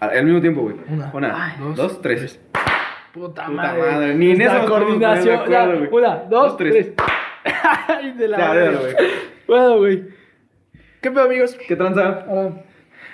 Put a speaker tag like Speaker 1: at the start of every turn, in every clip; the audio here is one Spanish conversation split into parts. Speaker 1: Ah, Al mismo tiempo, güey.
Speaker 2: Una.
Speaker 1: Una,
Speaker 2: Dos,
Speaker 1: dos, tres.
Speaker 2: Puta,
Speaker 1: Puta madre. Ni en
Speaker 2: Esta
Speaker 1: esa
Speaker 2: coordinación. ya, una, dos, tres. Ay, de la
Speaker 1: Ya,
Speaker 2: verga.
Speaker 1: déjalo, güey.
Speaker 2: Bueno, güey. ¿Qué pedo, amigos?
Speaker 1: ¿Qué tranza?
Speaker 2: Ah,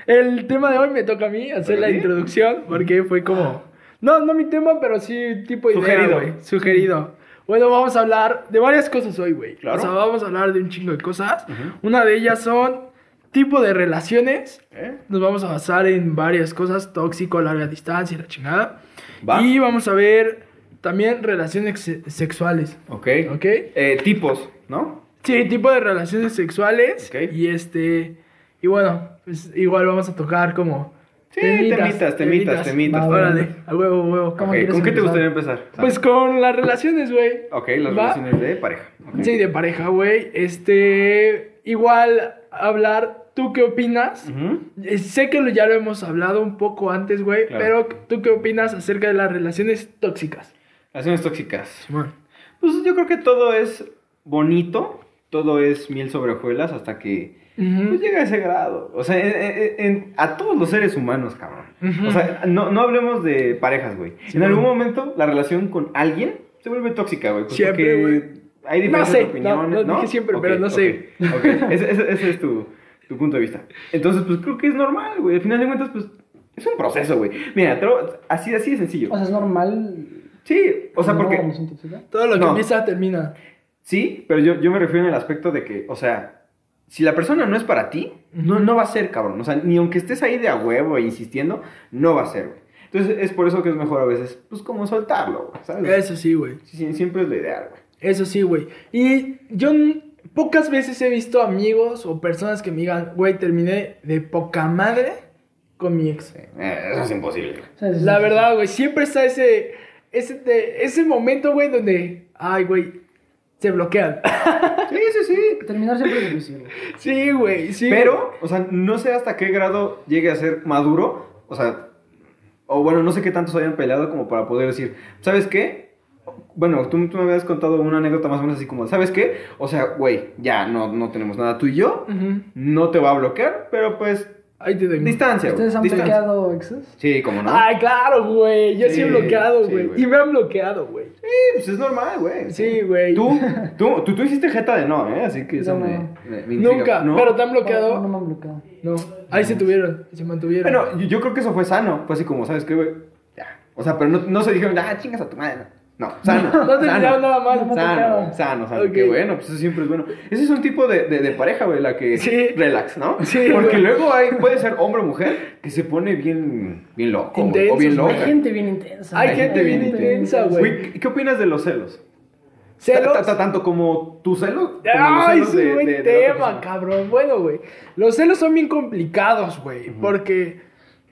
Speaker 2: El tema de hoy me toca a mí hacer la
Speaker 1: ¿Sí?
Speaker 2: introducción porque fue como. No, no mi tema, pero sí tipo idea,
Speaker 1: Ah. Sugerido.
Speaker 2: güey. Sugerido. Bueno, vamos a hablar de varias cosas hoy, güey.
Speaker 1: Claro.
Speaker 2: O sea, vamos a hablar de un chingo de cosas. Una de ellas son tipo de relaciones.
Speaker 1: ¿Eh?
Speaker 2: Nos vamos a basar en varias cosas, tóxico, larga distancia y la chingada.
Speaker 1: Va.
Speaker 2: Y vamos a ver también relaciones se- sexuales.
Speaker 1: Ok.
Speaker 2: Ok.
Speaker 1: Eh, tipos, ¿no?
Speaker 2: Sí, tipo de relaciones sexuales.
Speaker 1: Ok.
Speaker 2: Y este. Y bueno, pues igual vamos a tocar como.
Speaker 1: Sí, temitas, temitas, temitas.
Speaker 2: Va, Órale, a huevo, huevo.
Speaker 1: Ok,
Speaker 2: ¿Cómo quieres
Speaker 1: ¿Con qué te
Speaker 2: empezar?
Speaker 1: gustaría empezar?
Speaker 2: Pues con las relaciones, güey.
Speaker 1: ok, las
Speaker 2: ¿Va?
Speaker 1: relaciones de pareja. ok.
Speaker 2: Sí, de pareja, güey. Este. Igual hablar, ¿tú qué opinas?
Speaker 1: Ujú.
Speaker 2: Eh, Sé que lo- ya lo hemos hablado un poco antes, güey,
Speaker 1: Claro.
Speaker 2: pero ¿tú qué opinas acerca de las relaciones tóxicas?
Speaker 1: Relaciones tóxicas. Pues yo creo que todo es bonito, todo es miel sobre hojuelas hasta que
Speaker 2: Ujú.
Speaker 1: pues, llega a ese grado. O sea, en- en- en- a todos los seres humanos, cabrón.
Speaker 2: Ujú.
Speaker 1: O sea, no, no hablemos de parejas, güey.
Speaker 2: Sí,
Speaker 1: en
Speaker 2: güey.
Speaker 1: algún momento la relación con alguien se vuelve tóxica, güey. pues,
Speaker 2: Siempre,
Speaker 1: porque
Speaker 2: güey.
Speaker 1: Hay diferentes
Speaker 2: No sé,
Speaker 1: opiniones.
Speaker 2: no,
Speaker 1: No,
Speaker 2: no dije siempre, pero
Speaker 1: Ok,
Speaker 2: no sé.
Speaker 1: ok, ok. Ese, ese- ese es tu, tu punto de vista. Entonces, pues creo que es normal, güey. Al final de cuentas, pues es un proceso, güey. Mira, te lo- así, así de sencillo.
Speaker 3: O sea, es normal.
Speaker 1: Sí, o sea,
Speaker 3: ¿no?
Speaker 1: porque.
Speaker 3: Relación tóxica.
Speaker 2: Todo lo que
Speaker 1: No.
Speaker 2: empieza termina.
Speaker 1: Sí, pero yo, yo me refiero en el aspecto de que, o sea, si la persona no es para ti, no, no va a ser, cabrón. O sea, ni aunque estés ahí de a huevo e insistiendo, no va a ser, güey. Entonces, es por eso que es mejor a veces, pues, como soltarlo, güey, ¿sabes?
Speaker 2: Eso sí, güey.
Speaker 1: Sí, sí, siempre es lo ideal, güey.
Speaker 2: Eso sí, güey. Y yo n- pocas veces he visto amigos o personas que me digan, güey, terminé de poca madre con mi ex.
Speaker 1: Eh, eso es imposible. güey.
Speaker 3: O sea, es-
Speaker 2: La verdad, güey, siempre está ese, ese, te- ese momento, güey, donde, ay, güey, se bloquean.
Speaker 1: Sí, sí, sí.
Speaker 3: Terminar siempre es difícil.
Speaker 2: sí, güey, sí.
Speaker 1: Pero, o sea, no sé hasta qué grado llegue a ser maduro, o sea, o bueno, no sé qué tantos hayan peleado como para poder decir, ¿sabes qué? Bueno, tú, tú me habías contado una anécdota más o menos así como, ¿sabes qué? O sea, güey, ya no, no tenemos nada tú y yo,
Speaker 2: Ujú.
Speaker 1: no te va a bloquear, pero pues,
Speaker 2: Ahí te doy.
Speaker 1: distancia, güey.
Speaker 3: ¿Ustedes han
Speaker 1: distancia.
Speaker 3: bloqueado exes?
Speaker 1: Sí, como no.
Speaker 2: Ay, claro, güey. Yo sí, he
Speaker 1: Sí,
Speaker 2: bloqueado,
Speaker 1: sí,
Speaker 2: güey.
Speaker 1: güey.
Speaker 2: y me han bloqueado, güey.
Speaker 1: Sí, pues es normal, güey.
Speaker 2: Sí, güey.
Speaker 1: Tú, tú, tú, tú hiciste jeta de no, ¿eh? Así que eso
Speaker 3: No,
Speaker 1: me,
Speaker 3: no.
Speaker 1: me- me intriga.
Speaker 2: Nunca,
Speaker 1: ¿No?
Speaker 2: pero te han bloqueado.
Speaker 3: No, no me han bloqueado.
Speaker 2: No, ahí se tuvieron, se mantuvieron.
Speaker 1: Bueno, yo, yo creo que eso fue sano. Fue así como, ¿sabes qué, güey? Ya. O sea, pero no, no se dijeron, ah, chingas a tu madre. No, No, sano.
Speaker 2: no te
Speaker 1: sano.
Speaker 2: tiraron nada mal.
Speaker 3: No,
Speaker 1: Sano,
Speaker 3: tocaba.
Speaker 1: güey, sano, sano.
Speaker 2: Ok.
Speaker 1: Qué bueno, pues eso siempre es bueno. Ese es un tipo de, de, de pareja, güey, la que
Speaker 2: Sí.
Speaker 1: relax, ¿no?
Speaker 2: Sí,
Speaker 1: Porque
Speaker 2: güey.
Speaker 1: luego hay, puede ser hombre o mujer que se pone bien, bien loco, güey, o
Speaker 2: Intensos,
Speaker 1: bien
Speaker 2: güey.
Speaker 1: loca.
Speaker 3: Hay gente bien intensa.
Speaker 2: Hay
Speaker 3: güey.
Speaker 2: gente bien intensa, güey.
Speaker 1: Güey, ¿qué- ¿qué opinas de los celos?
Speaker 2: Celos.
Speaker 1: Ta- ta- Tanto como tu celo. como los
Speaker 2: Ay,
Speaker 1: celos
Speaker 2: es un
Speaker 1: de-
Speaker 2: buen
Speaker 1: de- de la otra
Speaker 2: tema,
Speaker 1: persona.
Speaker 2: cabrón. Bueno, güey. Los celos son bien complicados, güey. Porque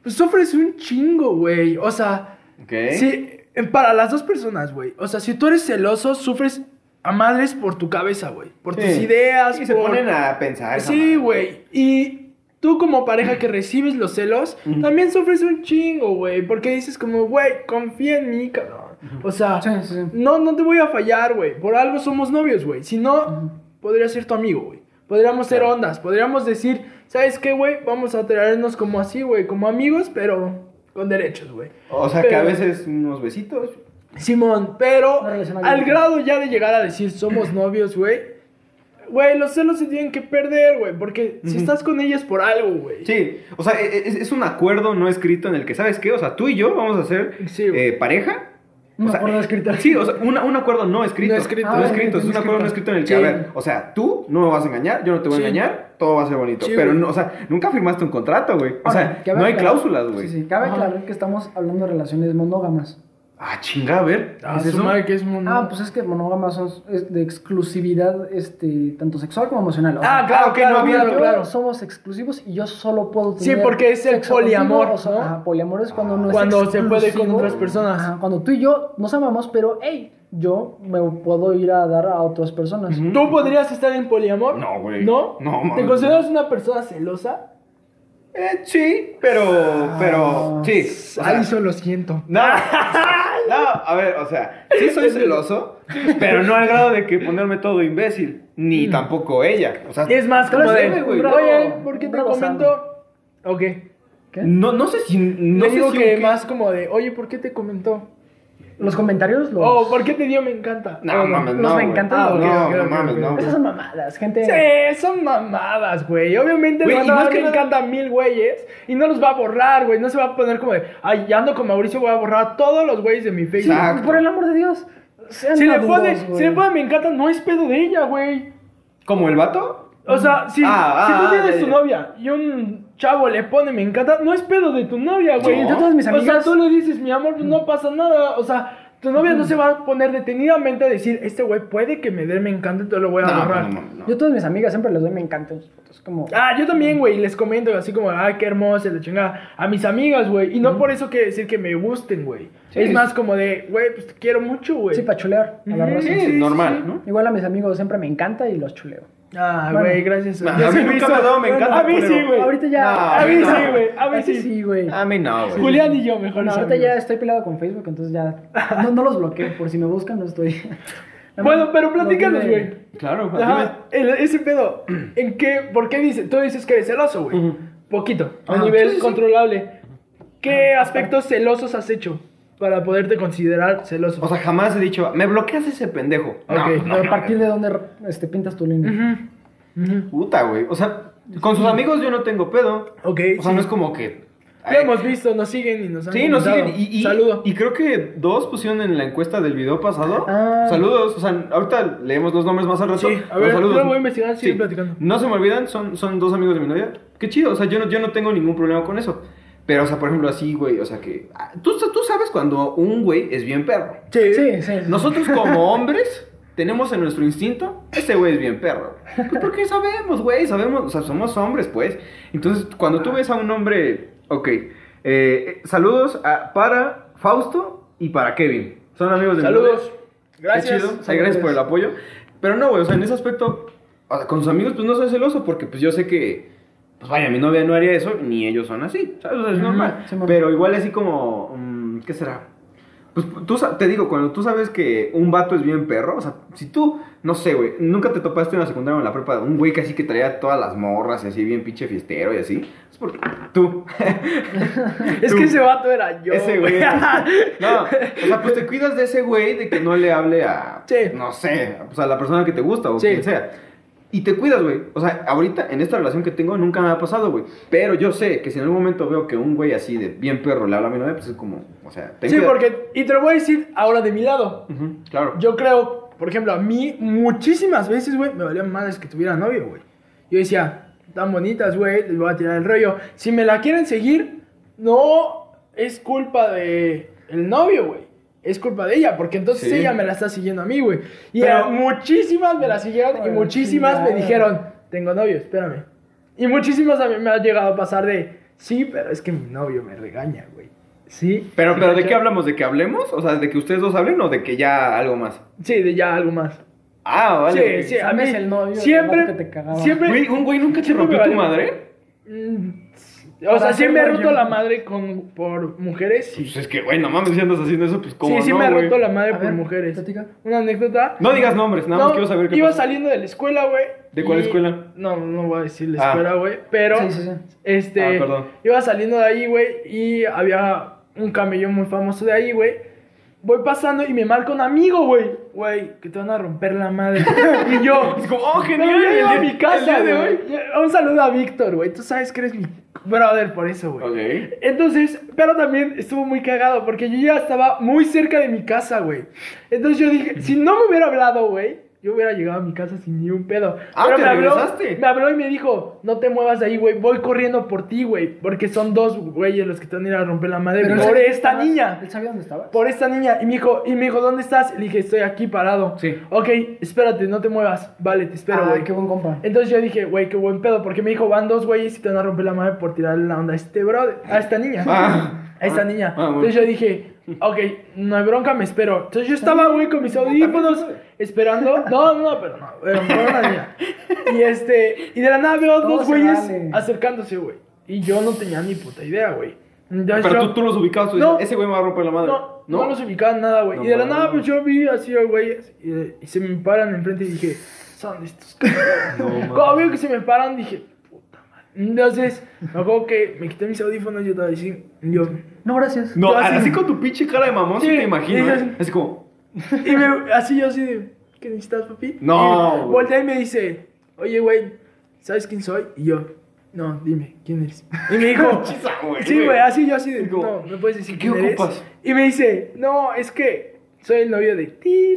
Speaker 2: pues, sufres un chingo, güey. O sea,
Speaker 1: Ok.
Speaker 2: sí, eh, para las dos personas, güey. O sea, si tú eres celoso, sufres a madres por tu cabeza, güey. Por tus
Speaker 1: Sí.
Speaker 2: ideas.
Speaker 1: Y se
Speaker 2: por-
Speaker 1: ponen a pensar. esa
Speaker 2: Sí,
Speaker 1: madre.
Speaker 2: güey. Y tú como pareja que recibes los celos, también sufres un chingo, güey. Porque dices como, güey, confía en mí, cabrón. O sea,
Speaker 3: Sí, sí, sí.
Speaker 2: no, no te voy a fallar, güey. Por algo somos novios, güey. Si no, podría ser tu amigo, güey. Podríamos ser
Speaker 1: Claro.
Speaker 2: ondas. Podríamos decir, ¿sabes qué, güey? Vamos a traernos como así, güey. Como amigos, pero con derechos, güey.
Speaker 1: O sea, que a
Speaker 2: Pero-
Speaker 1: veces unos besitos.
Speaker 2: Simón, pero
Speaker 3: Una relación
Speaker 2: al
Speaker 3: abierta.
Speaker 2: grado ya de llegar a decir somos novios, güey. Güey, los celos se tienen que perder, güey, porque si
Speaker 1: Ujú.
Speaker 2: estás con ella es por algo, güey.
Speaker 1: Sí, o sea, e- e- es, es un acuerdo no escrito en el que, ¿sabes qué? O sea, tú y yo vamos a ser
Speaker 2: Sí, güey.
Speaker 1: eh, pareja.
Speaker 3: Un
Speaker 1: O sea,
Speaker 3: acuerdo escrito.
Speaker 1: Sí, o sea, una- un acuerdo no escrito.
Speaker 2: No escrito.
Speaker 1: No
Speaker 3: Ah,
Speaker 1: escrito, es un
Speaker 3: no
Speaker 1: acuerdo no
Speaker 3: escrito.
Speaker 1: escrito en el que, a
Speaker 3: Sí.
Speaker 1: ver, o sea, tú no me vas a engañar, yo no te voy a
Speaker 2: Sí.
Speaker 1: engañar, todo va a ser bonito.
Speaker 2: Sí,
Speaker 1: pero,
Speaker 2: güey.
Speaker 1: no, o sea, nunca firmaste un contrato, güey. O sea,
Speaker 3: Ahora, cabe
Speaker 1: no hay
Speaker 3: aclarar-
Speaker 1: cláusulas, güey.
Speaker 3: Sí, sí, cabe
Speaker 2: Ajá.
Speaker 3: aclarar que estamos hablando de relaciones monógamas.
Speaker 1: Ah, chinga, a ver.
Speaker 2: Ah,
Speaker 1: ¿es
Speaker 2: su
Speaker 1: eso?
Speaker 2: madre que es mon-
Speaker 3: Ah, pues es que monógamas son es de exclusividad este, tanto sexual como emocional. O
Speaker 2: Ah,
Speaker 3: sea,
Speaker 2: claro,
Speaker 1: ok,
Speaker 2: claro,
Speaker 1: no había-
Speaker 2: claro,
Speaker 3: yo
Speaker 2: claro.
Speaker 3: somos exclusivos y yo solo puedo
Speaker 2: Sí,
Speaker 3: tener
Speaker 2: porque es el
Speaker 3: sexo contigo,
Speaker 2: poliamor,
Speaker 3: o sea,
Speaker 2: ¿no?
Speaker 3: ajá, poliamor es cuando no es
Speaker 2: Cuando se puede con
Speaker 3: exclusivo.
Speaker 2: otras personas.
Speaker 3: Ajá, cuando tú y yo nos amamos, pero hey, yo me puedo ir a dar a otras personas.
Speaker 1: Ujú.
Speaker 2: ¿Tú podrías estar en poliamor?
Speaker 1: No, güey.
Speaker 2: ¿No?
Speaker 1: No, mames.
Speaker 2: ¿Te consideras una persona celosa?
Speaker 1: Eh, sí, pero, pero, sí. o sea,
Speaker 2: Ahí solo siento.
Speaker 1: No, no, a ver, o sea, sí soy celoso, pero no al grado de que ponerme todo imbécil, ni tampoco ella. O sea,
Speaker 2: Mm. Es más,
Speaker 1: no
Speaker 2: como
Speaker 1: se
Speaker 2: de, ¿Eh?
Speaker 1: debe, güey,
Speaker 3: bravo.
Speaker 2: oye, ¿por qué te
Speaker 3: Bravo,
Speaker 2: comento? Ok,
Speaker 3: ¿Qué?
Speaker 1: No, no sé si. No
Speaker 2: No
Speaker 1: sé
Speaker 2: digo
Speaker 1: si
Speaker 2: que
Speaker 1: un qué.
Speaker 2: más como de, oye, ¿por qué te comentó?
Speaker 3: Los comentarios, los.
Speaker 2: O, Oh, ¿por qué te dio me encanta?
Speaker 1: No, mames,
Speaker 3: los
Speaker 1: no.
Speaker 3: Pues. me
Speaker 1: güey.
Speaker 3: encantan.
Speaker 1: Ah,
Speaker 3: ok,
Speaker 1: no,
Speaker 3: ok,
Speaker 1: no
Speaker 3: ok,
Speaker 1: mames,
Speaker 3: ok.
Speaker 1: no. güey.
Speaker 3: Esas mamadas, gente.
Speaker 2: Sí, son mamadas, güey. Obviamente
Speaker 1: Güey,
Speaker 2: le van
Speaker 1: y
Speaker 2: a
Speaker 1: más
Speaker 2: dar
Speaker 1: que
Speaker 2: me
Speaker 1: nada-
Speaker 2: encanta a mil güeyes y no los va a borrar, güey. No se va a poner como de, ay, ya ando con Mauricio, voy a borrar a todos los güeyes de mi Facebook.
Speaker 1: Exacto.
Speaker 3: Por el amor de Dios. Sean
Speaker 2: Si le,
Speaker 3: maduros,
Speaker 2: pone,
Speaker 3: güey.
Speaker 2: si le pone me encanta, no es pedo de ella, güey.
Speaker 1: ¿Como el vato?
Speaker 2: O sea, si,
Speaker 1: Ah,
Speaker 2: si
Speaker 1: ah,
Speaker 2: tú
Speaker 1: ah,
Speaker 2: tienes
Speaker 1: ya,
Speaker 2: tu
Speaker 1: ya.
Speaker 2: novia y un chavo le pone me encanta, no es pedo de tu novia, güey.
Speaker 1: No.
Speaker 2: Yo
Speaker 1: Yo
Speaker 3: todas mis
Speaker 2: O sea,
Speaker 3: amigas-
Speaker 2: tú le dices, mi amor, pues no pasa nada. O sea, tu novia no se va a poner detenidamente a decir, este güey puede que me dé me encanta, entonces lo voy a
Speaker 1: No,
Speaker 2: borrar.
Speaker 1: no, mames, no.
Speaker 3: Yo a todas mis amigas siempre les doy me encantan sus fotos. Como.
Speaker 2: Ah, yo también,
Speaker 1: Mm.
Speaker 2: güey, les comento así como, ay, qué hermosa, la chingada. A mis amigas, güey. Y no por eso quiere decir que me gusten, güey.
Speaker 1: Mm. Sí,
Speaker 2: es
Speaker 1: es-
Speaker 2: más como de, güey, pues te quiero mucho, güey.
Speaker 3: Sí, para chulear a la
Speaker 2: Ujú.
Speaker 3: raza.
Speaker 1: Sí,
Speaker 2: sí,
Speaker 1: normal,
Speaker 2: sí.
Speaker 1: ¿no?
Speaker 3: Igual a mis amigos siempre me encanta y los chuleo.
Speaker 2: Ah,
Speaker 3: Bueno.
Speaker 2: güey, gracias.
Speaker 1: Nah,
Speaker 2: Ya
Speaker 1: a mí
Speaker 2: se
Speaker 1: nunca
Speaker 2: hizo-
Speaker 1: me ha dado me
Speaker 2: bueno,
Speaker 1: encanta,
Speaker 2: A mí sí,
Speaker 1: culero.
Speaker 2: güey.
Speaker 3: Ahorita ya.
Speaker 1: Ah,
Speaker 2: a mí
Speaker 1: no.
Speaker 2: sí, güey. A mí
Speaker 3: Ahorita
Speaker 2: sí. Ah,
Speaker 3: güey.
Speaker 1: A mí no, güey.
Speaker 2: Julián y yo, mejor.
Speaker 3: No,
Speaker 2: mis
Speaker 3: ahorita ya
Speaker 2: amigos.
Speaker 3: estoy peleado con Facebook, entonces ya. No, no los bloqueé, por si me buscan, no estoy.
Speaker 2: Bueno, pero platícanos,
Speaker 3: No,
Speaker 2: güey.
Speaker 1: Claro,
Speaker 2: Ajá, el- ese pedo. ¿En qué? ¿Por qué dices? Tú dices que eres celoso, güey.
Speaker 1: Ujú. Ah,
Speaker 2: Poquito, a
Speaker 3: Ajá.
Speaker 2: nivel
Speaker 3: Sí, sí, sí.
Speaker 2: controlable. ¿Qué aspectos celosos has hecho para poderte considerar celoso?
Speaker 1: O sea, jamás he dicho, me bloqueas ese pendejo.
Speaker 2: Ok,
Speaker 3: A partir de dónde este, pintas tu línea.
Speaker 2: Ujú, ujú.
Speaker 1: Puta, güey. O sea, con sus amigos yo no tengo pedo.
Speaker 2: Ok,
Speaker 1: O sea,
Speaker 2: sí.
Speaker 1: no es como que.
Speaker 2: Lo hemos visto, nos siguen y nos han
Speaker 1: Sí, nos
Speaker 2: comentado.
Speaker 1: siguen. Y, y-
Speaker 2: Saludo.
Speaker 1: y creo que dos pusieron en la encuesta del video pasado.
Speaker 3: Ah.
Speaker 1: Saludos. O sea, ahorita leemos los nombres más al rato.
Speaker 2: Sí, a ver,
Speaker 1: Los saludos.
Speaker 2: yo lo voy a investigar, sigue platicando.
Speaker 1: No se me olvidan, son, son dos amigos de mi novia. Qué chido. O sea, yo no, yo no tengo ningún problema con eso. Pero, o sea, por ejemplo, así, güey. O sea, que. ah, Tú, tú sabes cuando un güey es bien perro.
Speaker 3: Sí, sí. sí.
Speaker 1: Nosotros como hombres tenemos en nuestro instinto, ese güey es bien perro. Pues porque sabemos, güey, sabemos, o sea, somos hombres, pues. Entonces, cuando tú ves a un hombre, ok, eh, eh, saludos a- para Fausto y para Kevin. Son amigos de mi
Speaker 2: Saludos.
Speaker 1: novia. Qué
Speaker 2: Gracias.
Speaker 1: chido. O sea, gracias por el apoyo. Pero no, güey, o sea, en ese aspecto, o sea, con sus amigos, pues no soy celoso porque pues yo sé que... Pues vaya, mi novia no haría eso, ni ellos son así, ¿sabes? O sea, es
Speaker 3: Ujú,
Speaker 1: normal.
Speaker 3: Simón.
Speaker 1: Pero igual así como, mm, ¿qué será? Pues tú, sa- te digo, cuando tú sabes que un vato es bien perro, o sea, si tú, no sé, güey, nunca te topaste en la secundaria o en la prepa de un güey que así que traía todas las morras y así bien pinche fiestero y así, es porque tú,
Speaker 2: Es que ese vato era yo.
Speaker 1: ese güey. no, o sea, pues te cuidas de ese güey de que no le hable a,
Speaker 2: Sí.
Speaker 1: no sé, pues a la persona que te gusta o
Speaker 2: Sí.
Speaker 1: quien sea. Y te cuidas, güey. O sea, ahorita en esta relación que tengo nunca me ha pasado, güey. Pero yo sé que si en algún momento veo que un güey así de bien perro le habla a mi novia, pues es como, o sea, ten
Speaker 2: Sí,
Speaker 1: cuidado.
Speaker 2: porque. Y te lo voy a decir ahora de mi lado.
Speaker 1: Ujú, claro.
Speaker 2: Yo creo, por ejemplo, a mí muchísimas veces, güey, me valían madres que tuviera novio, güey. Yo decía, tan bonitas, güey, les voy a tirar el rollo. Si me la quieren seguir, no es culpa de el novio, güey. Es culpa de ella, porque entonces
Speaker 1: Sí.
Speaker 2: ella me la está siguiendo a mí, güey. Y
Speaker 1: Pero-
Speaker 2: a muchísimas me la siguieron y
Speaker 3: Joder,
Speaker 2: muchísimas me
Speaker 3: chingada.
Speaker 2: dijeron, tengo novio, espérame. Y muchísimas a mí me ha llegado a pasar de, sí, pero es que mi novio me regaña, güey. Sí.
Speaker 1: Pero,
Speaker 2: sí,
Speaker 1: pero ¿de
Speaker 2: cacha-
Speaker 1: qué hablamos? ¿De que hablemos? O sea, ¿de que ustedes dos hablen o de que ya algo más?
Speaker 2: Sí, de ya algo más.
Speaker 1: Ah, vale.
Speaker 2: Sí, sí, a mí
Speaker 3: Sabes el novio,
Speaker 2: siempre,
Speaker 3: el vato que te cagaba.
Speaker 2: siempre,
Speaker 1: Güey, ¿un güey nunca te
Speaker 2: Siempre
Speaker 1: rompió
Speaker 2: me
Speaker 1: tu
Speaker 2: vale.
Speaker 1: madre?
Speaker 2: Mm, o sea,
Speaker 3: Para
Speaker 2: sí me he
Speaker 3: hacerlo
Speaker 2: roto
Speaker 3: yo.
Speaker 2: la madre con, por mujeres. Sí,
Speaker 1: Pues es que, güey, no mames, si andas haciendo eso, pues cómo
Speaker 2: sí,
Speaker 1: no,
Speaker 2: me he
Speaker 1: güey?
Speaker 2: roto la madre
Speaker 3: A
Speaker 2: por
Speaker 3: ver,
Speaker 2: mujeres.
Speaker 3: platica.
Speaker 2: Una anécdota.
Speaker 1: No digas nombres, nada más quiero saber qué
Speaker 2: Iba
Speaker 1: pasó.
Speaker 2: saliendo de la escuela, güey.
Speaker 1: ¿De cuál escuela?
Speaker 2: No, no voy a decir la
Speaker 1: Ah.
Speaker 2: escuela, güey. Pero,
Speaker 3: Sí, sí, sí.
Speaker 2: este,
Speaker 1: Ah, perdón.
Speaker 2: iba saliendo de ahí, güey, y había un camellón muy famoso de ahí, güey. Voy pasando y me marca un amigo, güey. Güey, que te van a romper la madre. y yo,
Speaker 1: Es como, oh,
Speaker 2: Pero
Speaker 1: genial,
Speaker 2: yo llego a
Speaker 1: el día-
Speaker 2: mi casa,
Speaker 1: el día
Speaker 2: güey. Un saludo a Víctor, güey. Tú sabes que eres mi brother por eso, güey.
Speaker 1: Ok.
Speaker 2: Entonces, pero también estuvo muy cagado porque yo ya estaba muy cerca de mi casa, güey. Entonces yo dije, si no me hubiera hablado, güey, yo hubiera llegado a mi casa sin ni un pedo.
Speaker 1: Ah,
Speaker 2: pero
Speaker 1: ¿te
Speaker 2: me habló,
Speaker 1: regresaste?
Speaker 2: me habló y me dijo, no te muevas de ahí, güey, voy corriendo por ti, güey, porque son dos güeyes los que te van a ir a romper la madre
Speaker 3: él
Speaker 2: por
Speaker 3: sabía dónde
Speaker 2: esta
Speaker 3: estabas,
Speaker 2: niña
Speaker 3: Él sabía dónde estaba.
Speaker 2: por esta niña y me dijo, y me dijo, ¿dónde estás? Le dije, estoy aquí parado.
Speaker 1: Sí.
Speaker 2: Ok, espérate, no te muevas. Vale, te espero,
Speaker 1: Ah,
Speaker 3: Ay,
Speaker 2: güey.
Speaker 3: Ah,
Speaker 2: Eh,
Speaker 3: qué buen compa.
Speaker 2: Entonces yo dije, güey, qué buen pedo, porque me dijo, van dos güeyes y te van a romper la madre por tirarle la onda a este brother, a esta niña.
Speaker 1: Ah.
Speaker 2: a esta niña.
Speaker 1: Ah, bueno.
Speaker 2: Entonces yo dije, ok, no hay bronca, me espero. Entonces yo estaba, güey, con mis audífonos esperando. No, no, pero no, pero fue una niña. Y este, y de la nada veo
Speaker 3: Todo
Speaker 2: dos
Speaker 3: se
Speaker 2: güeyes
Speaker 3: vale.
Speaker 2: acercándose, güey. Y yo no tenía ni puta idea, güey. Entonces
Speaker 1: Pero
Speaker 2: yo-
Speaker 1: tú, tú los ubicabas, tú
Speaker 2: No.
Speaker 1: dices, ese güey me va a romper la madre.
Speaker 2: no, no, los ubicaban nada, güey.
Speaker 1: No
Speaker 2: y de la
Speaker 1: mames.
Speaker 2: nada, pues yo vi así a güeyes y, y se me paran enfrente y dije, son estos cabrones.
Speaker 1: No, mames.
Speaker 2: Cuando veo que se me paran, dije, puta madre. Entonces, me acuerdo que me quité mis audífonos y yo estaba así. Yo.
Speaker 3: No, gracias.
Speaker 1: No,
Speaker 2: Yo así-
Speaker 1: así, con tu pinche cara de mamón, sí,
Speaker 2: Sí,
Speaker 1: te imagino.
Speaker 2: sí,
Speaker 1: ¿eh?
Speaker 2: sí.
Speaker 1: Así como,
Speaker 2: Y me, así yo así de. ¿Qué necesitas, papi?
Speaker 1: No,
Speaker 2: Y
Speaker 1: güey.
Speaker 2: voltea y me dice, oye, güey, ¿sabes quién soy? Y yo, no, dime, ¿quién eres? Y me dijo,
Speaker 1: Chisa, güey,
Speaker 2: sí,
Speaker 1: güey.
Speaker 2: güey, así yo así de.
Speaker 1: Digo,
Speaker 2: No, ¿me puedes decir
Speaker 1: ¿qué
Speaker 2: quién eres?"
Speaker 1: ocupas?
Speaker 2: Y me dice, no, es que soy el novio de ti.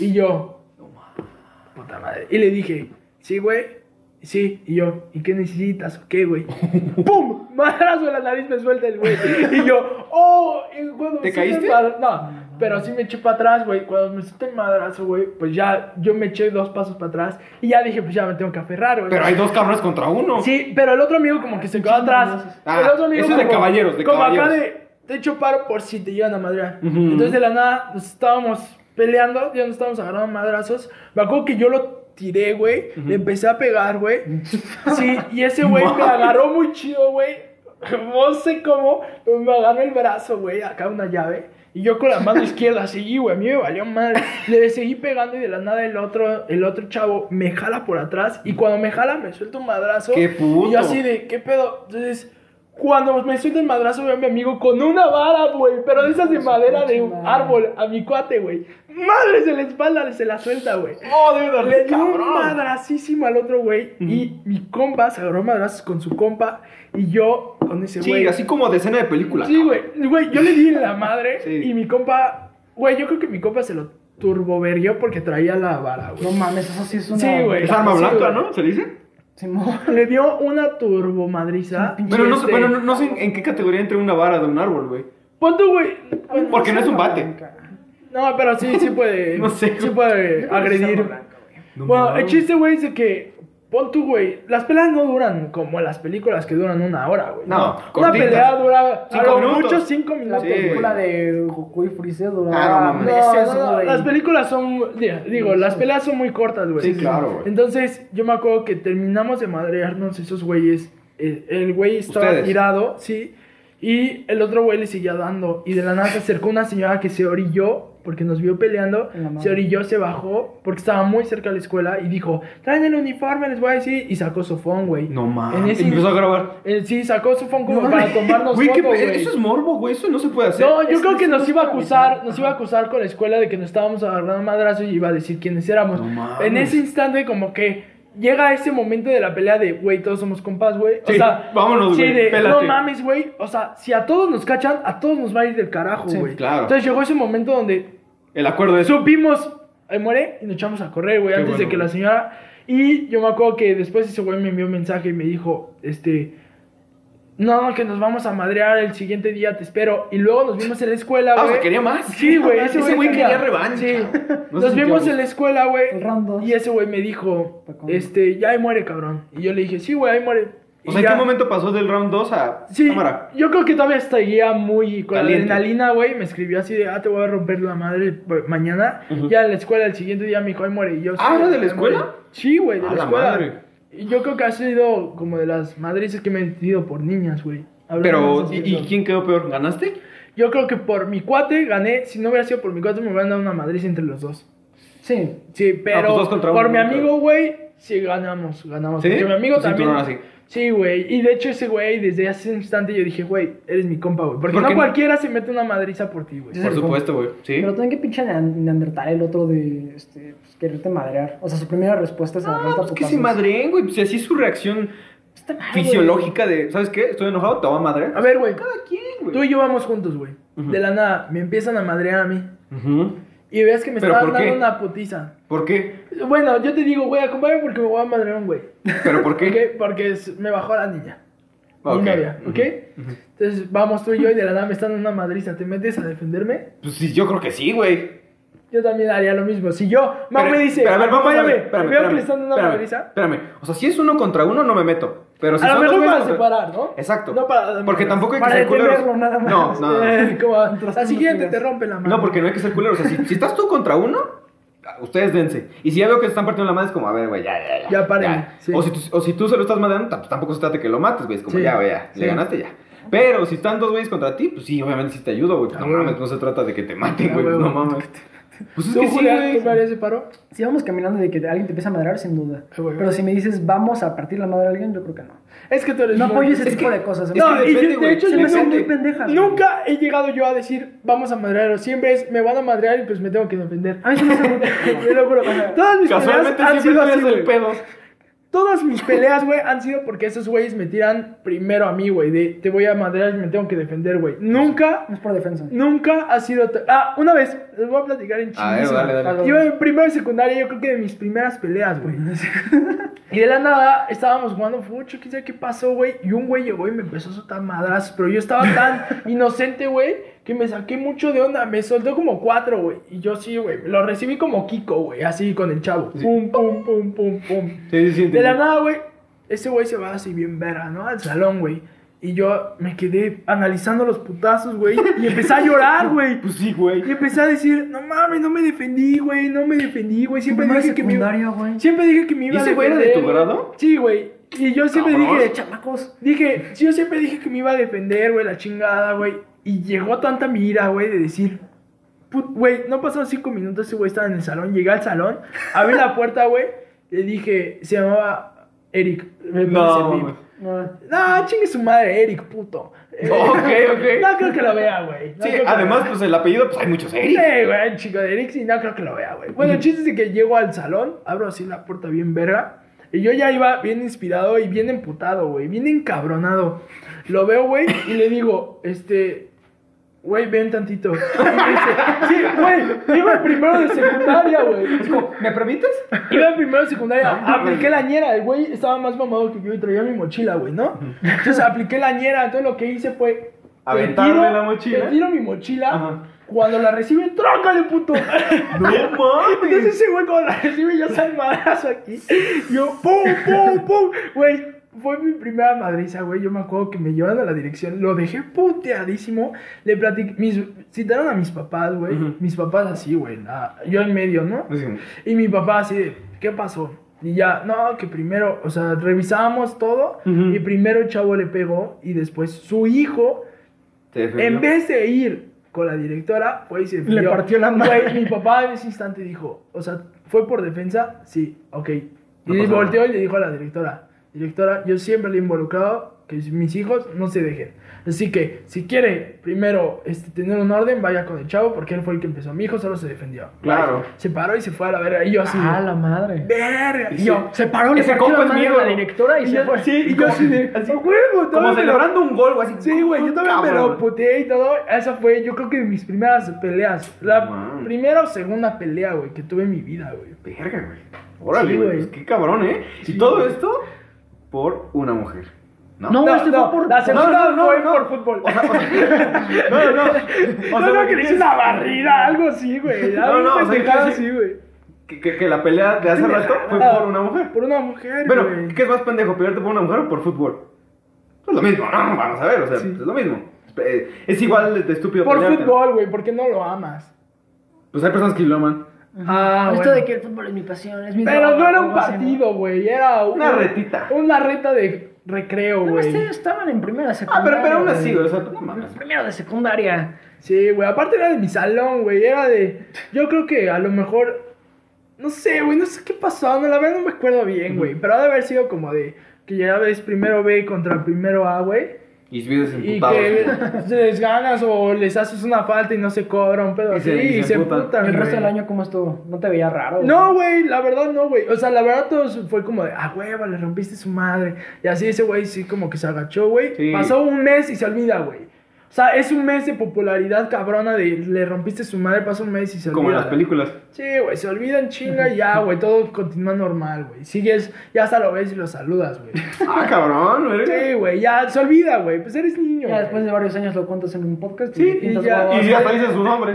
Speaker 2: Y yo, puta madre. Y le dije, sí, güey. Sí, y yo, ¿y qué necesitas? ¿O qué, güey? ¡Pum! Madrazo en la nariz me suelta el güey. Y yo, ¡oh! Y cuando
Speaker 1: ¿Te
Speaker 2: me suelta
Speaker 1: caíste?
Speaker 2: el madra- No, pero sí me eché para atrás, güey. Cuando me suelta el madrazo, güey, pues ya yo me eché dos pasos para atrás. Y ya dije, pues ya me tengo que aferrar, güey.
Speaker 1: pero hay dos cabrones contra uno.
Speaker 2: Sí, pero el otro amigo como que se quedó atrás.
Speaker 1: Ah,
Speaker 2: el otro amigo
Speaker 1: eso es de
Speaker 2: como-
Speaker 1: caballeros, de
Speaker 2: como acá
Speaker 1: caballeros.
Speaker 2: de te echo paro por si te llegan a madrear.
Speaker 1: Ujú.
Speaker 2: Entonces de la nada nos estábamos peleando, ya nos estábamos agarrando a madrazos. Me acuerdo que yo lo tiré, güey, le empecé a pegar, güey. Sí, y ese güey me agarró muy chido, güey. No sé cómo, pero me agarró el brazo, güey, acá una llave. Y yo con la mano izquierda seguí, güey, a mí me valió mal. Le seguí pegando y de la nada el otro, el otro chavo me jala por atrás. Y cuando me jala me suelta un madrazo.
Speaker 1: ¡Qué
Speaker 2: Y
Speaker 1: puto!
Speaker 2: yo así de, ¿qué pedo? Entonces, cuando me suelta el madrazo, veo a mi amigo con una vara, güey. Pero de esas de madera de un árbol, a mi cuate, güey. Madres de la espalda, se la suelta, güey.
Speaker 1: ¡Oh, debe de arder,
Speaker 2: Le dio un
Speaker 1: cabrón!
Speaker 2: madracísimo al otro güey. Y mi compa se agarró madrazos con su compa. Y yo con ese
Speaker 1: Sí,
Speaker 2: güey.
Speaker 1: así como de escena de película.
Speaker 2: Sí, güey. Güey, yo le di en la madre.
Speaker 1: Sí.
Speaker 2: Y mi compa. Güey, yo creo que mi compa se lo turboverguió porque traía la vara, güey.
Speaker 3: No mames, eso sí es una.
Speaker 2: Sí, güey.
Speaker 1: Es arma
Speaker 2: Sí,
Speaker 1: blanca,
Speaker 2: güey.
Speaker 1: ¿no? ¿Se dice?
Speaker 3: Simón.
Speaker 2: Le dio una turbomadriza.
Speaker 3: Un pinche-
Speaker 1: Pero no, sé-
Speaker 2: Este-
Speaker 1: pero no, no sé en, en qué categoría entre una vara de un árbol, güey.
Speaker 2: Pon tú, güey. Bueno,
Speaker 1: Porque no es un bate.
Speaker 2: No, pero sí, sí puede.
Speaker 1: No sé,
Speaker 2: Sí
Speaker 1: güey.
Speaker 2: puede agredir.
Speaker 1: No
Speaker 2: bueno, el
Speaker 1: mames.
Speaker 2: chiste, güey, es de que. Pon tú, güey. Las peleas no duran como las películas que duran una hora, güey.
Speaker 1: No,
Speaker 2: Una
Speaker 1: cortitas.
Speaker 2: pelea dura a
Speaker 1: Cinco
Speaker 2: lo
Speaker 1: minutos.
Speaker 2: mucho cinco
Speaker 3: La
Speaker 2: minutos.
Speaker 1: Sí,
Speaker 2: güey.
Speaker 3: película
Speaker 1: güey.
Speaker 3: de Goku y Freezer
Speaker 1: Ah, no
Speaker 3: duraba
Speaker 1: mames.
Speaker 2: No,
Speaker 3: meses,
Speaker 2: no, no,
Speaker 3: güey.
Speaker 2: las películas son, di- digo, las peleas son muy cortas, güey.
Speaker 1: Sí, claro, güey.
Speaker 2: Entonces, yo me acuerdo que terminamos de madrearnos esos güeyes. El, el güey estaba
Speaker 1: Ustedes.
Speaker 2: tirado, sí. Y el otro güey le seguía dando. Y de la nada se acercó una señora que se orilló porque nos vio peleando.
Speaker 3: En la madre.
Speaker 2: Se orilló, se bajó porque estaba muy cerca de la escuela y dijo: Traen el uniforme, les voy a decir. Y sacó su phone, güey.
Speaker 1: No
Speaker 2: En
Speaker 1: mames.
Speaker 2: ese-
Speaker 1: Empezó a grabar.
Speaker 2: Eh, sí, sacó su phone como
Speaker 3: No
Speaker 2: para
Speaker 3: mames.
Speaker 2: tomarnos
Speaker 1: Güey, qué
Speaker 2: foto,
Speaker 1: pe-
Speaker 2: güey.
Speaker 1: eso es morbo, güey. Eso no se puede hacer.
Speaker 2: No, yo
Speaker 3: Es-
Speaker 2: creo que
Speaker 3: es-
Speaker 2: nos
Speaker 3: es
Speaker 2: iba a
Speaker 3: una
Speaker 2: acusar,
Speaker 3: ventaja.
Speaker 2: nos iba a acusar con la escuela de que nos estábamos agarrando a madrazos y iba a decir quiénes éramos.
Speaker 1: No mames.
Speaker 2: en ese instante como que llega ese momento de la pelea de, güey, todos somos compas, güey. O
Speaker 1: Sí,
Speaker 2: sea,
Speaker 1: vámonos,
Speaker 2: sí,
Speaker 1: güey,
Speaker 2: de,
Speaker 1: pélate.
Speaker 2: no mames, güey. O sea, si a todos nos cachan, a todos nos va a ir del carajo,
Speaker 3: Sí,
Speaker 2: güey.
Speaker 1: claro.
Speaker 2: Entonces llegó ese momento donde
Speaker 1: El acuerdo es.
Speaker 2: Pues supimos, eh, muere, y nos echamos a correr, güey,
Speaker 1: Qué
Speaker 2: antes de
Speaker 1: bueno,
Speaker 2: que la
Speaker 1: güey.
Speaker 2: señora... Y yo me acuerdo que después ese güey me envió un mensaje y me dijo, este... No, que nos vamos a madrear el siguiente día, te espero. Y luego nos vimos en la escuela,
Speaker 1: Ah, o
Speaker 2: güey.
Speaker 1: sea, quería más.
Speaker 2: Sí, güey.
Speaker 1: Ese güey quería revancha.
Speaker 2: Sí.
Speaker 1: No se
Speaker 2: Nos
Speaker 1: sintió
Speaker 2: vimos
Speaker 1: gusto.
Speaker 2: en la escuela, güey.
Speaker 3: El round dos.
Speaker 2: Y ese güey me dijo,
Speaker 3: Fue con-
Speaker 2: este, ya ahí muere, cabrón. Y yo le dije, sí, güey, ahí muere.
Speaker 1: O
Speaker 2: Y
Speaker 1: sea, ¿en
Speaker 2: ya.
Speaker 1: qué momento pasó del round 2 a
Speaker 2: Sí,
Speaker 1: cámara?
Speaker 2: yo creo que todavía estaría muy con
Speaker 1: Caliente.
Speaker 2: adrenalina, güey. Me escribió así de, ah, te voy a romper la madre pues, mañana.
Speaker 1: Ujú.
Speaker 2: Ya en la escuela, el siguiente día me dijo, ahí muere. Y yo, sí,
Speaker 1: Ah, ¿era de
Speaker 2: ahí
Speaker 1: la escuela?
Speaker 2: muere. Sí, güey, de
Speaker 1: A
Speaker 2: la,
Speaker 1: la
Speaker 2: escuela.
Speaker 1: madre.
Speaker 2: Y yo creo que ha sido como de las madrices que me he metido por niñas, güey. Hablando de
Speaker 1: Pero,
Speaker 2: esos
Speaker 1: ¿y, y
Speaker 2: videos.
Speaker 1: quién quedó peor? ¿Ganaste?
Speaker 2: Yo creo que por mi cuate gané. Si no hubiera sido por mi cuate, me hubieran dado una madriz entre los dos.
Speaker 3: Sí.
Speaker 2: Sí, pero
Speaker 1: pues dos contra uno,
Speaker 2: por mi
Speaker 1: ¿no?
Speaker 2: amigo, güey, sí ganamos, ganamos.
Speaker 1: ¿Sí?
Speaker 2: Porque mi amigo
Speaker 1: Tu
Speaker 2: también.
Speaker 1: cinturón así.
Speaker 2: Sí, güey. Y de hecho, ese güey, desde hace un instante yo dije, güey, eres mi compa, güey. Porque
Speaker 1: ¿Por
Speaker 2: no
Speaker 1: qué no?
Speaker 2: cualquiera se mete una madriza por ti, güey.
Speaker 3: Sí.
Speaker 1: Por
Speaker 3: el
Speaker 1: supuesto, güey. Sí.
Speaker 3: Pero también que pinche nean- neandertal el otro de este, pues, quererte madrear. O sea, su primera respuesta es agarrarte
Speaker 1: Ah,
Speaker 3: a
Speaker 1: pues que
Speaker 3: putazos.
Speaker 1: se madreen, güey. Pues así es su reacción
Speaker 3: Está mal, güey.
Speaker 1: fisiológica de, ¿sabes qué? Estoy enojado, te voy a madrear.
Speaker 2: A ver, güey,
Speaker 1: ¿Cada quién, güey?
Speaker 2: tú y yo vamos juntos, güey.
Speaker 1: Ujú.
Speaker 2: De la nada, me empiezan a madrear a mí.
Speaker 1: Ujú.
Speaker 2: Y ves que me
Speaker 1: ¿Pero
Speaker 2: estaban
Speaker 1: por
Speaker 2: dando
Speaker 1: qué?
Speaker 2: una putiza.
Speaker 1: ¿Por qué?
Speaker 2: Bueno, yo te digo, güey, acompáñame porque me voy a madrear un güey.
Speaker 1: ¿Pero por qué? Ah,
Speaker 2: ¿Ok? Porque es- me bajó la niña.
Speaker 1: Ok.
Speaker 2: Mi novia, ¿ok?
Speaker 1: Ujú, ujú.
Speaker 2: Entonces vamos tú y yo y de la nada me están dando una madriza. ¿Te metes a defenderme?
Speaker 1: Pues sí, yo creo que sí, güey.
Speaker 2: Yo también haría lo mismo. Si yo, mamá
Speaker 1: Pero-
Speaker 2: me dice,
Speaker 1: pero a ver, vamos a
Speaker 2: acompáñame,
Speaker 1: ver, espérame,
Speaker 2: te veo que
Speaker 1: espérame,
Speaker 2: le están dando una
Speaker 1: espérame,
Speaker 2: madriza.
Speaker 1: Espérame, o sea, si es uno contra uno, no me meto. Pero si
Speaker 2: a lo
Speaker 1: son dos
Speaker 2: mejor
Speaker 1: güeyes
Speaker 2: para
Speaker 1: contra-
Speaker 2: separar, ¿no?
Speaker 1: Exacto.
Speaker 2: No para darle
Speaker 1: Porque
Speaker 2: madrazos.
Speaker 1: tampoco hay que
Speaker 3: Para
Speaker 1: ser culeros.
Speaker 3: detenerlo, nada más.
Speaker 1: No, no, no.
Speaker 2: Eh, como, la
Speaker 3: Mientras
Speaker 2: siguiente
Speaker 3: tú no
Speaker 2: te
Speaker 3: quieras.
Speaker 2: rompe la mano.
Speaker 1: No, porque no hay que ser culeros. O sea, si, si estás tú contra uno, ustedes dense. Y si ya veo que se están partiendo la madre, es como, a ver, güey, ya, ya, ya.
Speaker 2: Ya, paren, sí.
Speaker 1: O, si tú, o si tú se lo estás madreando, tam- tampoco se trata que lo mates, güey. Es como,
Speaker 2: Sí,
Speaker 1: ya, güey, ya,
Speaker 2: sí.
Speaker 1: le ganaste ya. Pero si están dos güeyes contra ti, pues sí, obviamente sí te ayudo, güey.
Speaker 2: Ah,
Speaker 1: No
Speaker 2: güey.
Speaker 1: mames, no se trata de que te maten,
Speaker 2: Ah,
Speaker 1: güey.
Speaker 2: güey,
Speaker 1: No
Speaker 2: güey.
Speaker 1: mames. Pues es
Speaker 2: ¿Tú,
Speaker 1: que sí,
Speaker 2: Julia,
Speaker 1: güey.
Speaker 2: tú me harías de paro?
Speaker 3: Si vamos caminando de que alguien te empieza a madrear, sin duda.
Speaker 2: Sí, Ah, güey.
Speaker 3: Pero si me dices, vamos a partir la madre a alguien, yo creo que no.
Speaker 2: Es que tú eres
Speaker 3: No
Speaker 2: muy-
Speaker 3: apoyo ese
Speaker 2: es
Speaker 3: tipo
Speaker 2: que-
Speaker 3: de cosas.
Speaker 1: es
Speaker 2: No,
Speaker 1: que
Speaker 2: y yo-
Speaker 1: depende,
Speaker 2: de
Speaker 1: güey,
Speaker 2: hecho,
Speaker 3: se me hacen muy
Speaker 1: depende.
Speaker 3: pendejas. güey.
Speaker 2: Nunca he llegado yo a decir, vamos a madrearos. Siempre es, me van a madrear y pues me tengo que defender.
Speaker 3: A mí se me hace muy pendejas.
Speaker 2: Te lo juro. Todas mis peleas
Speaker 1: Casualmente siempre
Speaker 2: han sido
Speaker 1: tú
Speaker 2: así,
Speaker 1: eres el
Speaker 2: Ah, güey.
Speaker 1: pedo.
Speaker 2: Todas mis peleas, güey, han sido porque esos güeyes me tiran primero a mí, güey. De te voy a madrear y me tengo que defender, güey. Nunca,
Speaker 3: No es por defensa.
Speaker 2: nunca ha sido. ta- Ah, una vez, les voy a platicar en
Speaker 1: A ver,
Speaker 2: chinguísima.
Speaker 1: dale, dale.
Speaker 2: Yo en primero y secundaria, yo creo que de mis primeras peleas, güey. Y de la nada estábamos jugando fucho, quién sabe qué pasó, güey. Y un güey llegó y me empezó a soltar madrazos. Pero yo estaba tan inocente, güey, que me saqué mucho de onda. Me soltó como cuatro, güey. Y yo sí, güey. Lo recibí como Kiko, güey. Así con el chavo.
Speaker 1: Sí.
Speaker 2: Pum, pum, pum, pum, pum.
Speaker 1: Sí, sí, sí.
Speaker 2: De la
Speaker 1: entendí.
Speaker 2: nada, güey, ese güey se va así bien verga, ¿no? Al salón, güey. Y yo me quedé analizando los putazos, güey. Y empecé a llorar, güey.
Speaker 1: Pues sí, güey.
Speaker 2: Y empecé a decir, no mames, no me defendí, güey. No me defendí, güey. Siempre
Speaker 3: Primaria,
Speaker 2: dije que me iba...
Speaker 3: secundaria, güey.
Speaker 2: Siempre dije que me iba
Speaker 1: ¿Y
Speaker 2: a
Speaker 1: ese güey era de
Speaker 2: defender,
Speaker 1: tu
Speaker 2: güey.
Speaker 1: grado?
Speaker 2: Sí, güey. Y yo siempre
Speaker 1: Cabrón.
Speaker 2: dije,
Speaker 3: chamacos.
Speaker 2: dije, yo siempre dije que me iba a defender, güey, la chingada, güey. Y llegó tanta mi ira, güey, de decir, put- güey, no pasaron cinco minutos, ese güey estaba en el salón. Llegué al salón, abrí la puerta, güey, le dije, se llamaba Eric. me
Speaker 1: No,
Speaker 2: parece,
Speaker 1: mames.
Speaker 2: mi- No, chingue su madre, Eric, puto. Eh,
Speaker 1: Ok, ok.
Speaker 2: No creo que lo vea, güey. No
Speaker 1: Sí,
Speaker 2: creo que lo
Speaker 1: además,
Speaker 2: vea.
Speaker 1: pues el apellido, pues hay muchos
Speaker 2: Sí,
Speaker 1: Eric.
Speaker 2: güey, el chico de Eric, sí, no creo que lo vea, güey. Bueno, el chiste es de que llego al salón, abro así la puerta bien verga. Y yo ya iba bien inspirado y bien emputado, güey. Bien encabronado. Lo veo, güey, y le digo, este. Güey, ven tantito. Y me dice, sí, güey, iba en primero de secundaria, güey.
Speaker 1: Es como, ¿me permites?
Speaker 2: Iba en primero de secundaria, apliqué la ñera, el güey estaba más mamado que yo y traía mi mochila, güey, ¿no? Entonces apliqué la ñera, entonces lo que hice fue...
Speaker 1: Aventarle
Speaker 2: te tiro-
Speaker 1: la mochila.
Speaker 2: Te tiro mi mochila,
Speaker 1: Ajá.
Speaker 2: cuando la recibe, ¡trócale, puto!
Speaker 1: No mames.
Speaker 2: Entonces ese güey cuando la recibe ya está el madrazo aquí. Yo, ¡pum, pum, pum! Güey, fue mi primera madriza, güey. Yo me acuerdo que me llevaron a la dirección. Lo dejé puteadísimo. Le platiqué... Mis, citaron a mis papás, güey.
Speaker 1: Ujú.
Speaker 2: Mis papás así, güey. nada, Yo en medio, ¿no?
Speaker 1: Así como,
Speaker 2: Y mi papá así de, ¿qué pasó? Y ya, no, que primero, o sea, revisábamos todo
Speaker 1: Ujú.
Speaker 2: y primero el chavo le pegó y después su hijo,
Speaker 1: te defendió.
Speaker 2: en vez de ir con la directora, fue y se
Speaker 3: Le partió la madre.
Speaker 2: madre. Mi papá en ese instante dijo, o sea, ¿fue por defensa? Sí, ok. Y
Speaker 1: No pasa
Speaker 2: volteó y le dijo a la directora, directora, yo siempre le he involucrado que mis hijos no se dejen. Así que, si quiere primero este, tener un orden, vaya con el chavo porque él fue el que empezó. Mi hijo solo se defendió.
Speaker 1: Claro.
Speaker 2: Se paró y se fue a la verga. Y yo así. de,
Speaker 3: Ah, la madre.
Speaker 2: Verga.
Speaker 1: Sí,
Speaker 2: Y yo,
Speaker 1: sí.
Speaker 2: se paró,
Speaker 1: le
Speaker 2: le
Speaker 1: Ese
Speaker 2: partió
Speaker 1: partió la compa
Speaker 2: la
Speaker 1: es madre a la mierda.
Speaker 3: directora y se
Speaker 2: yo,
Speaker 3: fue.
Speaker 2: Sí, y yo así de, así, "A huevo, todo,
Speaker 1: Como
Speaker 2: pero-".
Speaker 1: celebrando un gol o así.
Speaker 2: Sí, güey, yo también me lo
Speaker 1: Cabrón.
Speaker 2: puteé y todo. Esa fue, yo creo que de mis primeras peleas. La
Speaker 1: Wow.
Speaker 2: primera o segunda pelea, güey, que tuve en mi vida, güey.
Speaker 1: Verga, güey. Órale,
Speaker 2: Sí,
Speaker 1: güey.
Speaker 2: güey.
Speaker 1: pues Qué cabrón, ¿eh?
Speaker 2: Sí,
Speaker 1: y todo
Speaker 2: güey.
Speaker 1: esto por una mujer. ¿No?
Speaker 3: No, este fue por-
Speaker 2: La
Speaker 3: por-
Speaker 2: segunda
Speaker 1: no, no,
Speaker 2: fue
Speaker 1: no.
Speaker 2: por fútbol.
Speaker 1: O sea, o sea- no, no, no. O sea,
Speaker 2: no, no,
Speaker 1: lo
Speaker 2: que le hice
Speaker 1: es-
Speaker 2: una barrida, algo así, güey.
Speaker 1: No, no, o sea,
Speaker 2: pendejada
Speaker 1: que-
Speaker 2: así, güey.
Speaker 1: Que, que- que la pelea de hace rato fue
Speaker 2: Ah,
Speaker 1: por una mujer.
Speaker 2: Por una mujer, güey.
Speaker 1: Bueno, ¿qué es más pendejo? ¿Pelearte por una mujer o por fútbol? Es lo mismo, ¿no? Vamos a ver, o sea,
Speaker 2: Sí.
Speaker 1: es lo mismo. Eh, Es igual de- de estúpido
Speaker 2: Por
Speaker 1: pelearte, ¿no?
Speaker 2: fútbol, güey, porque no lo amas.
Speaker 1: Pues hay personas que lo aman.
Speaker 2: Ah,
Speaker 3: Esto
Speaker 2: bueno.
Speaker 3: de que el fútbol es mi pasión, es mi
Speaker 2: Pero
Speaker 3: trabajo,
Speaker 2: no era un
Speaker 3: algo así,
Speaker 2: partido, güey. Era
Speaker 1: Una retita.
Speaker 2: Una reta de recreo,
Speaker 3: No, No,
Speaker 2: güey.
Speaker 3: este- estaban en primera de
Speaker 1: Ah,
Speaker 3: secundaria.
Speaker 1: pero, pero aún así, güey,
Speaker 3: güey.
Speaker 1: o sea, pues, no mames.
Speaker 3: Primero de secundaria.
Speaker 2: Sí, güey. Aparte era de mi salón, güey. Era de. Yo creo que a lo mejor. No sé, güey. No sé qué pasó. No, la verdad no me acuerdo bien, güey. Pero ha de haber sido como de. Que ya ves primero B contra primero A, güey.
Speaker 1: Y vives
Speaker 2: Y
Speaker 1: emputados.
Speaker 2: que se les ganas o les haces una falta y no se cobra un pedo
Speaker 1: Y
Speaker 2: así.
Speaker 1: se- y
Speaker 2: Y
Speaker 1: se
Speaker 2: se
Speaker 1: emputan.
Speaker 2: putan,
Speaker 3: El
Speaker 2: güey.
Speaker 3: resto del año, ¿cómo estuvo? No te veía raro. güey.
Speaker 2: No, güey, la verdad no, güey. O sea, la verdad todos fue como de, ah, huevo, le rompiste su madre. Y así ese güey sí como que se agachó, güey.
Speaker 1: Sí.
Speaker 2: Pasó un mes y se olvida, güey. O sea, es un mes de popularidad cabrona de le rompiste su madre, pasa un mes y se
Speaker 1: Como en
Speaker 2: olvida.
Speaker 1: las películas.
Speaker 2: Sí, güey, se olvidan chinga y ya, güey, todo continúa normal, güey. Sigues, ya hasta lo ves y lo saludas, güey.
Speaker 1: Ah, cabrón, verga.
Speaker 2: Sí, güey, ya se olvida, güey. Pues eres niño.
Speaker 3: Ya
Speaker 2: güey.
Speaker 3: después de varios años lo cuentas en un podcast.
Speaker 2: Sí, y
Speaker 3: pintas
Speaker 2: ya-
Speaker 3: guaguas.
Speaker 1: Y ya hasta dice su nombre.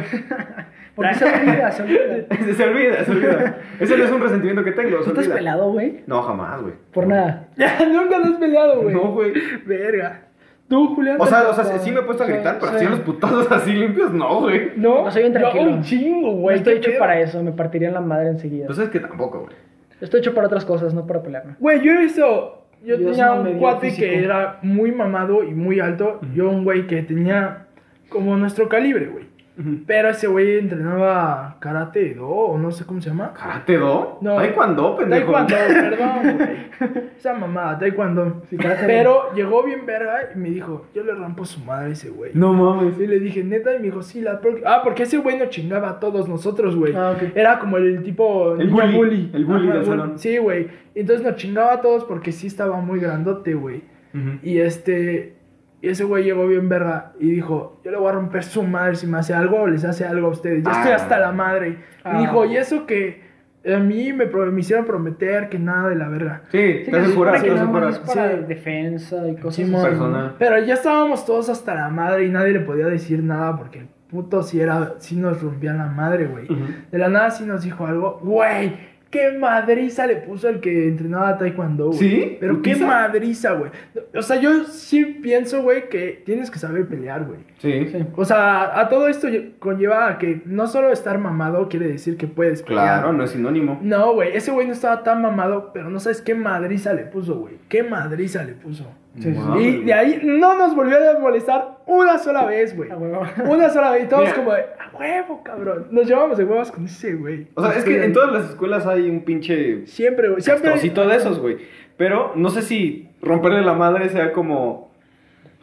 Speaker 3: Porque se olvida, se olvida.
Speaker 1: se olvida, se olvida. Ese no es un resentimiento que tengo. se
Speaker 3: ¿Tú te has
Speaker 1: olvida.
Speaker 3: pelado, güey?
Speaker 1: No, jamás, güey.
Speaker 3: Por nada.
Speaker 2: Ya, nunca lo has peleado, güey.
Speaker 1: No, güey.
Speaker 2: Verga. Tú, Julián.
Speaker 1: O sea, o sea,
Speaker 3: tampoco.
Speaker 1: sí me he puesto a gritar, pero
Speaker 3: Sí.
Speaker 1: así los putazos así limpios, no, güey.
Speaker 2: no,
Speaker 3: No, soy bien
Speaker 2: yo hago
Speaker 3: tranquilo.
Speaker 2: un chingo,
Speaker 3: No
Speaker 2: güey.
Speaker 3: estoy
Speaker 2: ¿qué
Speaker 3: hecho
Speaker 2: pedo?
Speaker 3: para eso, me partiría la madre enseguida.
Speaker 1: Entonces Pues es que tampoco, güey.
Speaker 3: Estoy hecho para otras cosas, no para pelearme.
Speaker 2: Güey, yo he visto. Yo
Speaker 3: Dios
Speaker 2: tenía
Speaker 3: no
Speaker 2: un
Speaker 3: me dio
Speaker 2: cuate
Speaker 3: físico.
Speaker 2: que era muy mamado y muy alto. Yo un güey que tenía como nuestro calibre, güey.
Speaker 1: Ujú.
Speaker 2: Pero ese güey entrenaba karate do, o no sé cómo se llama.
Speaker 1: ¿Karate do?
Speaker 2: No.
Speaker 1: Taekwondo, pendejo.
Speaker 2: Taekwondo, perdón, güey. Esa mamada, Taekwondo. Pero llegó bien verga y me dijo, yo le rampo su madre a ese güey.
Speaker 1: No mames.
Speaker 2: Y le dije, neta, y me dijo, sí, la pro- Ah, porque ese güey nos chingaba a todos nosotros, güey.
Speaker 3: Ah, ok.
Speaker 2: Era como el tipo.
Speaker 1: El
Speaker 2: niño
Speaker 1: bully, el bully del salón.
Speaker 2: Sí, güey. Entonces nos chingaba a todos porque sí estaba muy grandote, güey.
Speaker 1: Ujú.
Speaker 2: Y este. Y ese güey llegó bien verga y dijo, yo le voy a romper su madre si me hace algo o les hace algo a ustedes. Ya estoy
Speaker 1: Ah.
Speaker 2: hasta la madre.
Speaker 3: Ah.
Speaker 2: Y dijo, y eso que a mí me, pro- me hicieron prometer que nada de la verga.
Speaker 1: Sí, te
Speaker 3: Sí, que se
Speaker 1: hace
Speaker 3: supone
Speaker 1: jurar,
Speaker 3: que
Speaker 1: te hace
Speaker 3: nada
Speaker 1: jurar.
Speaker 3: más es para
Speaker 2: Sí.
Speaker 3: defensa y cosas
Speaker 2: Simón.
Speaker 3: así.
Speaker 1: Personal.
Speaker 2: Pero ya estábamos todos hasta la madre y nadie le podía decir nada porque el puto sí era, sí nos rompía la madre, güey.
Speaker 1: Ujú.
Speaker 2: De la nada sí nos dijo algo, güey, qué madriza le puso el que entrenaba taekwondo, güey.
Speaker 1: ¿Sí?
Speaker 2: Pero qué
Speaker 1: ¿Putiza?
Speaker 2: madriza, güey. O sea, yo sí pienso, güey, que tienes que saber pelear, güey.
Speaker 1: Sí.
Speaker 3: Sí.
Speaker 2: O sea, a todo esto conlleva a que no solo estar mamado quiere decir que puedes pelear.
Speaker 1: Claro, no es sinónimo.
Speaker 2: No, güey, ese güey no estaba tan mamado, pero no sabes qué madriza le puso, güey. Qué madriza le puso.
Speaker 3: Sí, sí.
Speaker 1: Wow.
Speaker 2: Y
Speaker 1: güey.
Speaker 2: de ahí no nos volvió a molestar una sola vez, güey.
Speaker 3: A Ah, huevo.
Speaker 2: Una sola vez. Y todos
Speaker 1: Mira.
Speaker 2: como de, a huevo, cabrón. Nos llevamos de huevos con ese, güey.
Speaker 1: O sea, es que en todas las escuelas hay un pinche
Speaker 2: Siempre, güey. Siempre.
Speaker 1: trocito de esos, güey. Pero no sé si romperle la madre sea como.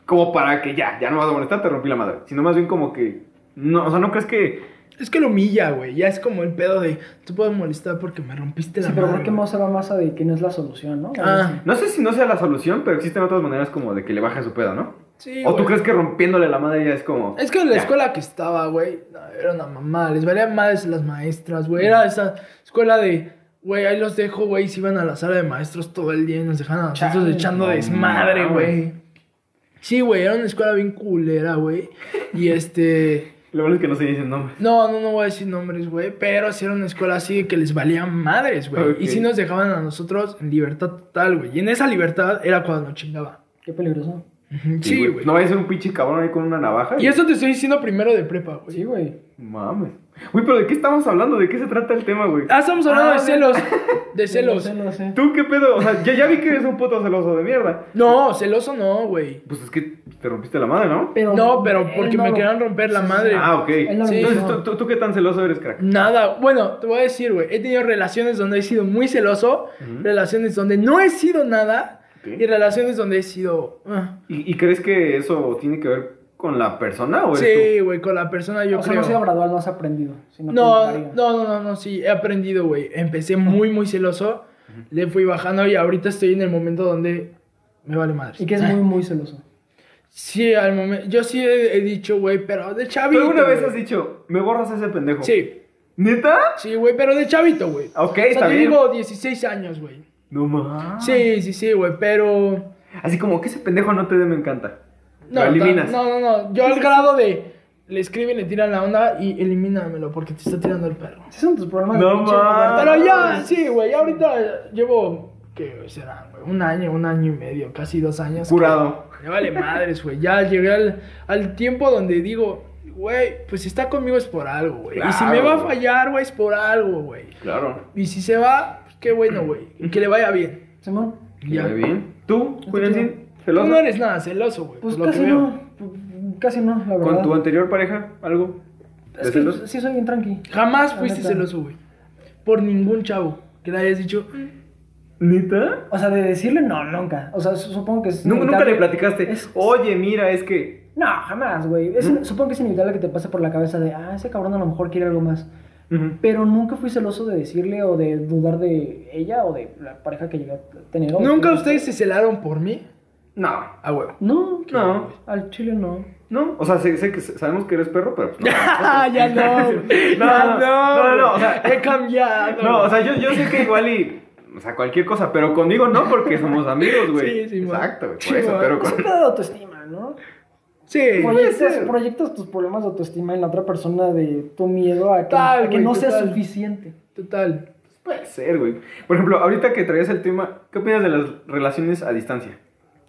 Speaker 1: Como para que ya, ya no vas a molestar, te rompí la madre. Sino más bien como que. No, o sea, no crees que.
Speaker 2: Es que lo humilla, güey. Ya es como el pedo de, tú puedes molestar porque me rompiste la
Speaker 3: Sí, pero
Speaker 2: madre,
Speaker 3: creo que
Speaker 2: güey".
Speaker 3: más se va más a de que no es la solución, ¿no?
Speaker 2: Ah.
Speaker 1: No sé si no sea la solución, pero existen otras maneras como de que le baje su pedo, ¿no?
Speaker 2: Sí,
Speaker 1: o tú
Speaker 2: güey.
Speaker 1: crees que rompiéndole la madre ya es como.
Speaker 2: Es que en la
Speaker 1: Ya.
Speaker 2: escuela que estaba, güey, no, era una mamá. Les valía madres las maestras, güey. Era esa escuela de, güey, ahí los dejo, güey. Se iban a la sala de maestros todo el día y nos dejaban a nosotros
Speaker 3: Chale.
Speaker 2: echando
Speaker 1: No
Speaker 2: desmadre,
Speaker 1: mames.
Speaker 2: güey. Sí, güey, era una escuela bien culera, güey. Y este.
Speaker 1: Lo bueno es que no se dicen nombres.
Speaker 2: No, no, no voy a decir nombres, güey. Pero sí era una escuela así que les valía madres, güey.
Speaker 1: Ok.
Speaker 2: Y sí nos dejaban a nosotros en libertad total, güey. Y en esa libertad era cuando nos chingaba.
Speaker 3: Qué peligroso.
Speaker 2: Ujú, Sí, güey.
Speaker 1: No vaya a ser un pinche cabrón ahí con una navaja.
Speaker 2: Y eso te estoy diciendo primero de prepa, güey.
Speaker 3: Sí, güey.
Speaker 1: Mames. Güey, pero ¿de qué estamos hablando? ¿De qué se trata el tema, güey?
Speaker 2: Ah, estamos hablando
Speaker 3: Ah,
Speaker 2: de
Speaker 3: de-
Speaker 2: celos. De celos.
Speaker 3: No sé,
Speaker 1: ¿Tú qué pedo? O sea, ya, ya vi que eres un puto celoso de mierda.
Speaker 2: No, celoso no, güey.
Speaker 1: Pues es que te rompiste la madre, ¿no?
Speaker 3: Pero
Speaker 2: No, pero porque
Speaker 3: él no
Speaker 2: me
Speaker 3: lo-
Speaker 2: querían romper la
Speaker 3: Sí, sí,
Speaker 2: madre.
Speaker 1: Ah, ok.
Speaker 3: Él no
Speaker 2: Sí.
Speaker 1: Entonces,
Speaker 3: hizo.
Speaker 1: ¿tú, tú, tú qué tan celoso eres, crack?
Speaker 2: Nada. Bueno, te voy a decir, güey. He tenido relaciones donde he sido muy celoso, relaciones donde no he sido nada
Speaker 1: Ok.
Speaker 2: y relaciones donde he sido. ah.
Speaker 1: ¿Y, y crees que eso tiene que ver con la persona o eres
Speaker 2: Sí, güey, con la persona yo
Speaker 3: o sea,
Speaker 2: creo.
Speaker 3: no has sido gradual, no has aprendido. sino
Speaker 2: No,
Speaker 3: que-
Speaker 2: no, no, no, no, sí, he aprendido, güey. Empecé muy, muy celoso, le fui bajando y ahorita estoy en el momento donde me vale madre.
Speaker 3: Y que es muy, muy celoso.
Speaker 2: Sí, al momento, yo sí he, he dicho, güey, pero de
Speaker 1: tú?
Speaker 2: chavito.
Speaker 1: ¿Tú alguna vez
Speaker 2: güey.
Speaker 1: has dicho, me borras a ese pendejo?
Speaker 2: Sí,
Speaker 1: ¿Neta?
Speaker 2: sí, güey, pero de chavito, güey.
Speaker 1: Ok,
Speaker 2: O sea,
Speaker 1: está
Speaker 2: te
Speaker 1: bien.
Speaker 2: digo 16 años, güey.
Speaker 1: No
Speaker 3: Ah.
Speaker 1: mames.
Speaker 2: Sí, sí, sí, güey, pero...
Speaker 1: Así como que ese pendejo no te dé, me encanta.
Speaker 2: No,
Speaker 1: Lo eliminas.
Speaker 2: No, no, no, yo al grado de... Le escriben, le tiran la onda y elimínamelo porque te está tirando el perro.
Speaker 3: Esos son tus problemas.
Speaker 1: No
Speaker 3: pinche
Speaker 1: mames.
Speaker 3: cobarde.
Speaker 2: Pero
Speaker 1: Ah,
Speaker 2: ya, sí, güey, ya ahorita llevo... ¿Qué será, güey? Un año, un año y medio, casi dos años.
Speaker 1: Curado.
Speaker 2: Me vale madres, güey. Ya llegué al, al tiempo donde digo, güey, pues si está conmigo es por algo, güey. y si me va a
Speaker 1: Claro, güey.
Speaker 2: fallar, güey, es por algo, güey.
Speaker 1: Claro.
Speaker 2: Y si se va, pues qué bueno, güey. Que le vaya bien.
Speaker 3: Simón,
Speaker 2: Ya.
Speaker 1: Ya. bien. ¿Tú, Juliancín,
Speaker 2: Tú
Speaker 1: celoso?
Speaker 2: no eres nada celoso, güey.
Speaker 3: pues
Speaker 2: por lo que
Speaker 3: casi
Speaker 2: veo.
Speaker 3: no. p- Casi no, la verdad.
Speaker 1: ¿Con tu anterior pareja? ¿Algo? ¿De
Speaker 3: Es que
Speaker 1: celos?
Speaker 3: sí soy bien tranqui.
Speaker 2: Jamás
Speaker 3: La
Speaker 2: fuiste
Speaker 3: neta.
Speaker 2: celoso, güey. Por ningún chavo que le hayas dicho. "Mm".
Speaker 1: ¿Neta?
Speaker 3: O sea, de decirle no, nunca. O sea, su- supongo que es.
Speaker 1: Nunca, nunca
Speaker 3: inevitable.
Speaker 1: le platicaste.
Speaker 3: Es-
Speaker 1: Oye, mira, es que.
Speaker 3: No, jamás, güey.
Speaker 1: ¿Mm?
Speaker 3: Es- Supongo que es inevitable que te pase por la cabeza de, ah, ese cabrón a lo mejor quiere algo más.
Speaker 1: Ujú.
Speaker 3: Pero nunca fui celoso de decirle o de dudar de ella o de la pareja que llegué a tener. o-
Speaker 2: ¿Nunca ustedes se celaron por mí?
Speaker 1: No.
Speaker 2: A huevo.
Speaker 3: No,
Speaker 1: No.
Speaker 3: Al chile no.
Speaker 1: No. O sea, sé, sé que sabemos que eres perro, pero. pues, No.
Speaker 2: Ah, ya no. no,
Speaker 1: no, no, no, o sea-
Speaker 2: he cambiado.
Speaker 1: No, o sea, yo, yo sé que igual y. O sea, cualquier cosa, pero conmigo no, porque somos amigos, güey.
Speaker 2: Sí, sí, man.
Speaker 1: Exacto, güey. Por
Speaker 2: Sí,
Speaker 1: eso,
Speaker 2: man.
Speaker 1: pero
Speaker 3: Es
Speaker 1: con.
Speaker 3: Pues un pedo de autoestima, ¿no?
Speaker 2: sí.
Speaker 3: Proyectas,
Speaker 1: ser.
Speaker 3: proyectas tus problemas de autoestima en la otra persona de tu miedo a que,
Speaker 2: Tal,
Speaker 3: a que
Speaker 2: güey,
Speaker 3: no sea
Speaker 2: total.
Speaker 3: suficiente.
Speaker 2: Total.
Speaker 1: Puede ser, güey. Por ejemplo, ahorita que traías el tema, ¿qué opinas de las relaciones a distancia?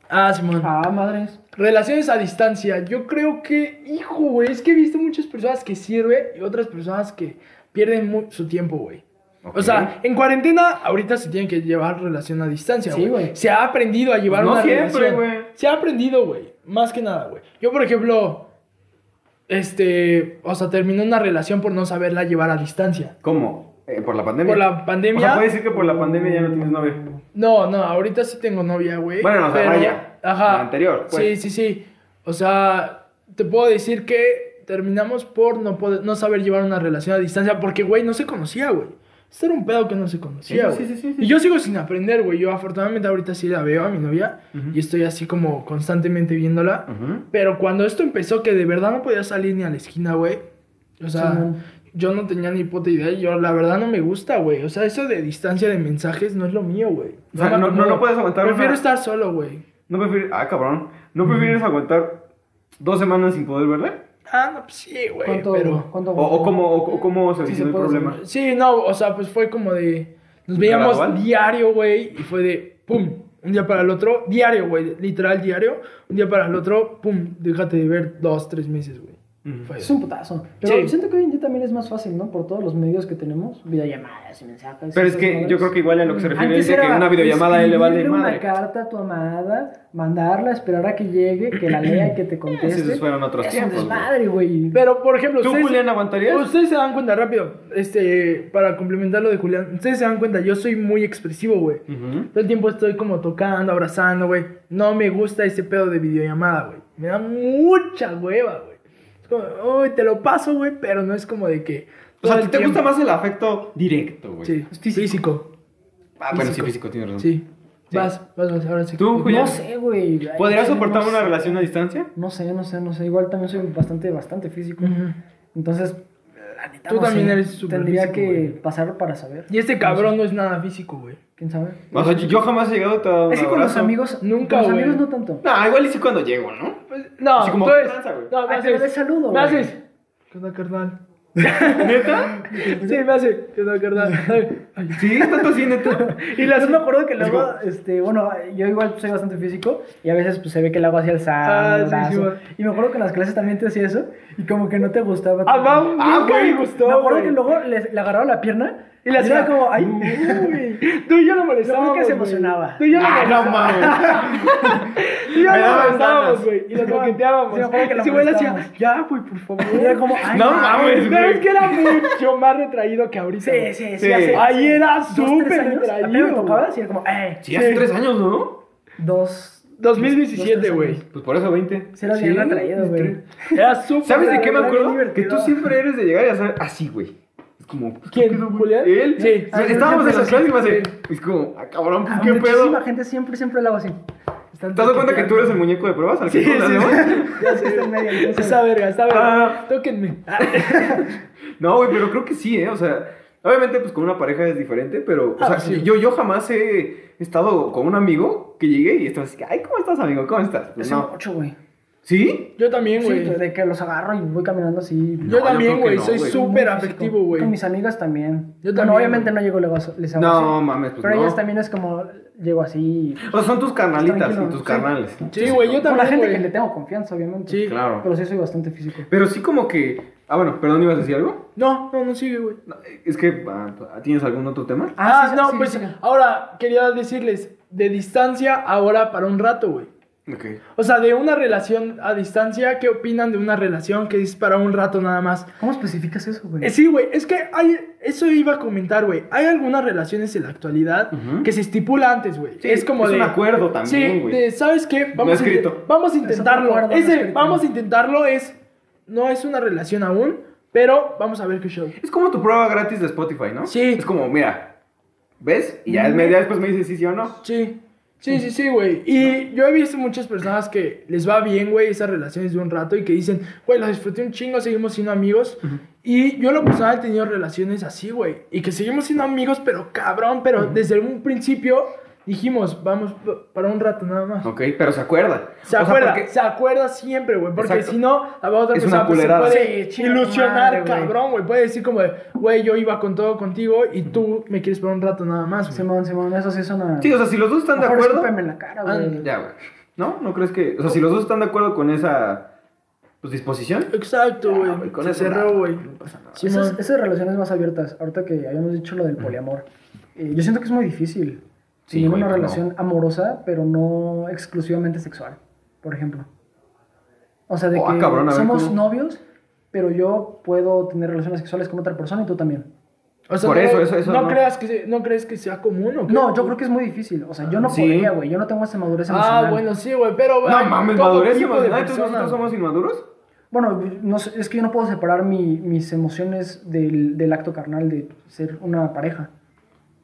Speaker 2: Ah, Simón.
Speaker 3: Ah, madres.
Speaker 2: Relaciones a distancia. Yo creo que, hijo, güey, es que he visto muchas personas que sirve y otras personas que pierden mu- su tiempo, güey. O
Speaker 1: Ok.
Speaker 2: sea, en cuarentena ahorita se tienen que llevar relación a distancia,
Speaker 3: Sí,
Speaker 2: güey.
Speaker 3: güey.
Speaker 2: Se ha aprendido a llevar
Speaker 1: Pues No
Speaker 2: una
Speaker 1: siempre,
Speaker 2: relación.
Speaker 1: güey.
Speaker 2: Se ha aprendido, güey. Más que nada, güey. Yo, por ejemplo, este, o sea, terminó una relación por no saberla llevar a distancia.
Speaker 1: ¿Cómo? Eh, ¿Por la pandemia?
Speaker 2: Por la pandemia.
Speaker 1: O sea, puedes decir que por la pandemia ya no tienes novia.
Speaker 2: No, no, ahorita sí tengo novia, güey.
Speaker 1: Bueno, o sea,
Speaker 2: pero-
Speaker 1: vaya,
Speaker 2: Ajá.
Speaker 1: la anterior, pues.
Speaker 2: Sí, sí, sí. O sea, te puedo decir que terminamos por no poder, no saber llevar una relación a distancia porque, güey, no se conocía, güey. Esto era un pedo que no se conocía,
Speaker 1: Sí,
Speaker 2: güey.
Speaker 1: sí, sí, sí, sí.
Speaker 2: Y yo sigo sin aprender, güey. Yo afortunadamente ahorita sí la veo a mi novia
Speaker 1: Ujú.
Speaker 2: y estoy así como constantemente viéndola. Pero cuando esto empezó, que de verdad no podía salir ni a la esquina, güey. O sea,
Speaker 3: Simón.
Speaker 2: yo no tenía ni puta idea. Yo, la verdad, no me gusta, güey. O sea, eso de distancia de mensajes no es lo mío, güey.
Speaker 1: O sea,
Speaker 2: me
Speaker 1: no- no-
Speaker 2: acomodo.
Speaker 1: no puedes aguantar
Speaker 2: Prefiero
Speaker 1: una-
Speaker 2: estar solo, güey.
Speaker 1: No prefieres. Ah, cabrón. ¿No prefieres aguantar dos semanas sin poder verla?
Speaker 2: Ah, no, pues sí, güey.
Speaker 3: ¿Cuánto,
Speaker 2: Pero.
Speaker 3: cuánto
Speaker 1: ¿O, o cómo, o- o cómo se
Speaker 3: Sí,
Speaker 1: originó
Speaker 3: se
Speaker 1: el
Speaker 3: puede
Speaker 1: problema?
Speaker 3: saber.
Speaker 2: Sí, no, o sea, pues fue como de. Nos veíamos
Speaker 1: ¿Gradual?
Speaker 2: diario, güey. Y fue de. ¡Pum! Un día para el otro, diario, güey. Literal, diario. Un día para el otro, ¡pum! Déjate de ver dos, tres meses, güey.
Speaker 1: Ujú.
Speaker 2: Fue-
Speaker 3: Es un putazo. Pero
Speaker 2: Sí.
Speaker 3: siento que hoy en día también es más fácil, ¿no? Por todos los medios que tenemos, videollamadas y mensajes.
Speaker 1: Pero es
Speaker 3: esas
Speaker 1: que
Speaker 3: madres.
Speaker 1: yo creo que igual a lo que se refiere es
Speaker 3: Antes
Speaker 1: de que
Speaker 3: era
Speaker 1: una videollamada a él le vale
Speaker 3: escribirle
Speaker 1: madre.
Speaker 3: una carta a tu amada, mandarla, esperar a que llegue, que la lea, que te conteste.
Speaker 1: esos fueron otros
Speaker 3: es
Speaker 1: tiempos,
Speaker 3: un desmadre, güey.
Speaker 2: Pero, por ejemplo,
Speaker 1: ¿Tú,
Speaker 2: ustedes-
Speaker 1: Julián, aguantarías?
Speaker 2: Ustedes se dan cuenta rápido, este, para complementar lo de Julián, ustedes se dan cuenta, yo soy muy expresivo, güey.
Speaker 1: Ujú.
Speaker 2: Todo el tiempo estoy como tocando, abrazando, güey. No me gusta ese pedo de videollamada, güey. Me da mucha hueva, güey. Es como, uy, te lo paso, güey, pero no es como de que...
Speaker 1: O sea,
Speaker 2: todo
Speaker 1: ¿a ti
Speaker 2: el
Speaker 1: ¿te gusta
Speaker 2: tiempo-
Speaker 1: más el afecto directo, güey?
Speaker 2: Sí, físico.
Speaker 1: Ah, bueno, sí, físico, tienes razón.
Speaker 2: Sí.
Speaker 1: Sí.
Speaker 2: Vas, vas, vas, ahora sí.
Speaker 1: Tú, Julián.
Speaker 3: No sé, güey. Ay,
Speaker 1: ¿Podrías
Speaker 3: no
Speaker 1: soportar
Speaker 3: sé.
Speaker 1: una relación a distancia?
Speaker 3: No sé, no sé, no sé. Igual también soy bastante, bastante físico.
Speaker 2: Ujú.
Speaker 3: Entonces, la neta,
Speaker 2: Tú
Speaker 3: no
Speaker 2: también
Speaker 3: sé.
Speaker 2: eres súper
Speaker 3: Tendría
Speaker 2: físico,
Speaker 3: que
Speaker 2: güey.
Speaker 3: pasar para saber.
Speaker 2: Y este cabrón no es nada físico, güey.
Speaker 3: ¿Quién sabe?
Speaker 1: O sea, yo- yo jamás he llegado a te dar un
Speaker 3: Es que con los
Speaker 1: abrazo.
Speaker 3: amigos,
Speaker 2: Nunca,
Speaker 3: con los
Speaker 2: güey.
Speaker 3: amigos no tanto.
Speaker 1: No, igual y sí cuando llego, ¿no?
Speaker 2: Pues, no,
Speaker 1: Así como,
Speaker 2: tú Ah, eres...
Speaker 1: lanza, güey.
Speaker 2: No, me
Speaker 3: Ay, Ah, pero de
Speaker 2: haces...
Speaker 3: saludo,
Speaker 2: Me
Speaker 3: güey.
Speaker 2: haces... ¿Qué onda, carnal? Sí, me hace. Que no, carnal. Ay.
Speaker 1: Sí, tanto así, neta.
Speaker 3: Y las yo me acuerdo que luego,
Speaker 1: como-
Speaker 3: este, bueno, yo igual soy bastante físico y a veces pues se ve que le hago hacia el
Speaker 2: Ah, sí,
Speaker 3: sal,
Speaker 2: sí, va.
Speaker 3: y me acuerdo que en las clases también te hacía eso y como que no te gustaba.
Speaker 2: Ah, va,
Speaker 3: tanto.
Speaker 1: Ah,
Speaker 2: nunca
Speaker 1: güey,
Speaker 2: me gustó.
Speaker 3: me acuerdo
Speaker 2: güey.
Speaker 3: que luego le, le agarraba la pierna
Speaker 2: Y le hacía
Speaker 3: era como, ay,
Speaker 2: uy. Tú y yo lo molestábamos.
Speaker 3: Nunca se
Speaker 2: güey.
Speaker 3: emocionaba.
Speaker 2: Tú y yo lo
Speaker 1: Ah, no
Speaker 2: molestábamos.
Speaker 1: mames.
Speaker 2: Tú y yo
Speaker 1: Me
Speaker 2: lo
Speaker 1: daba ventanas.
Speaker 2: molestábamos, güey. Y lo coqueteábamos.
Speaker 3: Sí, me acuerdo que lo
Speaker 2: Ese güey le hacía,
Speaker 3: molestábamos.
Speaker 2: ya, güey, por favor.
Speaker 3: Y era como, ay,
Speaker 1: No
Speaker 3: no.
Speaker 1: mames,
Speaker 2: Pero es
Speaker 1: güey.
Speaker 2: que era mucho más retraído que ahorita.
Speaker 3: Sí,
Speaker 2: güey.
Speaker 3: sí, sí,
Speaker 1: Sí.
Speaker 3: hace
Speaker 2: Ahí era
Speaker 3: dos, tres
Speaker 2: súper
Speaker 3: años, apenas
Speaker 2: retraído,
Speaker 3: me tocabas y era como, eh,
Speaker 1: Sí, hace tres años, ¿no?
Speaker 3: dos,
Speaker 2: 2017,
Speaker 3: Dos, tres
Speaker 2: güey.
Speaker 3: años.
Speaker 1: Pues por eso 20.
Speaker 3: sí Este, era bien
Speaker 2: Sí,
Speaker 3: retraído, güey.
Speaker 2: Era súper.
Speaker 1: ¿Sabes de qué me
Speaker 3: Era bien
Speaker 1: acuerdo? Que tú
Speaker 3: divertido.
Speaker 1: siempre eres de llegar y hacer así, güey. Es como, ¿qué
Speaker 2: ¿Quién?
Speaker 1: pedo, güey?
Speaker 2: ¿Julián?
Speaker 1: Él.
Speaker 2: Sí.
Speaker 1: Ah, Estábamos en las clases y me hace. Es como, ah, cabrón, pues,
Speaker 3: A
Speaker 1: ¿qué
Speaker 3: muchísima
Speaker 1: pedo?
Speaker 3: gente siempre, siempre lo hago así.
Speaker 2: Están
Speaker 1: ¿Te has dado cuenta que
Speaker 2: toqueteando.
Speaker 1: tú eres el muñeco de pruebas al que
Speaker 2: Sí,
Speaker 1: todos
Speaker 2: sí,
Speaker 1: le hacemos?
Speaker 3: Ya sé, está en medio, entonces-
Speaker 2: Esa verga, esa verga.
Speaker 1: Ah.
Speaker 2: Tóquenme.
Speaker 1: No, güey, pero creo que sí, ¿eh? O sea, obviamente, pues con una pareja es diferente, pero, o sea,
Speaker 2: Ah, sí.
Speaker 1: yo, yo jamás he estado con un amigo que llegue y estás así, ay, ¿cómo estás, amigo? ¿Cómo estás? Pues
Speaker 3: Hace
Speaker 1: no.
Speaker 3: mucho, güey.
Speaker 1: ¿Sí?
Speaker 2: Yo también,
Speaker 3: Sí, pues,
Speaker 2: güey.
Speaker 3: de que los agarro y voy caminando así.
Speaker 2: yo
Speaker 1: yo
Speaker 2: también,
Speaker 1: creo que
Speaker 2: güey.
Speaker 1: no,
Speaker 2: soy
Speaker 1: güey.
Speaker 2: súper
Speaker 3: Muy físico.
Speaker 2: afectivo, güey.
Speaker 3: Con mis amigas también.
Speaker 2: Yo
Speaker 3: Yo
Speaker 2: también,
Speaker 3: obviamente
Speaker 2: güey.
Speaker 3: no llego, luego a- les hago
Speaker 1: No,
Speaker 3: así.
Speaker 1: mames, pues
Speaker 3: Pero
Speaker 1: no.
Speaker 3: ellas también es como, llego así.
Speaker 1: O sea, son tus carnalitas
Speaker 3: Tranquilo,
Speaker 1: y tus
Speaker 3: sí.
Speaker 1: carnales.
Speaker 2: Sí, güey, yo
Speaker 3: Con la
Speaker 2: también,
Speaker 3: gente que
Speaker 2: güey.
Speaker 3: le tengo confianza, obviamente.
Speaker 2: Sí.
Speaker 1: Claro.
Speaker 3: Pero sí soy bastante físico.
Speaker 1: Pero sí como que... Ah, bueno, perdón, ¿ibas a decir algo?
Speaker 2: No, no, no sigue, güey.
Speaker 1: No, Es que, ah, ¿tienes algún otro tema?
Speaker 2: Ah,
Speaker 3: sí, sí,
Speaker 2: no,
Speaker 3: sí,
Speaker 2: pues
Speaker 3: sí.
Speaker 2: ahora quería decirles, de distancia ahora para un rato, güey.
Speaker 1: Ok.
Speaker 2: O sea, de una relación a distancia, ¿qué opinan de una relación que es para un rato nada más?
Speaker 3: ¿Cómo especificas eso, güey?
Speaker 2: Eh, sí, güey, es que hay, eso iba a comentar, güey. Hay algunas relaciones en la actualidad
Speaker 1: Ujú.
Speaker 2: que se estipula antes, güey.
Speaker 1: Sí,
Speaker 2: es como
Speaker 1: es
Speaker 2: de...
Speaker 1: un acuerdo también,
Speaker 2: Sí,
Speaker 1: güey.
Speaker 2: de, ¿sabes qué?
Speaker 1: No
Speaker 2: Vamos, a,
Speaker 1: escrito.
Speaker 2: inte- vamos a
Speaker 3: otro
Speaker 2: intentarlo.
Speaker 3: acuerdo, no
Speaker 2: Ese,
Speaker 3: escrito.
Speaker 2: vamos a intentarlo es... No es una relación aún, pero vamos a ver qué show.
Speaker 1: Es como tu prueba gratis de Spotify, ¿no?
Speaker 2: Sí.
Speaker 1: Es como, mira, ¿ves? Y ya, ya después me dices sí, sí o no.
Speaker 2: Sí. Sí, sí, sí, güey. Y yo he visto muchas personas que les va bien, güey, esas relaciones de un rato y que dicen, güey, las disfruté un chingo, seguimos siendo amigos. Y yo en lo personal he tenido relaciones así, güey. Y que seguimos siendo amigos, pero cabrón, pero desde un principio dijimos, vamos p- para un rato nada más.
Speaker 1: Ok, pero se acuerda.
Speaker 2: Se
Speaker 1: O sea,
Speaker 2: acuerda,
Speaker 1: porque-
Speaker 2: se acuerda siempre, güey. Porque
Speaker 1: Exacto.
Speaker 2: si no, la otra
Speaker 1: Es
Speaker 2: persona
Speaker 1: una
Speaker 2: pues, se
Speaker 1: culerada.
Speaker 2: puede
Speaker 3: Sí, chinga tu
Speaker 2: ilusionar,
Speaker 3: madre, güey.
Speaker 2: cabrón, güey. Puede decir como, de, güey, yo iba con todo contigo y tú me quieres para un rato nada más, güey.
Speaker 3: Simón, Simón, eso sí suena.
Speaker 1: Sí, o sea, si los dos están de
Speaker 3: Mejor
Speaker 1: acuerdo...
Speaker 3: escúpeme en la cara, güey.
Speaker 1: Ya, güey. ¿No? ¿No crees que...? O sea, si los dos están de acuerdo con esa... Pues, disposición...
Speaker 2: Exacto,
Speaker 1: Ah,
Speaker 2: güey.
Speaker 1: con
Speaker 2: Se
Speaker 1: eso
Speaker 2: cerró,
Speaker 1: nada,
Speaker 2: güey.
Speaker 1: No pasa nada.
Speaker 2: Sí,
Speaker 3: esas,
Speaker 2: man.
Speaker 3: esas relaciones más abiertas, ahorita que habíamos dicho lo del poliamor, eh, yo siento que es muy difícil
Speaker 1: Sí,
Speaker 3: tener
Speaker 1: güey,
Speaker 3: una
Speaker 1: no.
Speaker 3: relación amorosa, pero no exclusivamente sexual, por ejemplo. O sea, de
Speaker 1: Oh, ah,
Speaker 3: que
Speaker 1: cabrón, a ver,
Speaker 3: somos
Speaker 1: ¿cómo?
Speaker 3: novios, pero yo puedo tener relaciones sexuales con otra persona y tú también.
Speaker 2: O sea,
Speaker 1: Por
Speaker 2: no,
Speaker 1: eso, eso, eso,
Speaker 2: no,
Speaker 1: no.
Speaker 2: Creas que, se- ¿No crees que sea común o qué?
Speaker 3: No, yo creo que es muy difícil. O sea, yo no
Speaker 1: Sí.
Speaker 3: podría, güey. Yo no tengo esa madurez emocional.
Speaker 2: Ah, bueno, sí, güey, pero...
Speaker 1: No
Speaker 2: hay
Speaker 1: mames,
Speaker 2: todo
Speaker 1: madurez
Speaker 2: tipo de
Speaker 1: emocional. ¿Entonces
Speaker 2: personas,
Speaker 1: nosotros somos inmaduros?
Speaker 3: Bueno, no sé, es que yo no puedo separar mi- mis emociones del, del acto carnal de ser una pareja.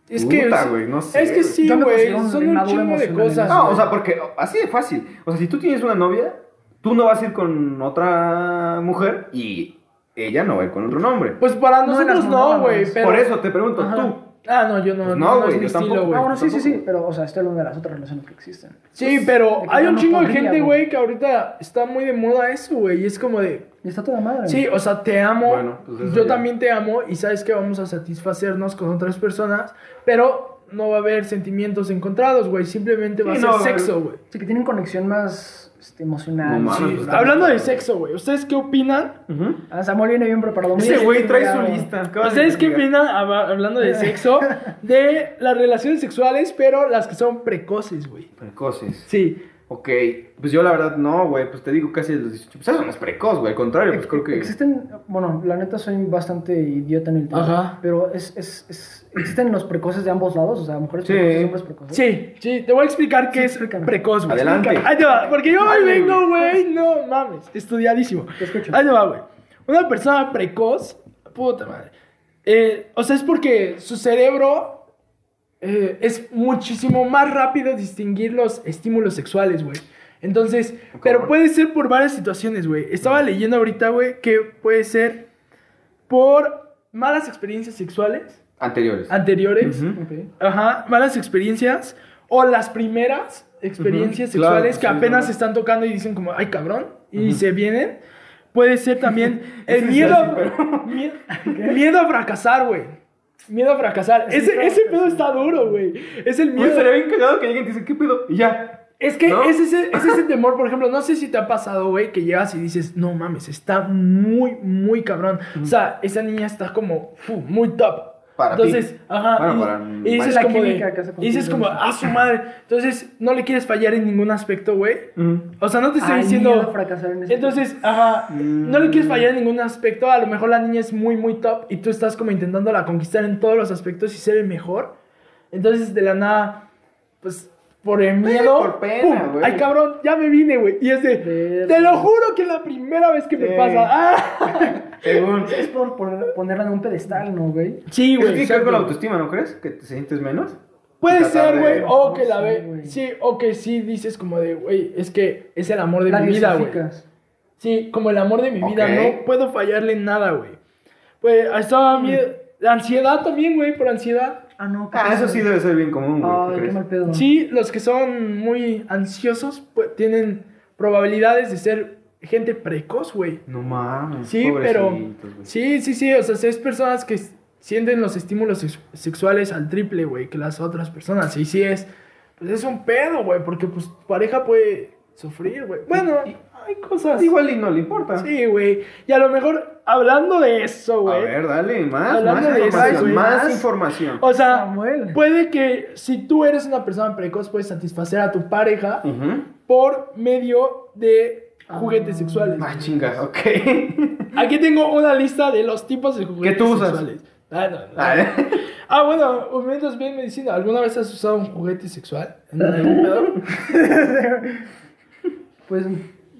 Speaker 2: Es que,
Speaker 1: Puta,
Speaker 2: sí-
Speaker 1: güey, no sé,
Speaker 2: es que sí,
Speaker 3: Yo me
Speaker 2: güey,
Speaker 3: considero un
Speaker 2: son un
Speaker 3: inmaduro
Speaker 2: chingo de
Speaker 3: emocionalmente.
Speaker 2: cosas.
Speaker 1: No,
Speaker 2: güey.
Speaker 1: o sea, porque así de fácil. O sea, si tú tienes una novia, tú no vas a ir con otra mujer y ella no va a ir con otro hombre.
Speaker 2: pues para
Speaker 3: No,
Speaker 2: nosotros
Speaker 3: las
Speaker 2: no,
Speaker 3: monógamas.
Speaker 2: güey, pero...
Speaker 1: Por eso te pregunto,
Speaker 2: Ajá.
Speaker 1: tú.
Speaker 2: Ah, no, yo no,
Speaker 1: Pues no,
Speaker 2: no,
Speaker 1: güey,
Speaker 2: es
Speaker 1: yo
Speaker 2: mi estilo,
Speaker 1: tampoco.
Speaker 2: güey.
Speaker 3: Ah, bueno, sí, sí, sí.
Speaker 1: tampoco.
Speaker 3: Pero, o sea, estoy hablando de las otras relaciones que existen.
Speaker 2: Sí,
Speaker 3: Pues, de
Speaker 2: pero
Speaker 3: que
Speaker 2: hay
Speaker 3: yo
Speaker 2: un
Speaker 3: no
Speaker 2: chingo de
Speaker 3: podría,
Speaker 2: gente, güey, que ahorita está muy de moda eso, güey, y es como de...
Speaker 3: Y está toda madre.
Speaker 2: Sí, o sea, te amo.
Speaker 1: Bueno, pues eso
Speaker 2: yo
Speaker 1: ya.
Speaker 2: también te amo y sabes que vamos a satisfacernos con otras personas, pero no va a haber sentimientos encontrados, güey. Simplemente va
Speaker 1: Sí,
Speaker 2: a
Speaker 1: no va
Speaker 2: ser
Speaker 1: a haber-
Speaker 2: sexo, güey.
Speaker 3: Sí, que tienen conexión más este, emocional.
Speaker 1: No
Speaker 3: Sí.
Speaker 1: mames,
Speaker 2: Sí,
Speaker 1: está-
Speaker 2: Hablando de sexo, güey, ¿ustedes qué opinan?
Speaker 3: Ah, Samuel viene bien preparado.
Speaker 1: Ese
Speaker 3: Mira, este,
Speaker 1: güey
Speaker 3: sí,
Speaker 1: trae
Speaker 3: claro.
Speaker 1: su lista. acaba de
Speaker 2: ¿Ustedes qué
Speaker 1: investigar.
Speaker 2: opinan, hab- hablando de sexo, de las relaciones sexuales, pero las que son precoces, güey?
Speaker 1: Precoces.
Speaker 2: Sí.
Speaker 1: Ok, pues yo la verdad no, güey, pues te digo casi a los 18. Pues eso no es precoz, güey, al contrario, pues creo que...
Speaker 3: Existen, bueno, la neta soy bastante idiota en el tema.
Speaker 2: Ajá.
Speaker 3: Pero es, es, es- existen los precoces de ambos lados, o sea, mujeres
Speaker 1: Sí.
Speaker 3: precoces y hombres precoces.
Speaker 2: Sí, sí, te voy a explicar qué
Speaker 3: Sí,
Speaker 2: es
Speaker 3: explícame.
Speaker 2: precoz, güey.
Speaker 1: Adelante.
Speaker 2: Explica- Ahí te va, porque yo hoy
Speaker 1: Dale,
Speaker 2: vengo, güey, no mames, estudiadísimo.
Speaker 3: Te escucho.
Speaker 2: Ahí te va, güey. Una persona precoz, puta madre. Eh, o sea, es porque su cerebro eh, es muchísimo más rápido distinguir los estímulos sexuales, güey. Entonces, pero puede ser por varias situaciones, güey. Estaba leyendo ahorita, güey, que puede ser por malas experiencias sexuales
Speaker 1: Anteriores.
Speaker 2: anteriores.
Speaker 1: Ujú.
Speaker 3: Ok.
Speaker 2: Ajá, malas experiencias o las primeras experiencias
Speaker 1: Ujú, claro,
Speaker 2: sexuales
Speaker 1: sí,
Speaker 2: que apenas
Speaker 1: ¿no?
Speaker 2: se están tocando y dicen como, ay cabrón, y se vienen. Puede ser también el miedo,
Speaker 1: sí, pero-
Speaker 2: mie- miedo a fracasar, güey. Miedo a fracasar.
Speaker 3: Sí,
Speaker 2: ese
Speaker 3: claro,
Speaker 2: ese
Speaker 3: sí.
Speaker 2: pedo está duro, güey. Es el
Speaker 1: Güey,
Speaker 2: miedo.
Speaker 1: estaría bien cagado que alguien te dice, ¿qué pedo? Y ya.
Speaker 2: Es que
Speaker 1: ¿No?
Speaker 2: es, ese, es ese temor, por ejemplo, no sé si te ha pasado, güey, que llegas y dices, no mames, está muy, muy cabrón. O sea, esa niña está como, fu, muy top.
Speaker 1: Para ti.
Speaker 2: Entonces, ajá.
Speaker 1: Bueno,
Speaker 2: y-
Speaker 1: para-
Speaker 2: y, dices
Speaker 3: la
Speaker 2: como, de-
Speaker 3: química que hace con
Speaker 2: y dices
Speaker 3: tus
Speaker 2: como,
Speaker 3: dedos.
Speaker 2: a su madre. Entonces, no le quieres fallar en ningún aspecto, güey. O sea, no te estoy
Speaker 3: Ay,
Speaker 2: diciendo...
Speaker 3: miedo a fracasar en este ese
Speaker 2: Entonces, ajá,
Speaker 1: Mm.
Speaker 2: no le quieres fallar en ningún aspecto. A lo mejor la niña es muy, muy top y tú estás como intentándola conquistar en todos los aspectos y ser el mejor. Entonces, de la nada, pues, por el miedo.
Speaker 1: por pena,
Speaker 2: ¡pum!
Speaker 1: güey.
Speaker 2: Ay, cabrón, ya me vine, güey. Y es de,
Speaker 3: Verga.
Speaker 2: te lo juro que es la primera vez que me
Speaker 1: Sí.
Speaker 2: pasa. ¡Ah!
Speaker 1: Según.
Speaker 3: Es por poner- ponerla en un pedestal, ¿no, güey?
Speaker 2: Sí,
Speaker 1: Eso tiene que
Speaker 2: güey.
Speaker 1: ver
Speaker 2: exacto.
Speaker 1: con la autoestima, ¿no crees? Que te sientes menos.
Speaker 2: Puede
Speaker 1: Tratar
Speaker 2: ser,
Speaker 1: de-
Speaker 2: güey. O que la
Speaker 3: Sí,
Speaker 2: ve.
Speaker 3: güey.
Speaker 2: Sí, o que sí dices como de, güey, es que es el amor de
Speaker 3: La
Speaker 2: mi vida, güey.
Speaker 3: disificas.
Speaker 2: Sí, como el amor de mi vida,
Speaker 1: Ok.
Speaker 2: no puedo fallarle en nada, güey. Pues estaba miedo.
Speaker 1: Mm.
Speaker 2: La ansiedad también, güey, por ansiedad.
Speaker 3: Ah, no. ¿qué
Speaker 1: Ah,
Speaker 3: pasa?
Speaker 1: eso sí debe ser bien común, güey. ¿tú
Speaker 3: Ay, qué
Speaker 1: crees?
Speaker 3: mal pedo.
Speaker 2: Sí, los que son muy ansiosos pues, tienen probabilidades de ser gente precoz, güey.
Speaker 1: No mames.
Speaker 2: Sí, pero.
Speaker 1: pobrecitos, güey.
Speaker 2: Sí, sí, sí. O sea, si es personas que s- sienten los estímulos sex- sexuales al triple, güey, que las otras personas. Y sí es. Pues es un pedo, güey, porque pues tu pareja puede sufrir, güey. Bueno, hay cosas.
Speaker 1: pues, Igual y no le importa.
Speaker 2: Sí, güey. Y a lo mejor, hablando de eso,
Speaker 1: A
Speaker 2: güey.
Speaker 1: ver, dale, más, más
Speaker 2: Hablando de eso,
Speaker 1: información,
Speaker 2: güey.
Speaker 1: más
Speaker 3: Más.
Speaker 1: información.
Speaker 2: O sea,
Speaker 3: Ah, Samuel.
Speaker 2: puede que si tú eres una persona precoz, puedes satisfacer a tu pareja
Speaker 1: Ujú.
Speaker 2: por medio de juguetes sexuales.
Speaker 1: Ah, chinga, ok.
Speaker 2: Aquí tengo una lista de los tipos de juguetes
Speaker 1: tú usas? ¿eh?
Speaker 2: sexuales. Ah, no, no.
Speaker 1: A ver.
Speaker 2: Ah, bueno, mientras bien me diciendo, ¿alguna vez has usado un juguete sexual? ¿En algún pedo?
Speaker 3: Pues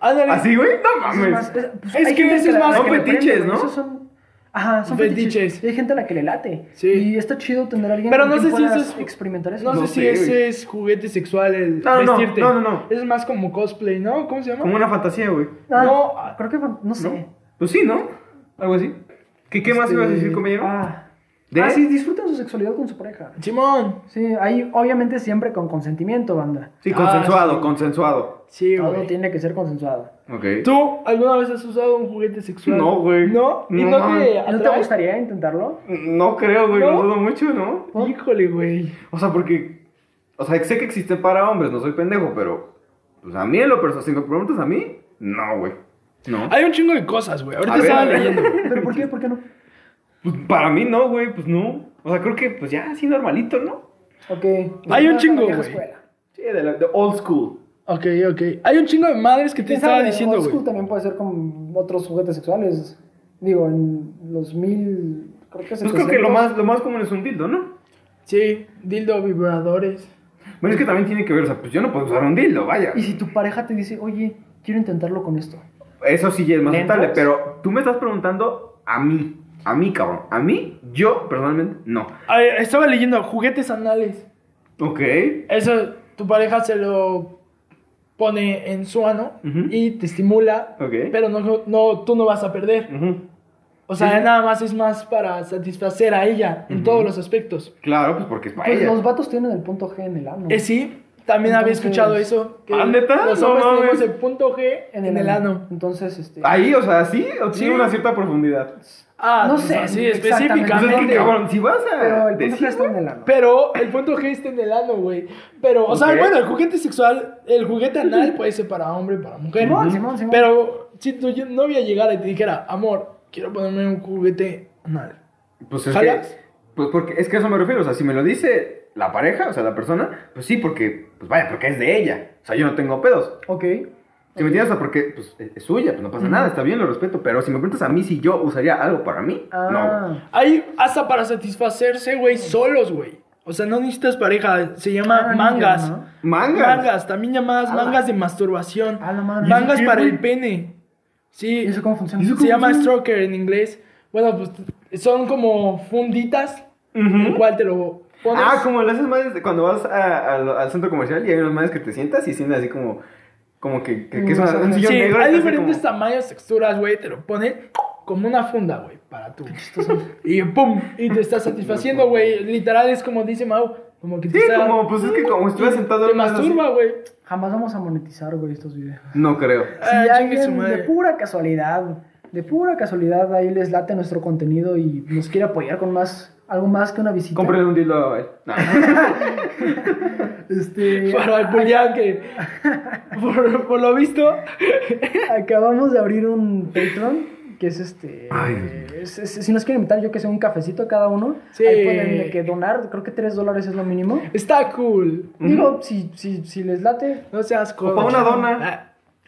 Speaker 2: Ándale.
Speaker 1: ¿Así, güey? No
Speaker 3: Es, más,
Speaker 1: mames.
Speaker 3: es- pues,
Speaker 2: Es
Speaker 3: hay
Speaker 2: que
Speaker 3: gente
Speaker 2: ese
Speaker 3: que
Speaker 2: es
Speaker 3: la-
Speaker 2: más-
Speaker 3: la
Speaker 1: son
Speaker 3: que le prende,
Speaker 1: fetiches,
Speaker 3: güey.
Speaker 1: ¿no?
Speaker 3: Esos son, ajá, son
Speaker 2: Fetiches.
Speaker 3: fetiches. Y hay gente a la que le late.
Speaker 2: Sí.
Speaker 3: Y está chido tener a alguien
Speaker 2: Pero
Speaker 3: con
Speaker 2: no
Speaker 3: quien
Speaker 2: sé si eso
Speaker 3: puedas
Speaker 2: es-
Speaker 3: experimentar eso.
Speaker 2: No,
Speaker 1: No
Speaker 2: sé, si
Speaker 1: sé,
Speaker 2: ese
Speaker 1: güey.
Speaker 2: es juguete sexual el
Speaker 1: No, no,
Speaker 2: vestirte.
Speaker 1: no, no, no.
Speaker 2: Es más como cosplay, ¿no? ¿Cómo se llama?
Speaker 1: Como una fantasía, güey.
Speaker 3: Ah,
Speaker 2: no,
Speaker 3: creo que no sé.
Speaker 1: Pues sí, ¿no? Algo así. ¿Qué, qué más
Speaker 3: Este,
Speaker 1: ibas a decir, compañero?
Speaker 3: Ah,
Speaker 1: ¿De?
Speaker 3: Ah, sí, disfruten su sexualidad con su pareja.
Speaker 2: Simón.
Speaker 3: Sí, ahí obviamente siempre con consentimiento, banda.
Speaker 1: Sí,
Speaker 2: Ah,
Speaker 1: consensuado,
Speaker 2: sí.
Speaker 1: consensuado.
Speaker 2: Sí,
Speaker 3: Todo
Speaker 2: güey.
Speaker 3: tiene que ser consensuado.
Speaker 1: Ok.
Speaker 2: ¿Tú alguna vez has usado un juguete sexual?
Speaker 1: No, güey.
Speaker 2: ¿No? ¿Y
Speaker 1: No
Speaker 2: no,
Speaker 1: mames.
Speaker 2: te
Speaker 1: ¿No
Speaker 3: ¿No te
Speaker 2: atrae?
Speaker 3: gustaría intentarlo?
Speaker 1: No creo, güey,
Speaker 2: ¿No?
Speaker 1: lo dudo mucho, ¿no?
Speaker 2: Híjole, güey.
Speaker 1: O sea, porque. O sea, sé que existen para hombres, no soy pendejo, pero. Pues a mí en lo personal, si me preguntas a mí, no, güey. No.
Speaker 2: Hay un chingo de cosas, güey. Ahorita
Speaker 1: A ver,
Speaker 2: estaba
Speaker 1: a ver.
Speaker 2: leyendo. güey.
Speaker 3: ¿Pero por qué? ¿Por qué no?
Speaker 1: Pues para mí no, güey, pues no. O sea, creo que pues ya así normalito, ¿no?
Speaker 3: Ok.
Speaker 2: Hay un
Speaker 3: Una
Speaker 2: chingo,
Speaker 3: vieja
Speaker 2: güey.
Speaker 3: escuela.
Speaker 1: Sí, de, la, de old school.
Speaker 2: Ok, ok. Hay un chingo de madres que te
Speaker 3: ¿Quién
Speaker 2: estaba
Speaker 3: sabe?
Speaker 2: diciendo,
Speaker 3: Old school
Speaker 2: güey.
Speaker 3: también puede ser con otros juguetes sexuales. Digo, en los mil... Creo que
Speaker 1: Pues creo que lo más, lo más común es un dildo, ¿no?
Speaker 2: Sí, dildo, vibradores.
Speaker 1: Bueno, es que también tiene que ver, o sea, pues yo no puedo usar un dildo, vaya.
Speaker 3: Y si tu pareja te dice, oye, quiero intentarlo con esto.
Speaker 1: Eso sí ya es más
Speaker 3: ¿Lentos?
Speaker 1: aceptable, pero tú me estás preguntando a mí. A mí, cabrón. A mí, yo personalmente, no.
Speaker 2: Ah, estaba leyendo juguetes anales.
Speaker 1: Ok.
Speaker 2: Eso, tu pareja se lo pone en su ano
Speaker 1: Ujú.
Speaker 2: y te estimula,
Speaker 1: Ok.
Speaker 2: pero no, no, tú no vas a perder.
Speaker 1: Ujú.
Speaker 2: O sea,
Speaker 1: Sí, sí.
Speaker 2: nada más es más para satisfacer a ella en
Speaker 1: Ujú.
Speaker 2: todos los aspectos.
Speaker 1: Claro, pues porque es para
Speaker 3: Pues
Speaker 1: ella.
Speaker 3: los vatos tienen el punto G en el ano.
Speaker 2: Eh, sí, también había
Speaker 3: Entonces-
Speaker 2: escuchado eso.
Speaker 1: ¿Ah, neta?
Speaker 2: Los
Speaker 1: No
Speaker 2: hombres
Speaker 1: mames.
Speaker 2: tenemos el punto G en, el ano.
Speaker 3: Entonces, este...
Speaker 1: Ahí, o sea, sí, o tiene
Speaker 2: Sí.
Speaker 1: una cierta profundidad.
Speaker 2: Ah,
Speaker 3: No
Speaker 2: pues
Speaker 3: sé,
Speaker 2: así,
Speaker 3: exactamente.
Speaker 1: Entonces,
Speaker 2: específicamente.
Speaker 1: Pues cabrón, si vas a
Speaker 3: Pero el punto G
Speaker 1: decir,
Speaker 3: está en el ano.
Speaker 2: Pero el punto G está en el ano, güey. Pero, o sea,
Speaker 1: Ok.
Speaker 2: bueno, el juguete sexual, el juguete anal puede ser para hombre y para mujer.
Speaker 3: Simón, Simón, Simón.
Speaker 2: Pero si tu novia llegara y te dijera, amor, quiero ponerme un juguete anal.
Speaker 1: pues es
Speaker 2: ¿Jalas?
Speaker 1: que, pues porque es que a eso me refiero, o sea, si me lo dice la pareja, o sea, la persona, pues sí, porque, pues vaya, porque es de ella, o sea, yo no tengo pedos.
Speaker 3: Ok.
Speaker 1: Si me entiendes, o sea, porque pues, es es suya, pues no pasa nada, está bien, lo respeto, pero si me preguntas a mí si yo usaría algo para mí, no.
Speaker 3: Ah.
Speaker 2: Hay hasta para satisfacerse, güey, solos, güey. O sea, no necesitas pareja, se llama
Speaker 3: Ah, no,
Speaker 2: mangas.
Speaker 3: no.
Speaker 1: Mangas.
Speaker 2: Mangas, también llamadas
Speaker 1: Ah.
Speaker 2: mangas de masturbación.
Speaker 3: A la madre.
Speaker 2: Mangas
Speaker 1: ¿Y eso
Speaker 2: para
Speaker 1: qué,
Speaker 2: el
Speaker 1: güey?
Speaker 2: pene. Sí.
Speaker 3: ¿Y eso cómo funciona?
Speaker 2: Se llama stroker en inglés. Bueno, pues son como funditas en el
Speaker 1: Ujú.
Speaker 2: cual te lo pones.
Speaker 1: Ah, como las esas madres de cuando vas a- a lo- al centro comercial y hay unas madres que te sientas y sienten así como, como que, que, que es una- un
Speaker 2: Sí,
Speaker 1: sillón negro.
Speaker 2: hay
Speaker 1: así
Speaker 2: diferentes
Speaker 1: como-
Speaker 2: tamaños, texturas, güey. Te lo ponen como una funda, güey, para tú. y pum, y te está satisfaciendo, güey. Literal es como dice Mau, como que te
Speaker 1: Sí,
Speaker 2: está...
Speaker 1: como, pues es que como estuviera sentado
Speaker 2: Te
Speaker 1: en una-
Speaker 2: masturba, güey.
Speaker 3: Jamás vamos a monetizar, güey, estos videos.
Speaker 1: No creo.
Speaker 2: Ah,
Speaker 3: si
Speaker 2: chingue su
Speaker 3: alguien
Speaker 2: madre.
Speaker 3: de pura casualidad, de pura casualidad, ahí les late nuestro contenido y nos quiere apoyar con más, algo más que una visita.
Speaker 1: Cómprale un dildo a él. No.
Speaker 3: Este,
Speaker 2: Para el Julián que... por, por lo visto...
Speaker 3: acabamos de abrir un Patreon, que es este...
Speaker 1: Ay, Dios
Speaker 3: es- es- si nos quieren invitar, yo que sé, un cafecito a cada uno.
Speaker 2: Sí.
Speaker 3: Ahí pueden de que donar, creo que 3 dólares es lo mínimo.
Speaker 2: Está cool.
Speaker 3: Digo, si, si, si les late,
Speaker 2: No seas cool. Ah,
Speaker 1: para una dona.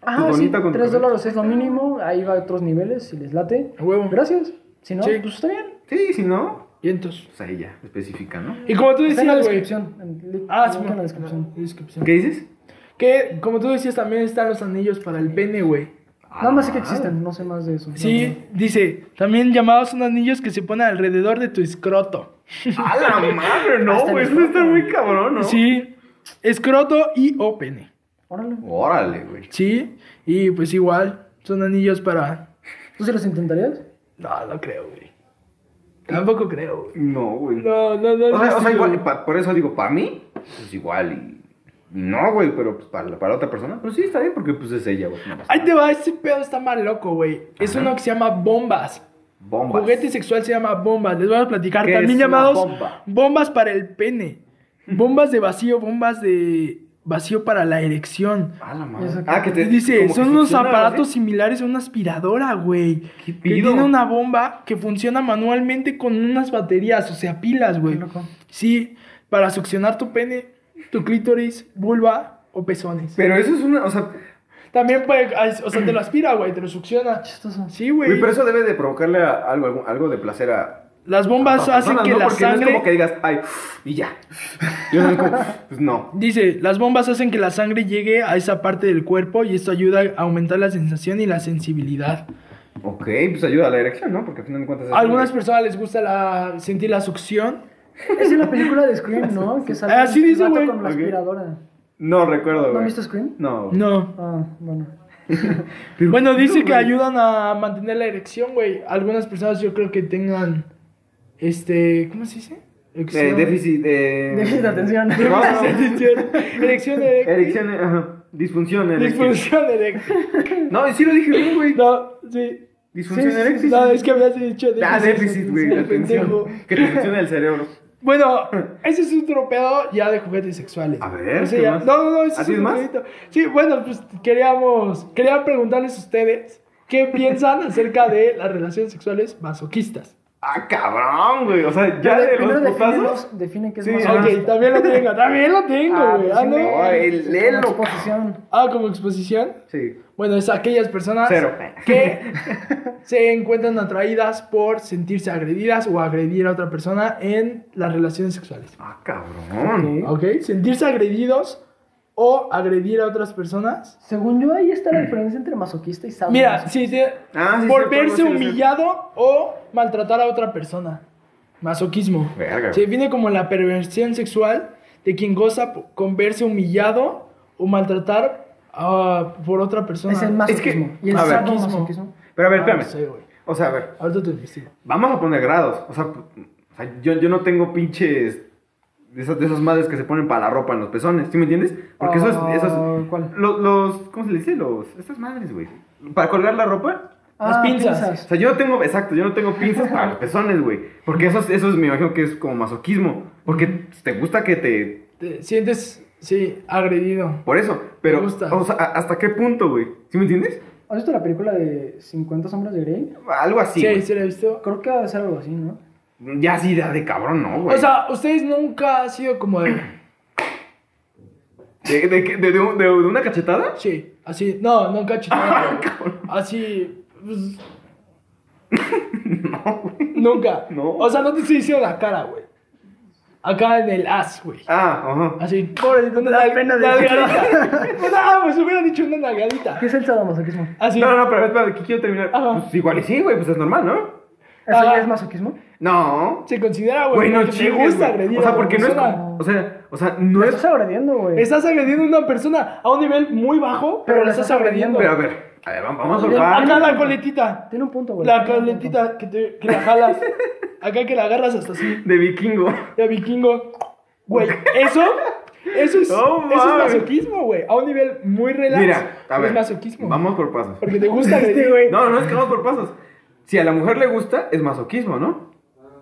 Speaker 2: Pues
Speaker 3: Ajá, sí,
Speaker 1: bonita con tu
Speaker 3: 3
Speaker 1: cabello.
Speaker 3: dólares es lo mínimo, ahí va a otros niveles, si les late.
Speaker 2: A huevo.
Speaker 3: Gracias. Si no,
Speaker 2: Sí.
Speaker 3: pues está bien.
Speaker 1: Sí, si no,
Speaker 2: Y entonces...
Speaker 1: pues ahí ya, especifica, ¿no?
Speaker 2: Y como tú
Speaker 3: Está en la
Speaker 2: decías, güey...
Speaker 3: descripción. en li-
Speaker 2: Ah,
Speaker 3: link
Speaker 2: sí,
Speaker 3: en la descripción.
Speaker 2: descripción.
Speaker 1: ¿Qué dices?
Speaker 2: Que, como tú decías, también están los anillos para el pene, güey.
Speaker 3: Nada más sé que
Speaker 1: Ah.
Speaker 3: existen, no sé más de eso. No, no.
Speaker 2: Sí, dice, también llamados son anillos que se ponen alrededor de tu escroto.
Speaker 1: A la madre, no,
Speaker 3: Hasta
Speaker 1: güey.
Speaker 3: el
Speaker 1: Eso está
Speaker 3: fondo.
Speaker 1: muy cabrón, ¿no?
Speaker 2: Sí, escroto y o pene.
Speaker 3: Órale.
Speaker 1: Órale, güey.
Speaker 2: Sí, y pues igual, son anillos para...
Speaker 3: ¿Tú sí los intentarías?
Speaker 2: No, no creo, güey. Tampoco creo, güey.
Speaker 1: No, güey.
Speaker 2: No, no, no.
Speaker 1: o, sea, o sea,
Speaker 2: Pues, sí,
Speaker 1: igual,
Speaker 2: güey.
Speaker 1: pa- por eso digo, para mí, pues igual. Y, y no, güey, pero pues, para, la- para otra persona, pues sí, está bien, porque pues es ella, güey. no pasa
Speaker 2: Ahí te va, este pedo está más loco, güey. Es
Speaker 1: Ajá.
Speaker 2: uno que se llama bombas.
Speaker 1: nada. Bombas.
Speaker 2: Juguete sexual se llama bombas. Les voy a platicar.
Speaker 1: ¿Qué
Speaker 2: También
Speaker 1: es una
Speaker 2: llamados
Speaker 1: bomba?
Speaker 2: bombas para el pene. Bombas de vacío, bombas de vacío para la erección.
Speaker 1: A la madre.
Speaker 3: Eso que-
Speaker 1: Ah, que te.
Speaker 2: Dice,
Speaker 1: como que ¿eh?
Speaker 2: son unos
Speaker 1: succiona,
Speaker 2: aparatos
Speaker 1: ¿sí?
Speaker 2: similares a una aspiradora, güey.
Speaker 1: ¿Qué
Speaker 2: Que
Speaker 1: pido?
Speaker 2: tiene una bomba que funciona manualmente con unas baterías, o sea, pilas, güey.
Speaker 3: Qué loco.
Speaker 2: Sí, para succionar tu pene, tu clítoris, vulva o pezones.
Speaker 1: Pero eso es una. O sea,
Speaker 2: También puede, o sea, te lo aspira, güey, te lo succiona.
Speaker 3: Chistoso.
Speaker 2: Sí, güey.
Speaker 1: güey, pero eso debe de provocarle a- algo, algo, algo de placer a,
Speaker 2: Las bombas
Speaker 1: Otras
Speaker 2: hacen
Speaker 1: personas,
Speaker 2: que
Speaker 1: ¿no?
Speaker 2: la
Speaker 1: Porque No es
Speaker 2: sangre
Speaker 1: como que digas, ay, y ya. Yo no es como, pues no.
Speaker 2: Dice, las bombas hacen que la sangre llegue a esa parte del cuerpo y esto ayuda a aumentar la sensación y la sensibilidad.
Speaker 1: Ok, pues ayuda a la erección, ¿no? Porque al final de cuentas. es-
Speaker 2: A algunas personas les gusta la, sentir la succión.
Speaker 3: Es en la película de Scream, ¿no? Que sale
Speaker 2: Ah, sí
Speaker 3: el
Speaker 2: dice,
Speaker 3: vato
Speaker 2: güey.
Speaker 3: con la
Speaker 1: Ok.
Speaker 3: aspiradora.
Speaker 1: No recuerdo, güey.
Speaker 3: ¿No viste Scream?
Speaker 1: No.
Speaker 2: No.
Speaker 3: Ah, bueno.
Speaker 1: Pero-
Speaker 2: Bueno, dice
Speaker 1: no,
Speaker 2: que
Speaker 1: güey.
Speaker 2: ayudan a mantener la erección, güey. Algunas personas yo creo que tengan Este, ¿cómo se dice?
Speaker 1: Eh, déficit de.
Speaker 3: Déficit de atención.
Speaker 1: No, no.
Speaker 2: Erección. Erección eréctil.
Speaker 1: Erección, ajá. Disfunción eréctil.
Speaker 2: Disfunción eréctil.
Speaker 1: No, sí lo dije bien, güey.
Speaker 2: No, sí.
Speaker 1: Disfunción
Speaker 2: Sí, sí,
Speaker 1: eréctil.
Speaker 2: sí, No, es que habías dicho
Speaker 1: Ah, déficit, güey, de atención.
Speaker 2: pendejo.
Speaker 1: Que te funciona el cerebro.
Speaker 2: Bueno, ese es un tropeado ya de juguetes sexuales.
Speaker 1: A ver,
Speaker 2: O sea,
Speaker 1: ¿qué
Speaker 2: ya-
Speaker 1: más?
Speaker 2: No, no, no,
Speaker 1: ¿Así
Speaker 2: ese es
Speaker 1: es
Speaker 2: un
Speaker 1: más?
Speaker 2: tropeadito. Sí, bueno, pues queríamos, quería preguntarles a ustedes qué piensan acerca de las relaciones sexuales masoquistas.
Speaker 1: Ah, cabrón, güey. O sea, ya de
Speaker 3: Primero
Speaker 1: los
Speaker 3: define,
Speaker 1: putazos.
Speaker 3: los- define qué es
Speaker 1: Sí,
Speaker 3: más
Speaker 1: ajá.
Speaker 2: Ok, también lo tengo, también lo tengo, ah, güey. Ah, no.
Speaker 1: no, el- léelo,
Speaker 3: Como exposición.
Speaker 2: Ah, como exposición.
Speaker 1: Sí.
Speaker 2: Bueno, es aquellas personas
Speaker 1: Cero.
Speaker 2: que se encuentran atraídas por sentirse agredidas o agredir a otra persona en las relaciones sexuales.
Speaker 1: Ah, cabrón.
Speaker 2: ¿Ok? Sentirse agredidos o agredir a otras personas.
Speaker 3: Según yo, ahí está la diferencia entre masoquista y sádico.
Speaker 2: Mm. Mira, sí, sí,
Speaker 1: Ah, sí,
Speaker 2: volverse
Speaker 1: cierto, algo así,
Speaker 2: humillado o maltratar a otra persona. Masoquismo.
Speaker 1: Verga.
Speaker 2: Se define como la perversión sexual de quien goza po- con verse humillado o maltratar ah, por otra persona.
Speaker 3: es el masoquismo.
Speaker 1: Es que-
Speaker 3: y el
Speaker 1: a ver.
Speaker 3: sadomasoquismo.
Speaker 1: Pero a ver,
Speaker 2: Ah, no
Speaker 1: espérame.
Speaker 2: sé, güey.
Speaker 1: O sea, a ver.
Speaker 2: Ahorita te investigo.
Speaker 1: Vamos a poner grados. O sea, p- o sea, yo, yo no tengo pinches. De esas, de esas madres que se ponen para la ropa en los pezones, ¿sí me entiendes? Porque eso es. eso es-
Speaker 3: Ah, ¿cuál?
Speaker 1: lo- Los, ¿Cómo se le dice? Los, estas madres, güey. Para colgar la ropa.
Speaker 2: Las
Speaker 3: Ah,
Speaker 2: pinzas.
Speaker 1: O sea, yo no tengo. Exacto, yo no tengo pinzas para los pezones, güey. Porque eso es, eso es, me imagino que es como masoquismo. Porque te gusta que te
Speaker 2: Te sientes, sí, agredido.
Speaker 1: Por eso, pero
Speaker 2: Me gusta.
Speaker 1: o sea, ¿a- ¿hasta qué punto, güey? ¿Sí me entiendes?
Speaker 3: ¿Has visto la película de 50 sombras de Grey?
Speaker 1: Algo así.
Speaker 2: Sí,
Speaker 1: güey.
Speaker 2: sí, lo he visto.
Speaker 3: Creo que va a ser algo así, ¿no?
Speaker 1: Ya así de, de cabrón, no, güey.
Speaker 2: O sea, ustedes nunca han sido como de.
Speaker 1: ¿De, de, qué? de- de un- de- de una cachetada?
Speaker 2: Sí, así. No, nunca
Speaker 1: Ah,
Speaker 2: chitaron.
Speaker 1: cabrón.
Speaker 2: así. pues,
Speaker 1: No, güey.
Speaker 2: nunca.
Speaker 1: No.
Speaker 2: O sea, no te estoy diciendo la cara, güey. Acá en el as, güey.
Speaker 1: Ah, ajá.
Speaker 2: Así, pobre, una la pena de Ah, pues hubiera dicho una nalgadita.
Speaker 3: ¿Qué es el sadomasoquismo?
Speaker 2: Así.
Speaker 1: No, no, pero espera, ¿qué quiero terminar?
Speaker 2: Ajá.
Speaker 1: Pues igual y sí, güey, pues es normal, ¿no?
Speaker 3: ¿Eso
Speaker 2: Ah.
Speaker 3: ya es masoquismo?
Speaker 1: No.
Speaker 2: Se considera,
Speaker 1: Güey,
Speaker 2: güey.
Speaker 1: no
Speaker 2: porque te
Speaker 1: chingues,
Speaker 2: gusta
Speaker 1: güey.
Speaker 2: agredir
Speaker 1: O sea,
Speaker 2: a otra
Speaker 1: porque no es
Speaker 2: persona.
Speaker 1: como... O sea, o sea, no
Speaker 3: Me
Speaker 1: es...
Speaker 3: estás agrediendo, güey.
Speaker 2: Estás agrediendo a una persona a un nivel muy bajo, pero,
Speaker 3: Pero
Speaker 2: la
Speaker 3: la
Speaker 2: estás
Speaker 3: estás
Speaker 2: agrediendo.
Speaker 1: Pero a ver, a ver, vamos- vamos a
Speaker 2: Acá
Speaker 1: hablar.
Speaker 2: la coletita.
Speaker 3: Tiene un punto, güey.
Speaker 2: La
Speaker 3: Tiene un punto.
Speaker 2: coletita que, te- que la jalas. Acá que la agarras hasta así.
Speaker 1: De vikingo.
Speaker 2: De vikingo. Güey, eso. Eso es,
Speaker 1: No
Speaker 2: eso es
Speaker 1: mames.
Speaker 2: masoquismo, güey. A un nivel muy relax.
Speaker 1: Mira, a ver.
Speaker 2: Es masoquismo.
Speaker 1: Vamos por pasos.
Speaker 2: Porque te gusta
Speaker 3: Este
Speaker 2: agredir, güey.
Speaker 1: No, no es que vamos por pasos. Si a la mujer le gusta, es masoquismo, ¿no?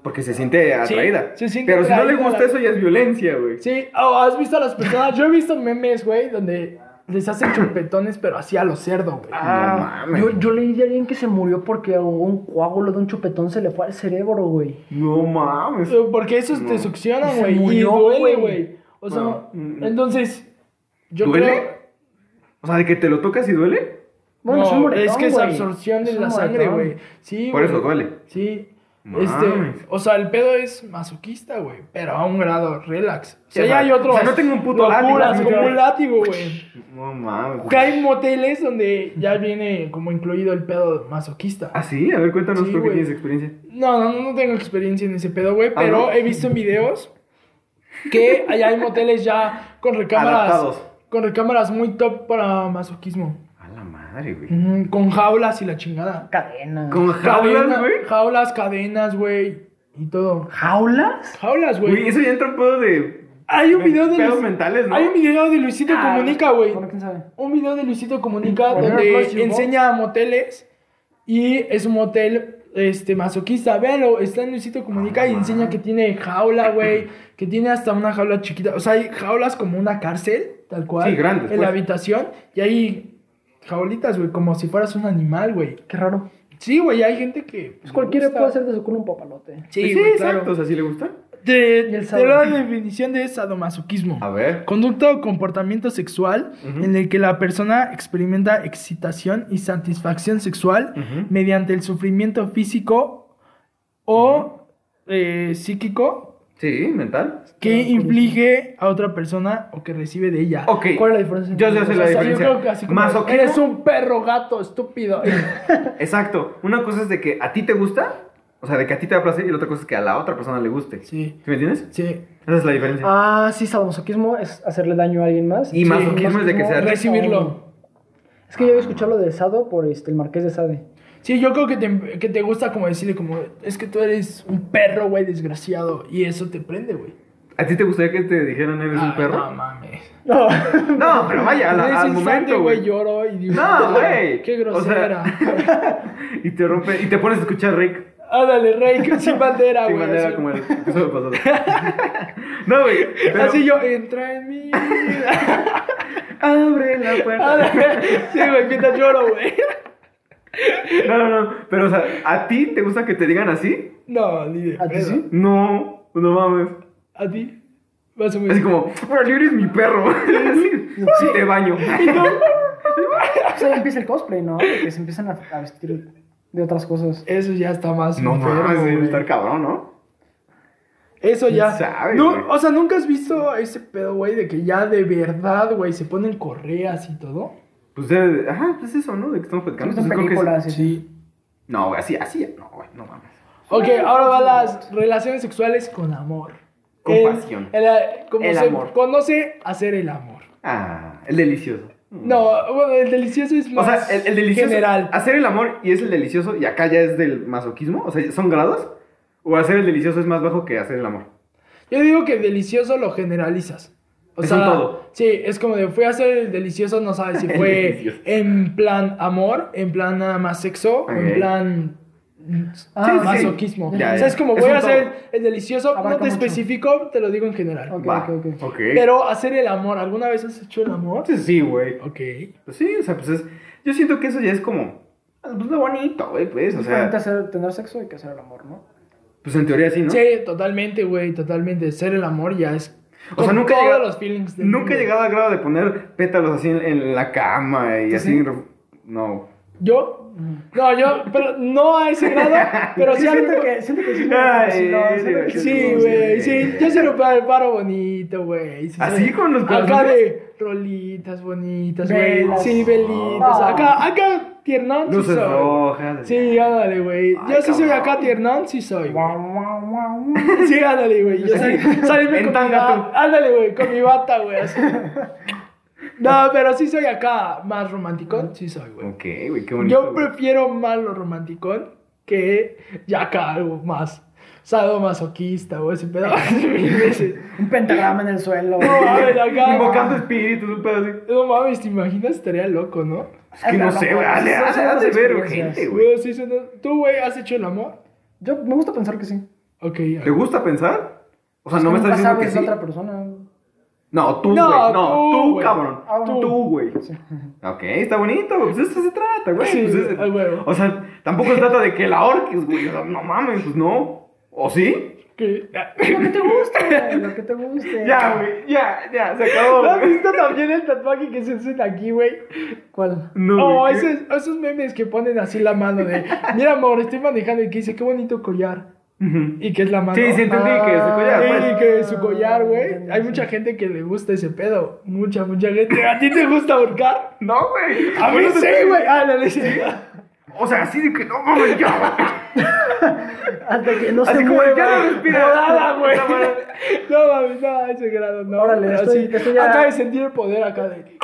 Speaker 1: Porque se siente atraída.
Speaker 2: se siente
Speaker 1: Pero si no le
Speaker 2: atraída a
Speaker 1: gusta,
Speaker 2: la-
Speaker 1: eso ya es violencia, güey.
Speaker 2: Sí, oh, has visto a las personas. Yo he visto memes, güey, donde les hacen chupetones, pero así a los cerdos, güey.
Speaker 1: Ah, no mames.
Speaker 3: Yo, yo leí de alguien que se murió porque un coágulo de un chupetón se le fue al cerebro, güey.
Speaker 1: No mames.
Speaker 2: Eh, Porque esos te
Speaker 3: Y
Speaker 2: succionan,
Speaker 3: se
Speaker 2: güey. Y
Speaker 3: murió,
Speaker 2: duele,
Speaker 3: güey.
Speaker 2: güey. O sea,
Speaker 1: Bueno, mm, mm.
Speaker 2: entonces. Yo
Speaker 1: ¿Duele?
Speaker 2: creo.
Speaker 1: O sea, de que te lo tocas y duele.
Speaker 3: Bueno, es un moretón,
Speaker 2: es que es
Speaker 3: güey.
Speaker 2: absorción de
Speaker 3: Es un
Speaker 2: la sangre,
Speaker 3: moretón.
Speaker 2: güey. Sí,
Speaker 1: Por
Speaker 2: güey.
Speaker 1: eso duele.
Speaker 2: Sí.
Speaker 1: Mames.
Speaker 2: Este, o sea, el pedo es masoquista, güey, pero a un grado relax. O sea,
Speaker 1: Sí,
Speaker 2: ya
Speaker 1: o sea,
Speaker 2: hay otros
Speaker 1: o sea, no tengo un puto látigo,
Speaker 2: locuras,
Speaker 1: así
Speaker 2: como
Speaker 1: que-
Speaker 2: un látigo, güey.
Speaker 1: No mames.
Speaker 2: Que hay moteles donde ya viene como incluido el pedo masoquista.
Speaker 1: ¿Ah, sí? A ver, cuéntanos
Speaker 2: Sí,
Speaker 1: tú que
Speaker 2: güey.
Speaker 1: tienes experiencia.
Speaker 2: No, no, no tengo experiencia en ese pedo, güey,
Speaker 1: Ah,
Speaker 2: pero
Speaker 1: ¿no?
Speaker 2: he visto en videos que allá hay moteles ya con recámaras
Speaker 1: Adaptados.
Speaker 2: con recámaras muy top para masoquismo.
Speaker 1: A la madre, güey.
Speaker 2: Ujú, con jaulas y la chingada.
Speaker 3: Cadena.
Speaker 1: Con
Speaker 2: Cadena-
Speaker 1: jaulas, güey.
Speaker 2: Jaulas, cadenas, güey, y todo.
Speaker 3: ¿Jaulas?
Speaker 2: Jaulas,
Speaker 1: Güey,
Speaker 2: güey.
Speaker 1: eso ya entra un pedo de.
Speaker 2: Hay un video de
Speaker 1: pedos
Speaker 2: Luis-
Speaker 1: mentales, ¿no?
Speaker 2: Hay un video de Luisito Comunica, güey.
Speaker 3: Ah, Bueno, quién sabe.
Speaker 2: Un video de Luisito Comunica
Speaker 3: Bueno, Flash
Speaker 2: donde
Speaker 3: Box.
Speaker 2: enseña moteles y es un motel este masoquista. Véanlo, está en Luisito Comunica
Speaker 1: Ah,
Speaker 2: y enseña que tiene jaula, güey, que tiene hasta una jaula chiquita. O sea, hay jaulas como una cárcel, tal cual.
Speaker 1: Sí, grandes,
Speaker 2: En
Speaker 1: pues.
Speaker 2: la habitación y hay jaulitas, güey, como si fueras un animal, güey.
Speaker 3: Qué raro.
Speaker 2: Sí, güey, hay gente que
Speaker 3: Pues cualquiera
Speaker 2: gusta.
Speaker 3: puede hacer de su culo un papalote.
Speaker 2: Sí,
Speaker 1: Pues sí,
Speaker 2: güey,
Speaker 1: exacto.
Speaker 2: claro.
Speaker 1: O sea, ¿sí le gusta?
Speaker 2: Te,
Speaker 3: Y el
Speaker 2: te da
Speaker 3: sábado.
Speaker 2: la definición de sadomasoquismo.
Speaker 1: A ver.
Speaker 2: Conducta o comportamiento sexual
Speaker 1: Ujú.
Speaker 2: en el que la persona experimenta excitación y satisfacción sexual
Speaker 1: Ujú.
Speaker 2: mediante el sufrimiento físico o eh, psíquico
Speaker 1: Sí, mental.
Speaker 2: que inflige a otra persona o que recibe de ella.
Speaker 1: Ok.
Speaker 3: ¿Cuál es la diferencia?
Speaker 1: Yo ya sé la
Speaker 2: O sea, yo
Speaker 1: diferencia.
Speaker 2: creo que así como,
Speaker 1: Masoquismo-
Speaker 2: Eres un perro gato, estúpido.
Speaker 1: Exacto. Una cosa es de que a ti te gusta, o sea, de que a ti te da placer, y la otra cosa es que a la otra persona le guste.
Speaker 2: sí,
Speaker 1: ¿Sí me entiendes?
Speaker 2: sí.
Speaker 1: Esa es la diferencia.
Speaker 3: Ah, sí, sadomasoquismo es hacerle daño a alguien más.
Speaker 1: Y masoquismo es de que sea-
Speaker 2: Recibirlo.
Speaker 3: Es que yo había escuchado lo de Sado por este, el marqués de Sade.
Speaker 2: Sí, yo creo que te, que te gusta como decirle como, es que tú eres un perro, güey, desgraciado. Y eso te prende, güey.
Speaker 1: ¿A ti te gustaría que te dijeran eres
Speaker 2: Ay,
Speaker 1: un perro?
Speaker 2: Ah, No mames.
Speaker 3: No.
Speaker 1: No, pero vaya, al,
Speaker 2: En ese
Speaker 1: al
Speaker 2: instante,
Speaker 1: momento,
Speaker 2: güey,
Speaker 1: güey.
Speaker 2: lloro y digo,
Speaker 1: No, güey.
Speaker 2: Qué
Speaker 1: O sea,
Speaker 2: grosera.
Speaker 1: y te rompe, y te pones a escuchar Rick.
Speaker 2: Ándale, rey, que sin bandera,
Speaker 1: Sin
Speaker 2: Ah, güey.
Speaker 1: manera
Speaker 2: así.
Speaker 1: como el episodio pasado. no, güey. pero-
Speaker 2: Así yo, entra en mí.
Speaker 1: Abre la puerta.
Speaker 2: Ándale. sí, güey, mientras lloro, güey.
Speaker 1: No, no, no. Pero, o sea, ¿a ti te gusta que te digan así?
Speaker 2: No, ni de
Speaker 3: ¿A ti
Speaker 2: pedo.
Speaker 3: sí?
Speaker 1: No, no mames.
Speaker 2: ¿A ti? Más o menos.
Speaker 1: Así como, "Órale, eres mi perro. Así, sí, te baño.
Speaker 3: O sea, empieza el cosplay, ¿no? Que se empiezan a, a vestir de otras cosas.
Speaker 2: Eso ya está más
Speaker 1: No
Speaker 2: enfermo,
Speaker 1: mames, debe
Speaker 2: güey.
Speaker 1: estar cabrón, ¿no?
Speaker 2: Eso ya.
Speaker 1: sabe,
Speaker 2: No,
Speaker 1: güey?
Speaker 2: o sea, ¿nunca has visto ese pedo, güey, de que ya de verdad, güey, se ponen correas y todo?
Speaker 1: Pues debe. Ajá, es eso, ¿no? De que estamos platicando.
Speaker 3: Son
Speaker 1: Entonces, creo que
Speaker 3: películas. Sí.
Speaker 1: Ah, sí. No, güey, así, así. No, güey, no mames.
Speaker 2: Ok, ahora va las relaciones sexuales con amor.
Speaker 1: Con
Speaker 2: El-
Speaker 1: pasión.
Speaker 2: El, eh, como
Speaker 1: El
Speaker 2: se
Speaker 1: amor.
Speaker 2: Conoce hacer el amor.
Speaker 1: Ah, el delicioso.
Speaker 2: No, bueno, el delicioso es
Speaker 1: Mm. O sea,
Speaker 2: más
Speaker 1: el, el delicioso. Ah.
Speaker 2: general.
Speaker 1: Hacer el amor y es el delicioso y acá ya es del masoquismo. O sea, ¿son grados? ¿O hacer el delicioso es más bajo que hacer el amor?
Speaker 2: Yo digo que delicioso lo generalizas. O
Speaker 1: Es
Speaker 2: sea,
Speaker 1: un todo.
Speaker 2: sí, es como de fui a hacer el delicioso, no sabes si
Speaker 1: El
Speaker 2: fue
Speaker 1: delicioso.
Speaker 2: en plan amor, en plan nada más sexo, o en
Speaker 1: Ok.
Speaker 2: plan mm,
Speaker 3: Ah,
Speaker 1: Sí, sí, sí.
Speaker 2: masoquismo.
Speaker 1: Ya,
Speaker 2: O
Speaker 1: ya.
Speaker 2: sea, es como
Speaker 1: Es
Speaker 2: voy
Speaker 1: un
Speaker 2: a hacer
Speaker 1: todo.
Speaker 2: el, el delicioso, no
Speaker 3: Abarca
Speaker 2: te
Speaker 3: mucho.
Speaker 2: especifico, te lo digo en general.
Speaker 3: Ok,
Speaker 1: Va.
Speaker 3: ok, ok.
Speaker 2: Pero hacer el amor, ¿alguna vez has hecho el amor?
Speaker 1: Entonces, sí, güey.
Speaker 2: Ok.
Speaker 1: Pues sí, o sea, pues es. Yo siento que eso ya es como. ah, Pues lo bonito, güey, pues. O
Speaker 3: Es
Speaker 1: sea,
Speaker 3: diferente hacer, tener sexo y que hacer el amor, ¿no?
Speaker 1: pues en teoría sí, ¿no?
Speaker 2: Sí, totalmente, güey, totalmente. Ser el amor ya es.
Speaker 1: O sea,
Speaker 2: con
Speaker 1: nunca he
Speaker 2: todos
Speaker 1: llegado-
Speaker 2: los feelings del
Speaker 1: Nunca he
Speaker 2: mundo.
Speaker 1: llegado al grado de poner pétalos así en, en la cama y así.
Speaker 3: sí?
Speaker 1: re- No.
Speaker 2: ¿Yo? No, yo, pero no a ese grado, pero sí, algo-
Speaker 3: siento que, siento que sí. lo-
Speaker 1: Ay,
Speaker 3: sí, lo-
Speaker 1: sí,
Speaker 3: siento que
Speaker 1: sí,
Speaker 2: Sí,
Speaker 3: lo-
Speaker 2: güey, sí. Yo se lo paro, paro bonito, güey. Sí,
Speaker 1: ¿Así
Speaker 2: sí. Ah,
Speaker 1: con los
Speaker 2: Acá
Speaker 1: corazones?
Speaker 2: de rolitas bonitas, güey.
Speaker 3: Velas.
Speaker 2: Sí, velitas.
Speaker 3: Ah.
Speaker 2: Acá, acá tiernón sí
Speaker 1: Luces
Speaker 2: soy.
Speaker 1: rojas.
Speaker 2: Sí, ándale, güey.
Speaker 1: Ay,
Speaker 2: Yo sí soy
Speaker 1: cabrón.
Speaker 2: acá tiernón, sí soy. güey.
Speaker 3: Guau, guau, guau, guau.
Speaker 2: Sí, ándale, güey. Yo sí. Salirme
Speaker 1: En
Speaker 2: con mi
Speaker 1: tanga
Speaker 2: bata. Ándale, güey, con mi bata, güey. así. No, pero sí soy acá más romántico. Sí soy, güey.
Speaker 1: Ok, güey, qué bonito.
Speaker 2: Yo
Speaker 1: güey.
Speaker 2: prefiero más lo romanticón que ya acá algo más sadomasoquista o ese pedo. Mil veces.
Speaker 3: Un pentagrama en el
Speaker 2: No
Speaker 3: suelo.
Speaker 2: mames, acá.
Speaker 1: Invocando espíritus, un pedo así.
Speaker 2: No mames, ¿te imaginas? Estaría loco, ¿no?
Speaker 1: Es que no sé, güey. ha de- ha de- ha de ver gente, güey.
Speaker 2: Güey, sí, sí, no. ¿Tú, güey, has hecho el amor?
Speaker 3: Yo me gusta pensar que sí.
Speaker 2: Ok. a
Speaker 1: ¿Te
Speaker 2: ver.
Speaker 1: gusta pensar? O sea, no me
Speaker 3: Nunca
Speaker 1: estás diciendo que
Speaker 3: sabes de
Speaker 1: sí.
Speaker 3: otra persona.
Speaker 1: No, tú, güey.
Speaker 2: No,
Speaker 1: No,
Speaker 2: tú,
Speaker 1: tú,
Speaker 2: güey.
Speaker 1: cabrón.
Speaker 3: Ah, bueno.
Speaker 1: Tú, güey.
Speaker 3: Sí.
Speaker 1: Ok, está bonito, güey. Pues de eso se trata, güey.
Speaker 2: Sí,
Speaker 1: Pues es-
Speaker 2: al huevo.
Speaker 1: O sea, tampoco se trata de que la ahorques, güey. O sea, no mames, pues no. ¿O sí?
Speaker 2: ¿Qué?
Speaker 3: Lo que te guste, lo que te guste. Ah,
Speaker 1: Ya, güey. Ya, ya, se acabó.
Speaker 2: ¿No has
Speaker 1: güey.
Speaker 2: visto también el tatuaje que se hacen aquí, güey?
Speaker 3: ¿Cuál?
Speaker 1: No,
Speaker 2: oh,
Speaker 1: güey, ¿qué?
Speaker 2: esos, esos memes que ponen así la mano de... Mira, amor, estoy manejando y que dice, qué bonito collar.
Speaker 1: Ujú.
Speaker 2: Y que es Ah, la mano.
Speaker 1: Sí, sí, entendí que se collar,
Speaker 2: Sí,
Speaker 1: pues.
Speaker 2: que su collar, güey.
Speaker 3: Entendí,
Speaker 2: Hay
Speaker 3: sí.
Speaker 2: mucha gente que le gusta ese pedo. Mucha, mucha gente. ¿A ti te gusta ahorcar?
Speaker 1: No, güey.
Speaker 2: A mí
Speaker 1: Bueno,
Speaker 2: sí,
Speaker 1: te-
Speaker 2: güey. Ah, no, no, sí.
Speaker 1: O sea, así de que no mames, ya, güey.
Speaker 3: Hasta que no
Speaker 1: Así
Speaker 3: se
Speaker 1: como
Speaker 3: mueva.
Speaker 1: ya no respira.
Speaker 2: Nada, güey.
Speaker 1: No, mames.
Speaker 2: No, mami, no, a ese grado, no.
Speaker 3: Órale,
Speaker 2: Pero
Speaker 3: estoy-
Speaker 2: sí,
Speaker 3: estoy ya-
Speaker 2: Acá de sentir el poder, acá de.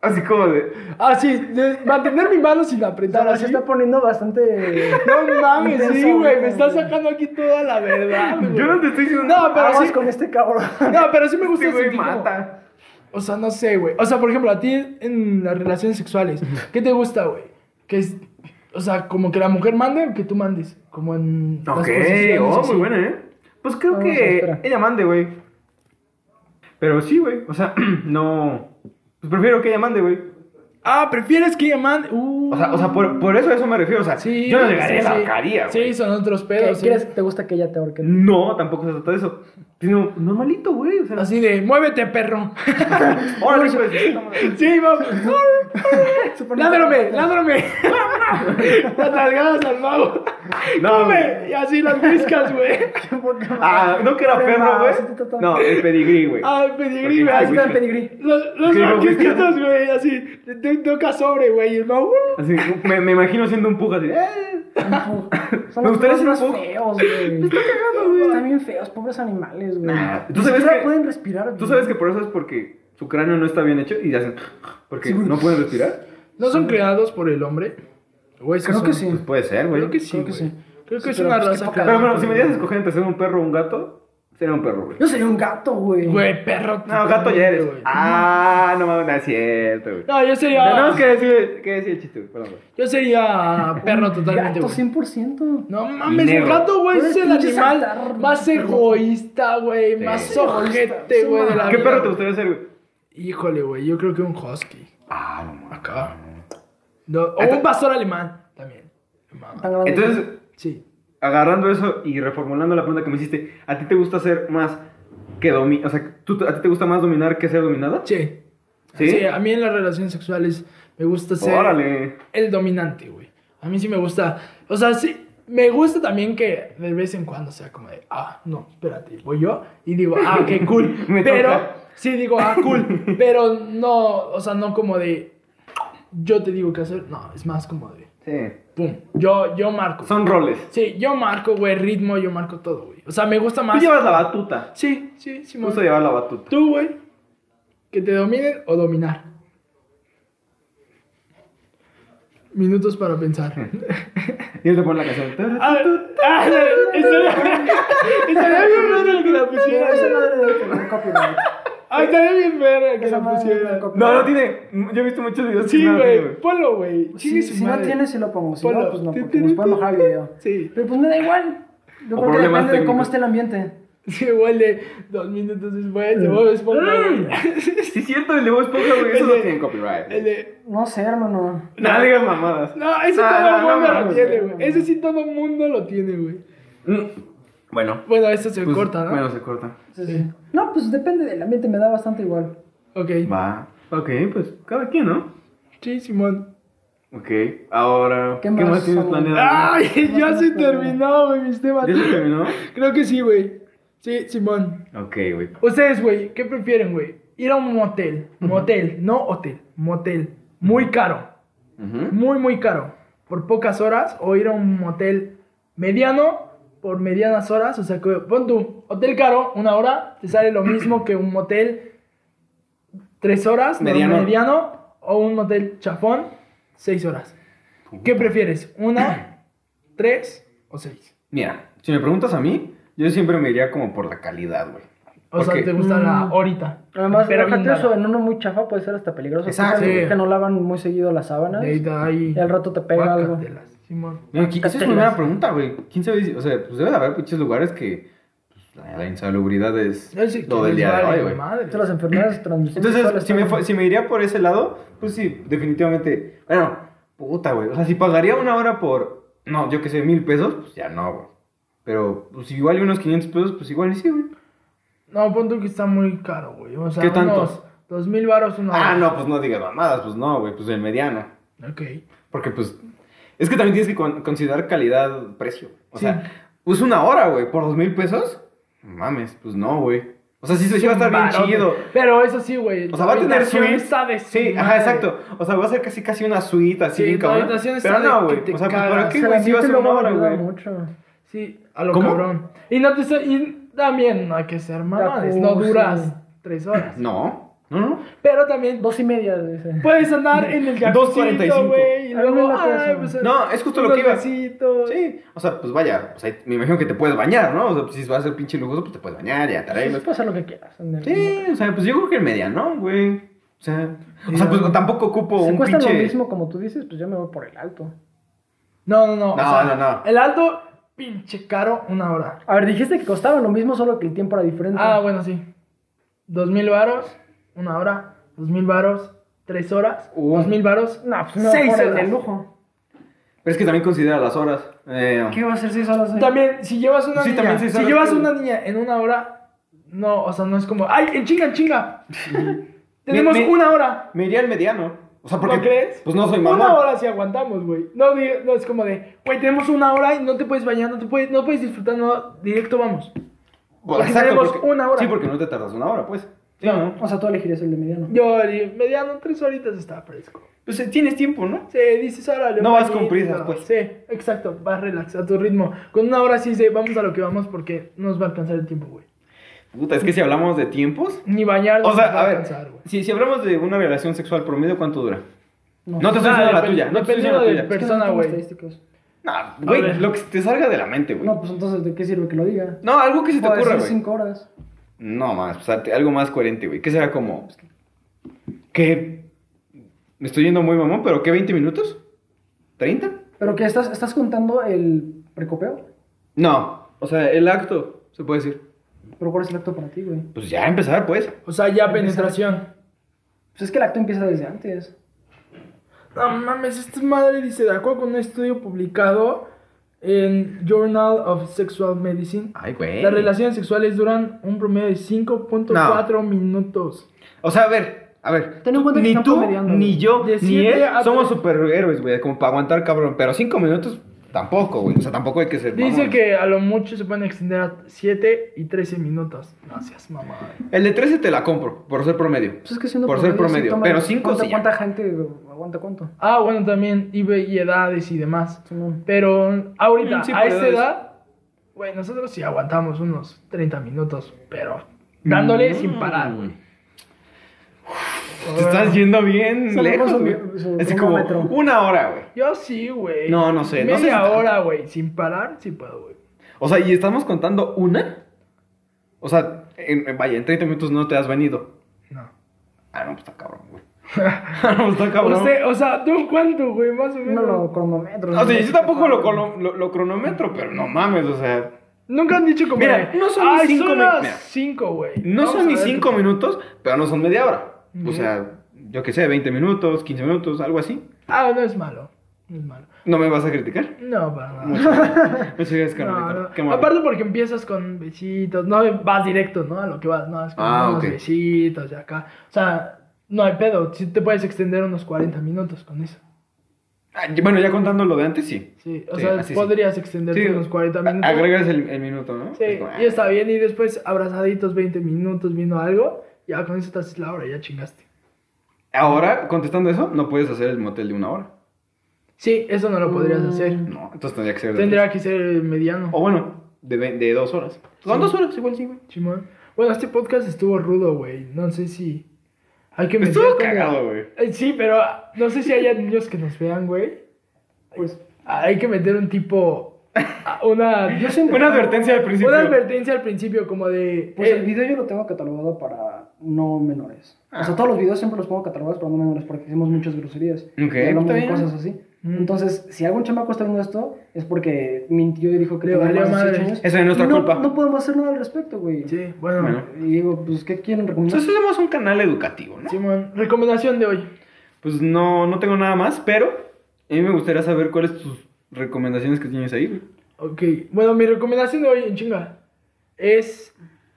Speaker 1: Así como de.
Speaker 2: Ah, sí, de mantener mi mano sin
Speaker 3: O sea,
Speaker 2: apretar así.
Speaker 3: se está poniendo bastante.
Speaker 2: No mames,
Speaker 3: Intenso
Speaker 2: sí, güey.
Speaker 3: ahorita,
Speaker 2: Me está
Speaker 3: güey.
Speaker 2: sacando aquí toda la verdad, güey.
Speaker 1: Yo no te estoy diciendo.
Speaker 2: No, pero
Speaker 3: Aguas
Speaker 2: sí.
Speaker 3: con este cabrón.
Speaker 2: No, pero sí me gusta
Speaker 1: Este güey
Speaker 2: sentir como-
Speaker 1: mata.
Speaker 2: O sea, no sé, güey. O sea, por ejemplo, a ti en las relaciones sexuales, ¿qué te gusta, güey? Que es. O sea, como que la mujer mande o que tú mandes. Como en. las
Speaker 1: Ok,
Speaker 2: posiciones,
Speaker 1: oh,
Speaker 2: así.
Speaker 1: muy buena, ¿eh? Pues creo
Speaker 3: Vamos a
Speaker 1: que
Speaker 3: esperar.
Speaker 1: ella mande, güey. Pero sí, güey. O sea, no. Pues prefiero que ella mande, güey.
Speaker 2: Ah, prefieres que ella mande. Uh.
Speaker 1: O sea, o sea por, por eso a eso me refiero. O sea,
Speaker 2: Sí,
Speaker 1: yo no
Speaker 2: sí,
Speaker 1: llegaría a
Speaker 2: sí.
Speaker 1: la caría,
Speaker 2: Sí,
Speaker 1: güey.
Speaker 2: son otros
Speaker 3: ¿Qué-
Speaker 2: pedos. ¿eh? sí.
Speaker 3: ¿Quieres te gusta que ella te ahorque?
Speaker 1: No, tampoco se trata de eso. Sino normalito, güey. O sea,
Speaker 2: Así de, muévete, perro.
Speaker 1: órale, pues.
Speaker 2: sí, vamos. Ládrame, ládrame. las nalgadas al mago.
Speaker 1: No,
Speaker 2: Come.
Speaker 1: güey.
Speaker 2: Y así las briscas, güey.
Speaker 1: Ah, no que era perro, güey. No, el pedigrí, güey.
Speaker 2: Al pedigrí,
Speaker 1: Porque
Speaker 2: güey.
Speaker 1: hay
Speaker 2: así
Speaker 1: whisky.
Speaker 2: tan pedigrí. Los, los
Speaker 1: Sí, no,
Speaker 2: banquetitos, güey, así. Te, te toca sobre, güey. Y el mago. uh.
Speaker 1: Así, me, me imagino siendo un puja así. ¡eh!
Speaker 3: Son
Speaker 1: Me gustaría
Speaker 3: los perros
Speaker 1: ser
Speaker 3: más
Speaker 1: un poco-
Speaker 3: feos, güey. Están bien feos, pobres animales, güey.
Speaker 1: Nah, ¿tú
Speaker 3: Ni
Speaker 1: sabes
Speaker 3: siquiera
Speaker 1: que-
Speaker 3: pueden respirar.
Speaker 1: Tú sabes que por eso es porque su cráneo no está bien hecho y hacen. Porque no pueden respirar.
Speaker 2: ¿No son creados por el hombre? Güey, es
Speaker 3: Creo
Speaker 2: son-
Speaker 3: que sí.
Speaker 1: Pues puede ser, güey.
Speaker 2: Creo que sí.
Speaker 3: Creo que
Speaker 2: güey.
Speaker 3: sí.
Speaker 2: Creo que
Speaker 3: Sí,
Speaker 2: es
Speaker 3: pero
Speaker 2: una
Speaker 3: pues, qué
Speaker 2: raza
Speaker 3: poca-
Speaker 1: Pero bueno,
Speaker 2: que-
Speaker 1: si me dieras a escoger entre ser un perro o un gato, sería un perro, güey.
Speaker 3: Yo sería un gato, güey.
Speaker 2: Güey, perro.
Speaker 1: No, gato ya eres.
Speaker 2: güey.
Speaker 1: Ah, no mames, no es cierto, güey.
Speaker 2: No, yo
Speaker 1: Tenemos
Speaker 2: sería.
Speaker 1: que decir, que decir el chiste, güey, perdón, güey.
Speaker 2: Yo sería perro totalmente,
Speaker 3: Gato,
Speaker 2: güey.
Speaker 3: 100%.
Speaker 2: No mames, el
Speaker 1: Negro.
Speaker 2: gato, güey, es
Speaker 3: Eres
Speaker 2: el
Speaker 3: pinche
Speaker 2: animal
Speaker 3: saltar,
Speaker 2: más
Speaker 3: perro.
Speaker 2: egoísta, güey. Más
Speaker 1: Sí,
Speaker 2: ojete,
Speaker 3: egoísta,
Speaker 2: güey, de la
Speaker 1: ¿Qué
Speaker 2: vida,
Speaker 1: perro te
Speaker 2: güey.
Speaker 1: gustaría ser, güey?
Speaker 2: Híjole, güey, yo creo que un husky.
Speaker 1: Ah, no mames.
Speaker 2: Acá. No, o un pastor alemán también. Me mama.
Speaker 3: Tan grande.
Speaker 1: Entonces,
Speaker 2: Sí.
Speaker 1: agarrando eso y reformulando la pregunta que me hiciste, ¿a ti te gusta ser más que dominar? O sea, ¿tú, ¿a ti te gusta más dominar que ser dominada?
Speaker 2: Sí.
Speaker 1: ¿Sí?
Speaker 2: Sí, a mí en las relaciones sexuales me gusta ser
Speaker 1: Órale.
Speaker 2: el dominante, güey. A mí sí me gusta. O sea, sí. Me gusta también que de vez en cuando sea como de, ah, no, espérate, voy yo y digo, ah, qué cool.
Speaker 1: Me
Speaker 2: pero,
Speaker 1: toca.
Speaker 2: sí digo, ah, cool. Pero no, o sea, no como de, yo te digo qué hacer. No, es más como de,
Speaker 1: Sí.
Speaker 2: pum, yo, yo marco.
Speaker 1: Son roles.
Speaker 2: Sí, yo marco, güey, ritmo, yo marco todo, güey. O sea, me gusta
Speaker 1: Tú
Speaker 2: más.
Speaker 1: llevas la batuta.
Speaker 2: Sí, sí, sí,
Speaker 1: Me
Speaker 2: me
Speaker 1: gusta llevar la batuta.
Speaker 2: Tú, güey, que te dominen o dominar. Minutos para pensar.
Speaker 1: Y él te pone la canción.
Speaker 2: Ah, ah, Estaría estaría bien verga que la
Speaker 3: Mira, esa
Speaker 2: pusieran.
Speaker 3: madre debe tener copyright.
Speaker 2: Ah, estaría bien verga que
Speaker 3: Esa
Speaker 2: la
Speaker 3: madre
Speaker 2: pusieran.
Speaker 3: no la copia.
Speaker 1: No, no tiene. Yo he visto muchos videos. que
Speaker 2: Sí,
Speaker 1: no la tiene,
Speaker 2: güey, ponlo, güey. Chingue
Speaker 3: Si,
Speaker 2: su
Speaker 3: si no
Speaker 2: madre.
Speaker 3: tienes, sí lo pongo. Si
Speaker 2: Ponlo.
Speaker 3: no, pues no,
Speaker 2: Ti,
Speaker 3: porque
Speaker 2: ti,
Speaker 3: nos
Speaker 2: ti,
Speaker 3: pueden bajar el
Speaker 2: ti.
Speaker 3: video.
Speaker 2: Sí.
Speaker 3: Pero pues me da igual. Yo
Speaker 1: O
Speaker 3: creo que
Speaker 1: problemas
Speaker 3: depende de cómo
Speaker 1: técnicos.
Speaker 3: esté el ambiente.
Speaker 2: Sí, igual de dos minutos después, de Bob Esponja,
Speaker 3: Mm.
Speaker 2: güey.
Speaker 1: Sí, es cierto, el de Bob Esponja, güey. Eso
Speaker 2: El
Speaker 1: no
Speaker 2: de-
Speaker 1: tiene copyright.
Speaker 2: El de
Speaker 3: No sé, hermano.
Speaker 1: Eh, No digas mamadas.
Speaker 2: No, ese
Speaker 1: Ah,
Speaker 2: todo el
Speaker 1: no, no
Speaker 2: mundo lo
Speaker 1: mames,
Speaker 2: tiene,
Speaker 3: güey.
Speaker 2: güey. Ese sí todo el mundo lo tiene, güey.
Speaker 1: Mm. Bueno.
Speaker 2: Bueno, esto se
Speaker 1: pues,
Speaker 2: corta, ¿no?
Speaker 1: Bueno, se corta.
Speaker 3: Sí, sí. No, pues depende del ambiente, me da bastante igual.
Speaker 2: Ok.
Speaker 1: Va. Ok, pues cada quien, ¿no?
Speaker 2: Sí, Simón.
Speaker 1: Ok, ahora.
Speaker 3: ¿Qué
Speaker 1: ¿Qué más
Speaker 3: más,
Speaker 1: tienes
Speaker 3: Samuel?
Speaker 1: planeado? Ah.
Speaker 2: ¡Ay!
Speaker 3: no
Speaker 2: Ya
Speaker 3: te
Speaker 2: se
Speaker 3: lo creo.
Speaker 2: terminó, güey, mis temas.
Speaker 1: ¿Ya se terminó?
Speaker 2: Creo que sí, güey. Sí, Simón.
Speaker 1: Ok, güey.
Speaker 2: Ustedes, güey, ¿qué prefieren, güey? Ir a un motel. Motel, no hotel. Motel. Muy caro.
Speaker 1: Ujú.
Speaker 2: Muy, muy caro. Por pocas horas. O ir a un motel mediano. Por medianas horas. O sea, que pon tu hotel caro, una hora. Te sale lo mismo que un motel. Tres horas. no,
Speaker 1: Mediano.
Speaker 2: mediano o un motel chafón. Seis horas. ¿Qué prefieres? ¿Una, tres o seis?
Speaker 1: Mira, si me preguntas a mí, yo siempre me iría como por la calidad, güey.
Speaker 2: O sea,
Speaker 1: Porque-
Speaker 2: te gusta la
Speaker 3: Mm.
Speaker 2: horita.
Speaker 3: Además,
Speaker 2: Pero bien
Speaker 3: déjate
Speaker 2: dada.
Speaker 3: eso, en uno muy chafa puede ser hasta peligroso. ¿Tú
Speaker 1: Exacto.
Speaker 3: sabes
Speaker 2: Sí.
Speaker 3: Que no lavan muy seguido las sábanas.
Speaker 2: De ahorita ahí.
Speaker 3: Y al rato te pega algo.
Speaker 2: Guácatelas, Simón.
Speaker 1: Mira, aquí- esa es
Speaker 3: Castelo.
Speaker 1: una buena pregunta, güey. ¿Quién sabe? si- O sea, pues debe de haber muchos lugares que pues, la, la insalubridad es
Speaker 2: No sé
Speaker 1: todo
Speaker 2: qué les
Speaker 1: el día de
Speaker 2: vale,
Speaker 1: hoy, güey.
Speaker 2: madre.
Speaker 3: Entonces, Las enfermedades transmisibles.
Speaker 1: Entonces, si me, fue- si me iría por ese lado, pues sí, definitivamente. Bueno, puta, güey. O sea, si pagaría una hora por, no, yo qué sé, mil pesos, pues ya no, güey. Pero, pues igual y unos 500 pesos, pues igual y sí, güey.
Speaker 2: No, pon tú que está muy caro, güey. O sea,
Speaker 1: ¿Qué tanto?
Speaker 2: unos Dos mil baros una
Speaker 1: Ah,
Speaker 2: hora.
Speaker 1: no, pues no digas mamadas, pues no, güey, pues el mediano.
Speaker 2: Ok.
Speaker 1: Porque, pues, es que también tienes que con- considerar calidad-precio. O
Speaker 2: Sí.
Speaker 1: sea, pues una hora, güey, por dos mil pesos, mames, pues no, güey. O sea, sí, sí va a estar bien
Speaker 2: Barote.
Speaker 1: chido.
Speaker 2: Pero eso sí, güey.
Speaker 1: O sea, va a
Speaker 2: la
Speaker 1: tener
Speaker 2: habitación
Speaker 1: suite.
Speaker 2: está de su
Speaker 1: Sí, ajá,
Speaker 2: madre.
Speaker 1: exacto. O sea, va a ser casi casi una suite así
Speaker 2: Sí,
Speaker 1: bien
Speaker 2: la
Speaker 1: cabrón.
Speaker 2: habitación está
Speaker 1: Pero
Speaker 2: de
Speaker 1: no,
Speaker 2: que
Speaker 1: güey.
Speaker 2: te
Speaker 1: O sea, pues,
Speaker 2: cagas.
Speaker 1: ¿para qué,
Speaker 3: Se
Speaker 1: güey?
Speaker 3: la
Speaker 1: Si va a
Speaker 3: gente
Speaker 1: ser
Speaker 3: luego
Speaker 1: una
Speaker 3: no
Speaker 1: hora,
Speaker 3: ayuda
Speaker 1: güey.
Speaker 3: mucho.
Speaker 2: Sí, a lo
Speaker 1: ¿Cómo?
Speaker 2: cabrón. Y no te so- y también no hay que ser mamadas.
Speaker 3: Ya,
Speaker 2: No
Speaker 3: pues,
Speaker 2: duras
Speaker 3: sí.
Speaker 2: tres horas.
Speaker 1: No, no, no.
Speaker 2: Pero también
Speaker 3: Dos y media,
Speaker 1: Pues,
Speaker 3: dice.
Speaker 2: puedes andar en el jacuzito,
Speaker 1: 2.45.
Speaker 2: güey. Y
Speaker 3: A mí me
Speaker 2: luego,
Speaker 3: late
Speaker 2: ay,
Speaker 3: eso.
Speaker 2: pues,
Speaker 1: No, es justo lo
Speaker 2: unos
Speaker 1: que iba.
Speaker 2: besitos.
Speaker 1: Sí, o sea, pues vaya, o sea, me imagino que te puedes bañar, ¿no? O sea, pues, si va a ser pinche lujoso, pues te puedes bañar, ya te
Speaker 3: Sí,
Speaker 1: arreglas.
Speaker 3: puedes hacer lo que quieras. en el-
Speaker 1: Sí, o sea, pues yo creo que en media, ¿no, güey? O sea, o sea, pues tampoco ocupo
Speaker 3: Si
Speaker 1: un
Speaker 3: cuesta
Speaker 1: pinche...
Speaker 3: lo mismo como tú dices, pues yo me voy por el alto.
Speaker 2: No, no, no. o
Speaker 1: No, no,
Speaker 2: sea,
Speaker 1: no.
Speaker 2: El alto, pinche caro, una hora.
Speaker 3: A ver, dijiste que costaba lo mismo, solo que el tiempo era diferente.
Speaker 2: Ah, bueno, sí. Dos mil varos, una hora. Dos mil varos, tres horas.
Speaker 1: Uh.
Speaker 2: Dos mil varos,
Speaker 3: No, pues me voy
Speaker 2: seis
Speaker 3: por el
Speaker 2: horas.
Speaker 3: de lujo.
Speaker 1: Pero es que también considera las horas. Eh,
Speaker 3: ¿Qué va a ser seis horas? de-
Speaker 2: También, si llevas una
Speaker 1: Sí,
Speaker 2: niña,
Speaker 1: también seis
Speaker 2: si
Speaker 1: horas,
Speaker 2: llevas
Speaker 1: creo.
Speaker 2: una niña en una hora, no, o sea, no es como, ay, en chinga, en chinga. Tenemos
Speaker 1: Me- me-
Speaker 2: una hora.
Speaker 1: me iría al mediano. O sea, porque...
Speaker 2: ¿No crees?
Speaker 1: Pues no soy
Speaker 2: Una
Speaker 1: mamá.
Speaker 2: hora si aguantamos, güey. No, di- no es como de, güey, tenemos una hora y no te puedes bañar, no te puedes, no puedes disfrutar, no, directo vamos.
Speaker 1: Bueno,
Speaker 2: Porque tenemos una hora.
Speaker 1: Sí, porque no te tardas una hora, pues. Sí,
Speaker 2: No.
Speaker 1: ¿no?
Speaker 3: O sea, tú elegirías el de mediano.
Speaker 2: Yo, di- mediano, tres horitas está fresco.
Speaker 1: Pues eh, tienes tiempo, ¿no?
Speaker 2: Sí, dices, órale.
Speaker 1: No
Speaker 2: un
Speaker 1: vas con
Speaker 2: bañito,
Speaker 1: prisas,
Speaker 2: no.
Speaker 1: pues.
Speaker 2: Sí, exacto, vas relax, a tu ritmo. Con una hora sí, sí, vamos a lo que vamos porque no nos va a alcanzar el tiempo, güey.
Speaker 1: Puta, es que si hablamos de tiempos...
Speaker 2: Ni bañar
Speaker 1: O
Speaker 2: nos
Speaker 1: sea,
Speaker 2: va
Speaker 1: a ver,
Speaker 2: alcanzar, güey.
Speaker 1: si, si hablamos de una relación sexual promedio, ¿cuánto dura? No te estoy diciendo la
Speaker 2: depe-
Speaker 1: tuya, no te estoy diciendo la
Speaker 2: dependiendo de-
Speaker 1: tuya.
Speaker 3: Es que
Speaker 2: persona,
Speaker 3: no tengo
Speaker 2: güey.
Speaker 3: estadísticas.
Speaker 1: No, güey,
Speaker 2: ver.
Speaker 1: lo que te salga de la mente, güey.
Speaker 3: No, pues entonces, ¿de qué sirve que lo diga?
Speaker 1: No, algo que se te
Speaker 3: Puedo
Speaker 1: ocurra,
Speaker 3: decir
Speaker 1: güey.
Speaker 3: cinco horas.
Speaker 1: No más, o sea, te- algo más coherente, güey. ¿Qué será como? Que me estoy yendo muy mamón, pero ¿qué 20 minutos? ¿30?
Speaker 3: ¿Pero qué? ¿Estás, estás contando el precopeo?
Speaker 1: No, o sea, el acto, se puede decir.
Speaker 3: ¿Pero cuál es el acto para ti, güey?
Speaker 1: Pues ya empezar, pues.
Speaker 2: O sea, ya penetración.
Speaker 3: Pues es que el acto empieza desde antes.
Speaker 2: No Ah, mames, esta madre dice, de acuerdo con un estudio publicado en Journal of Sexual Medicine,
Speaker 1: Ay, güey.
Speaker 2: las relaciones sexuales duran un promedio de 5.4 minutos.
Speaker 1: O sea, a ver, a ver.
Speaker 3: Ten en cuenta que
Speaker 1: ni
Speaker 3: están
Speaker 1: tú,
Speaker 3: promediando,
Speaker 1: ni
Speaker 3: güey.
Speaker 1: yo,
Speaker 2: De
Speaker 1: ni
Speaker 2: siete
Speaker 1: él
Speaker 2: a
Speaker 1: somos
Speaker 2: tres.
Speaker 1: superhéroes, güey. Como para aguantar, cabrón. Pero 5 minutos tampoco, güey. O sea, tampoco hay que ser.
Speaker 2: Dice
Speaker 1: mamón.
Speaker 2: que a lo mucho se pueden extender a 7 y 13 minutos. Gracias, mamá.
Speaker 1: El de 13 te la compro, por ser promedio.
Speaker 3: Pues es que siendo
Speaker 1: Por ser
Speaker 3: sí
Speaker 1: promedio,
Speaker 3: toma-
Speaker 1: pero cinco
Speaker 3: ¿Cuánta,
Speaker 1: sí ya.
Speaker 3: cuánta gente aguanta cuánto?
Speaker 2: Ah, bueno, también IB y edades y demás.
Speaker 3: Simón.
Speaker 2: Pero ahorita,
Speaker 1: Mm, sí,
Speaker 2: a
Speaker 1: por
Speaker 2: esta
Speaker 1: edades.
Speaker 2: edad, güey, nosotros sí aguantamos unos 30 minutos, pero
Speaker 1: Mm,
Speaker 2: dándole sin parar, güey.
Speaker 1: Te estás yendo bien
Speaker 3: Solo
Speaker 1: lejos,
Speaker 3: con su-
Speaker 1: güey.
Speaker 3: su
Speaker 1: Así como
Speaker 3: cronómetro.
Speaker 1: una hora, güey.
Speaker 2: Yo sí, güey.
Speaker 1: No, no sé, no
Speaker 2: Media
Speaker 1: sé si tanto.
Speaker 2: hora, güey, sin parar, sí puedo, güey.
Speaker 1: O sea, y estamos contando una. O sea, en- en- vaya, en 30 minutos no te has venido.
Speaker 2: No.
Speaker 1: Ah, no, pues está cabrón, güey. Ah, no, pues está cabrón.
Speaker 2: Usted, o sea, ¿tú cuánto, güey? Más o
Speaker 3: No
Speaker 2: menos.
Speaker 3: lo cronometro.
Speaker 1: O sea, yo tampoco lo,
Speaker 3: colo
Speaker 1: colo- lo- lo cronometro, pero no mames, o sea.
Speaker 2: Nunca han dicho como.
Speaker 1: Mira,
Speaker 2: de,
Speaker 1: no son ni
Speaker 2: "Ay,
Speaker 1: cinco
Speaker 2: son
Speaker 1: mi-
Speaker 2: las
Speaker 1: mira.
Speaker 2: cinco, güey.
Speaker 1: No
Speaker 2: Vamos
Speaker 1: son
Speaker 2: a
Speaker 1: ni
Speaker 2: ver
Speaker 1: 5
Speaker 2: qué-
Speaker 1: minutos, pero no son media hora.
Speaker 2: Ujú.
Speaker 1: O sea, yo qué sé, 20 minutos, 15 minutos, algo así.
Speaker 2: Ah, no es malo. No es malo.
Speaker 1: No me vas a criticar.
Speaker 2: No, para nada.
Speaker 1: Me sigues,
Speaker 2: No,
Speaker 1: Carmelita.
Speaker 2: no.
Speaker 1: Qué mal.
Speaker 2: Aparte porque empiezas con besitos, no vas directo, ¿no? A lo que vas, no, es con
Speaker 1: Ah,
Speaker 2: unos
Speaker 1: ok.
Speaker 2: besitos y acá. O sea, no hay pedo, sí te puedes extender unos 40 minutos con eso.
Speaker 1: Ah, y bueno, ya contando lo de antes, sí.
Speaker 2: Sí, o
Speaker 1: Sí,
Speaker 2: sea,
Speaker 1: así sí.
Speaker 2: podrías extenderte
Speaker 1: Sí,
Speaker 2: unos 40
Speaker 1: a-
Speaker 2: minutos.
Speaker 1: Agregas el, el minuto, ¿no?
Speaker 2: Sí,
Speaker 1: Es como, ah,
Speaker 2: y está bien, y después abrazaditos 20 minutos viendo algo, ya con eso te haces la hora, ya chingaste.
Speaker 1: Ahora, contestando eso, no puedes hacer el motel de una hora.
Speaker 2: Sí, eso no lo podrías
Speaker 3: Mm.
Speaker 2: hacer.
Speaker 1: No, entonces tendría que ser. de
Speaker 2: Tendría que ser el mediano.
Speaker 1: tres. O bueno, de, ve- de dos horas. Son
Speaker 2: Sí.
Speaker 1: dos horas, igual sí, güey.
Speaker 2: Simón. Bueno, este podcast estuvo rudo, güey. No sé si. Hay que meter
Speaker 1: Estuvo
Speaker 2: como-
Speaker 1: cagado, güey.
Speaker 2: Eh, Sí, pero ah, no sé si haya niños que nos vean, güey.
Speaker 3: Pues
Speaker 2: Ah, Hay que meter un tipo. ah, Una.
Speaker 3: yo siempre.
Speaker 1: Una advertencia al principio.
Speaker 2: Una advertencia al principio, como de.
Speaker 3: Pues
Speaker 2: eh,
Speaker 3: el video yo lo tengo catalogado para no menores.
Speaker 1: Ah.
Speaker 3: O sea, todos los videos siempre los pongo catalogados para no menores porque hicimos muchas groserías.
Speaker 1: Ok,
Speaker 3: Y hablamos
Speaker 1: está
Speaker 3: de
Speaker 1: bien.
Speaker 3: cosas así.
Speaker 2: Mm.
Speaker 3: Entonces, si algún chamaco está viendo esto, es porque mintió y dijo que
Speaker 2: Le
Speaker 3: tenía
Speaker 2: valió
Speaker 3: más de
Speaker 2: madre.
Speaker 3: 18 años.
Speaker 1: Esa es nuestra
Speaker 3: Y no,
Speaker 1: culpa.
Speaker 3: No podemos hacer nada al respecto, güey.
Speaker 2: sí, bueno.
Speaker 1: Bueno.
Speaker 3: Y digo, pues, ¿qué quieren recomendar?
Speaker 1: Entonces hacemos un canal educativo, ¿no?
Speaker 2: Simón, recomendación de hoy.
Speaker 1: Pues no, no tengo nada más, pero a mí me gustaría saber cuáles tus recomendaciones que tienes ahí, güey.
Speaker 2: Ok. Bueno, mi recomendación de hoy, en chinga, es.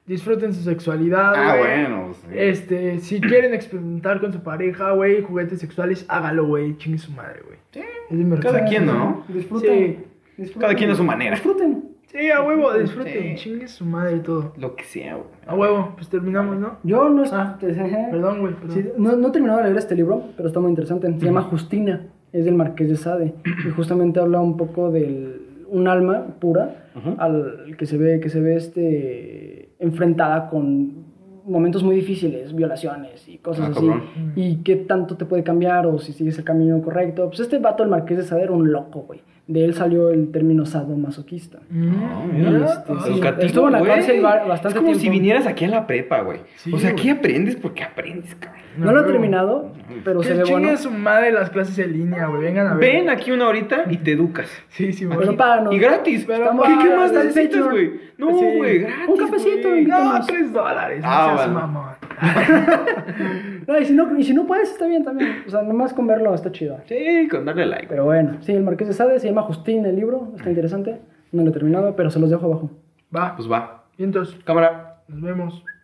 Speaker 2: Disfruten su sexualidad.
Speaker 1: Ah,
Speaker 2: güey.
Speaker 1: bueno. sí.
Speaker 2: Este, si quieren experimentar con su pareja, güey, juguetes sexuales, hágalo, güey. Chingue su madre, güey.
Speaker 1: Sí.
Speaker 2: Es mi
Speaker 1: Cada
Speaker 2: recomendación.
Speaker 1: quien, ¿no?
Speaker 3: Disfruten. disfruten.
Speaker 1: Cada quien a su manera.
Speaker 3: Disfruten.
Speaker 2: Sí, a huevo, disfruten.
Speaker 1: Sí.
Speaker 2: Chingue su madre todo.
Speaker 1: Lo que sea, güey.
Speaker 2: A huevo, pues terminamos, ¿no?
Speaker 3: Yo no, es-
Speaker 2: Ah, Perdón, güey, perdón.
Speaker 3: Sí, no, no he terminado de leer este libro, pero está muy interesante. Se llama Justina, es del Marqués de Sade. Y justamente habla un poco del un alma pura
Speaker 1: Ujú.
Speaker 2: Ah,
Speaker 3: al que se ve, que se ve este, enfrentada con momentos muy difíciles, violaciones y cosas
Speaker 1: Ah,
Speaker 3: así.
Speaker 1: cabrón.
Speaker 3: Y qué tanto te puede cambiar o si sigues el camino correcto. Pues este vato, el Marqués de Sade, era un loco, güey. De él salió el término sadomasoquista.
Speaker 1: Ah,
Speaker 2: Mm,
Speaker 1: mira,
Speaker 2: mira,
Speaker 3: este,
Speaker 2: ah,
Speaker 3: sí.
Speaker 1: educativo,
Speaker 3: Estuvo en la
Speaker 1: güey.
Speaker 3: cárcel ba- bastante
Speaker 1: Es como
Speaker 3: tiempo.
Speaker 1: si vinieras aquí a la prepa, güey.
Speaker 2: Sí,
Speaker 1: o sea, aquí
Speaker 2: güey.
Speaker 1: aprendes porque aprendes, cabrón.
Speaker 3: No, lo he
Speaker 2: huevo.
Speaker 3: terminado, pero se
Speaker 2: Que
Speaker 3: ve
Speaker 2: chingue
Speaker 3: bueno.
Speaker 2: su madre las clases en línea, güey. Vengan a ver.
Speaker 1: Ven aquí una horita y te educas.
Speaker 2: Sí, sí,
Speaker 3: Pero
Speaker 2: güey.
Speaker 3: páganos.
Speaker 1: Y gratis.
Speaker 2: Pero
Speaker 1: ¿Qué- ¿Qué,
Speaker 2: padre,
Speaker 1: más
Speaker 2: sí,
Speaker 1: necesitas,
Speaker 2: señor.
Speaker 1: güey? No,
Speaker 2: Sí.
Speaker 1: güey, gratis.
Speaker 3: Un cafecito,
Speaker 1: güey.
Speaker 3: invita-
Speaker 2: No,
Speaker 3: invítanos.
Speaker 2: tres Ah, dólares. No
Speaker 1: então, Ah,
Speaker 2: seas
Speaker 1: bueno.
Speaker 2: mamón.
Speaker 3: No, y, si no, y si no puedes, está bien también. O sea, nomás con verlo está chido.
Speaker 1: Sí, con darle like.
Speaker 3: Pero bueno, sí, el Marqués de Sade se llama Justín el libro, está interesante. No lo he terminado, pero se los dejo abajo.
Speaker 2: Va,
Speaker 1: Pues va.
Speaker 2: y entonces,
Speaker 1: Cámara.
Speaker 2: nos então, vemos.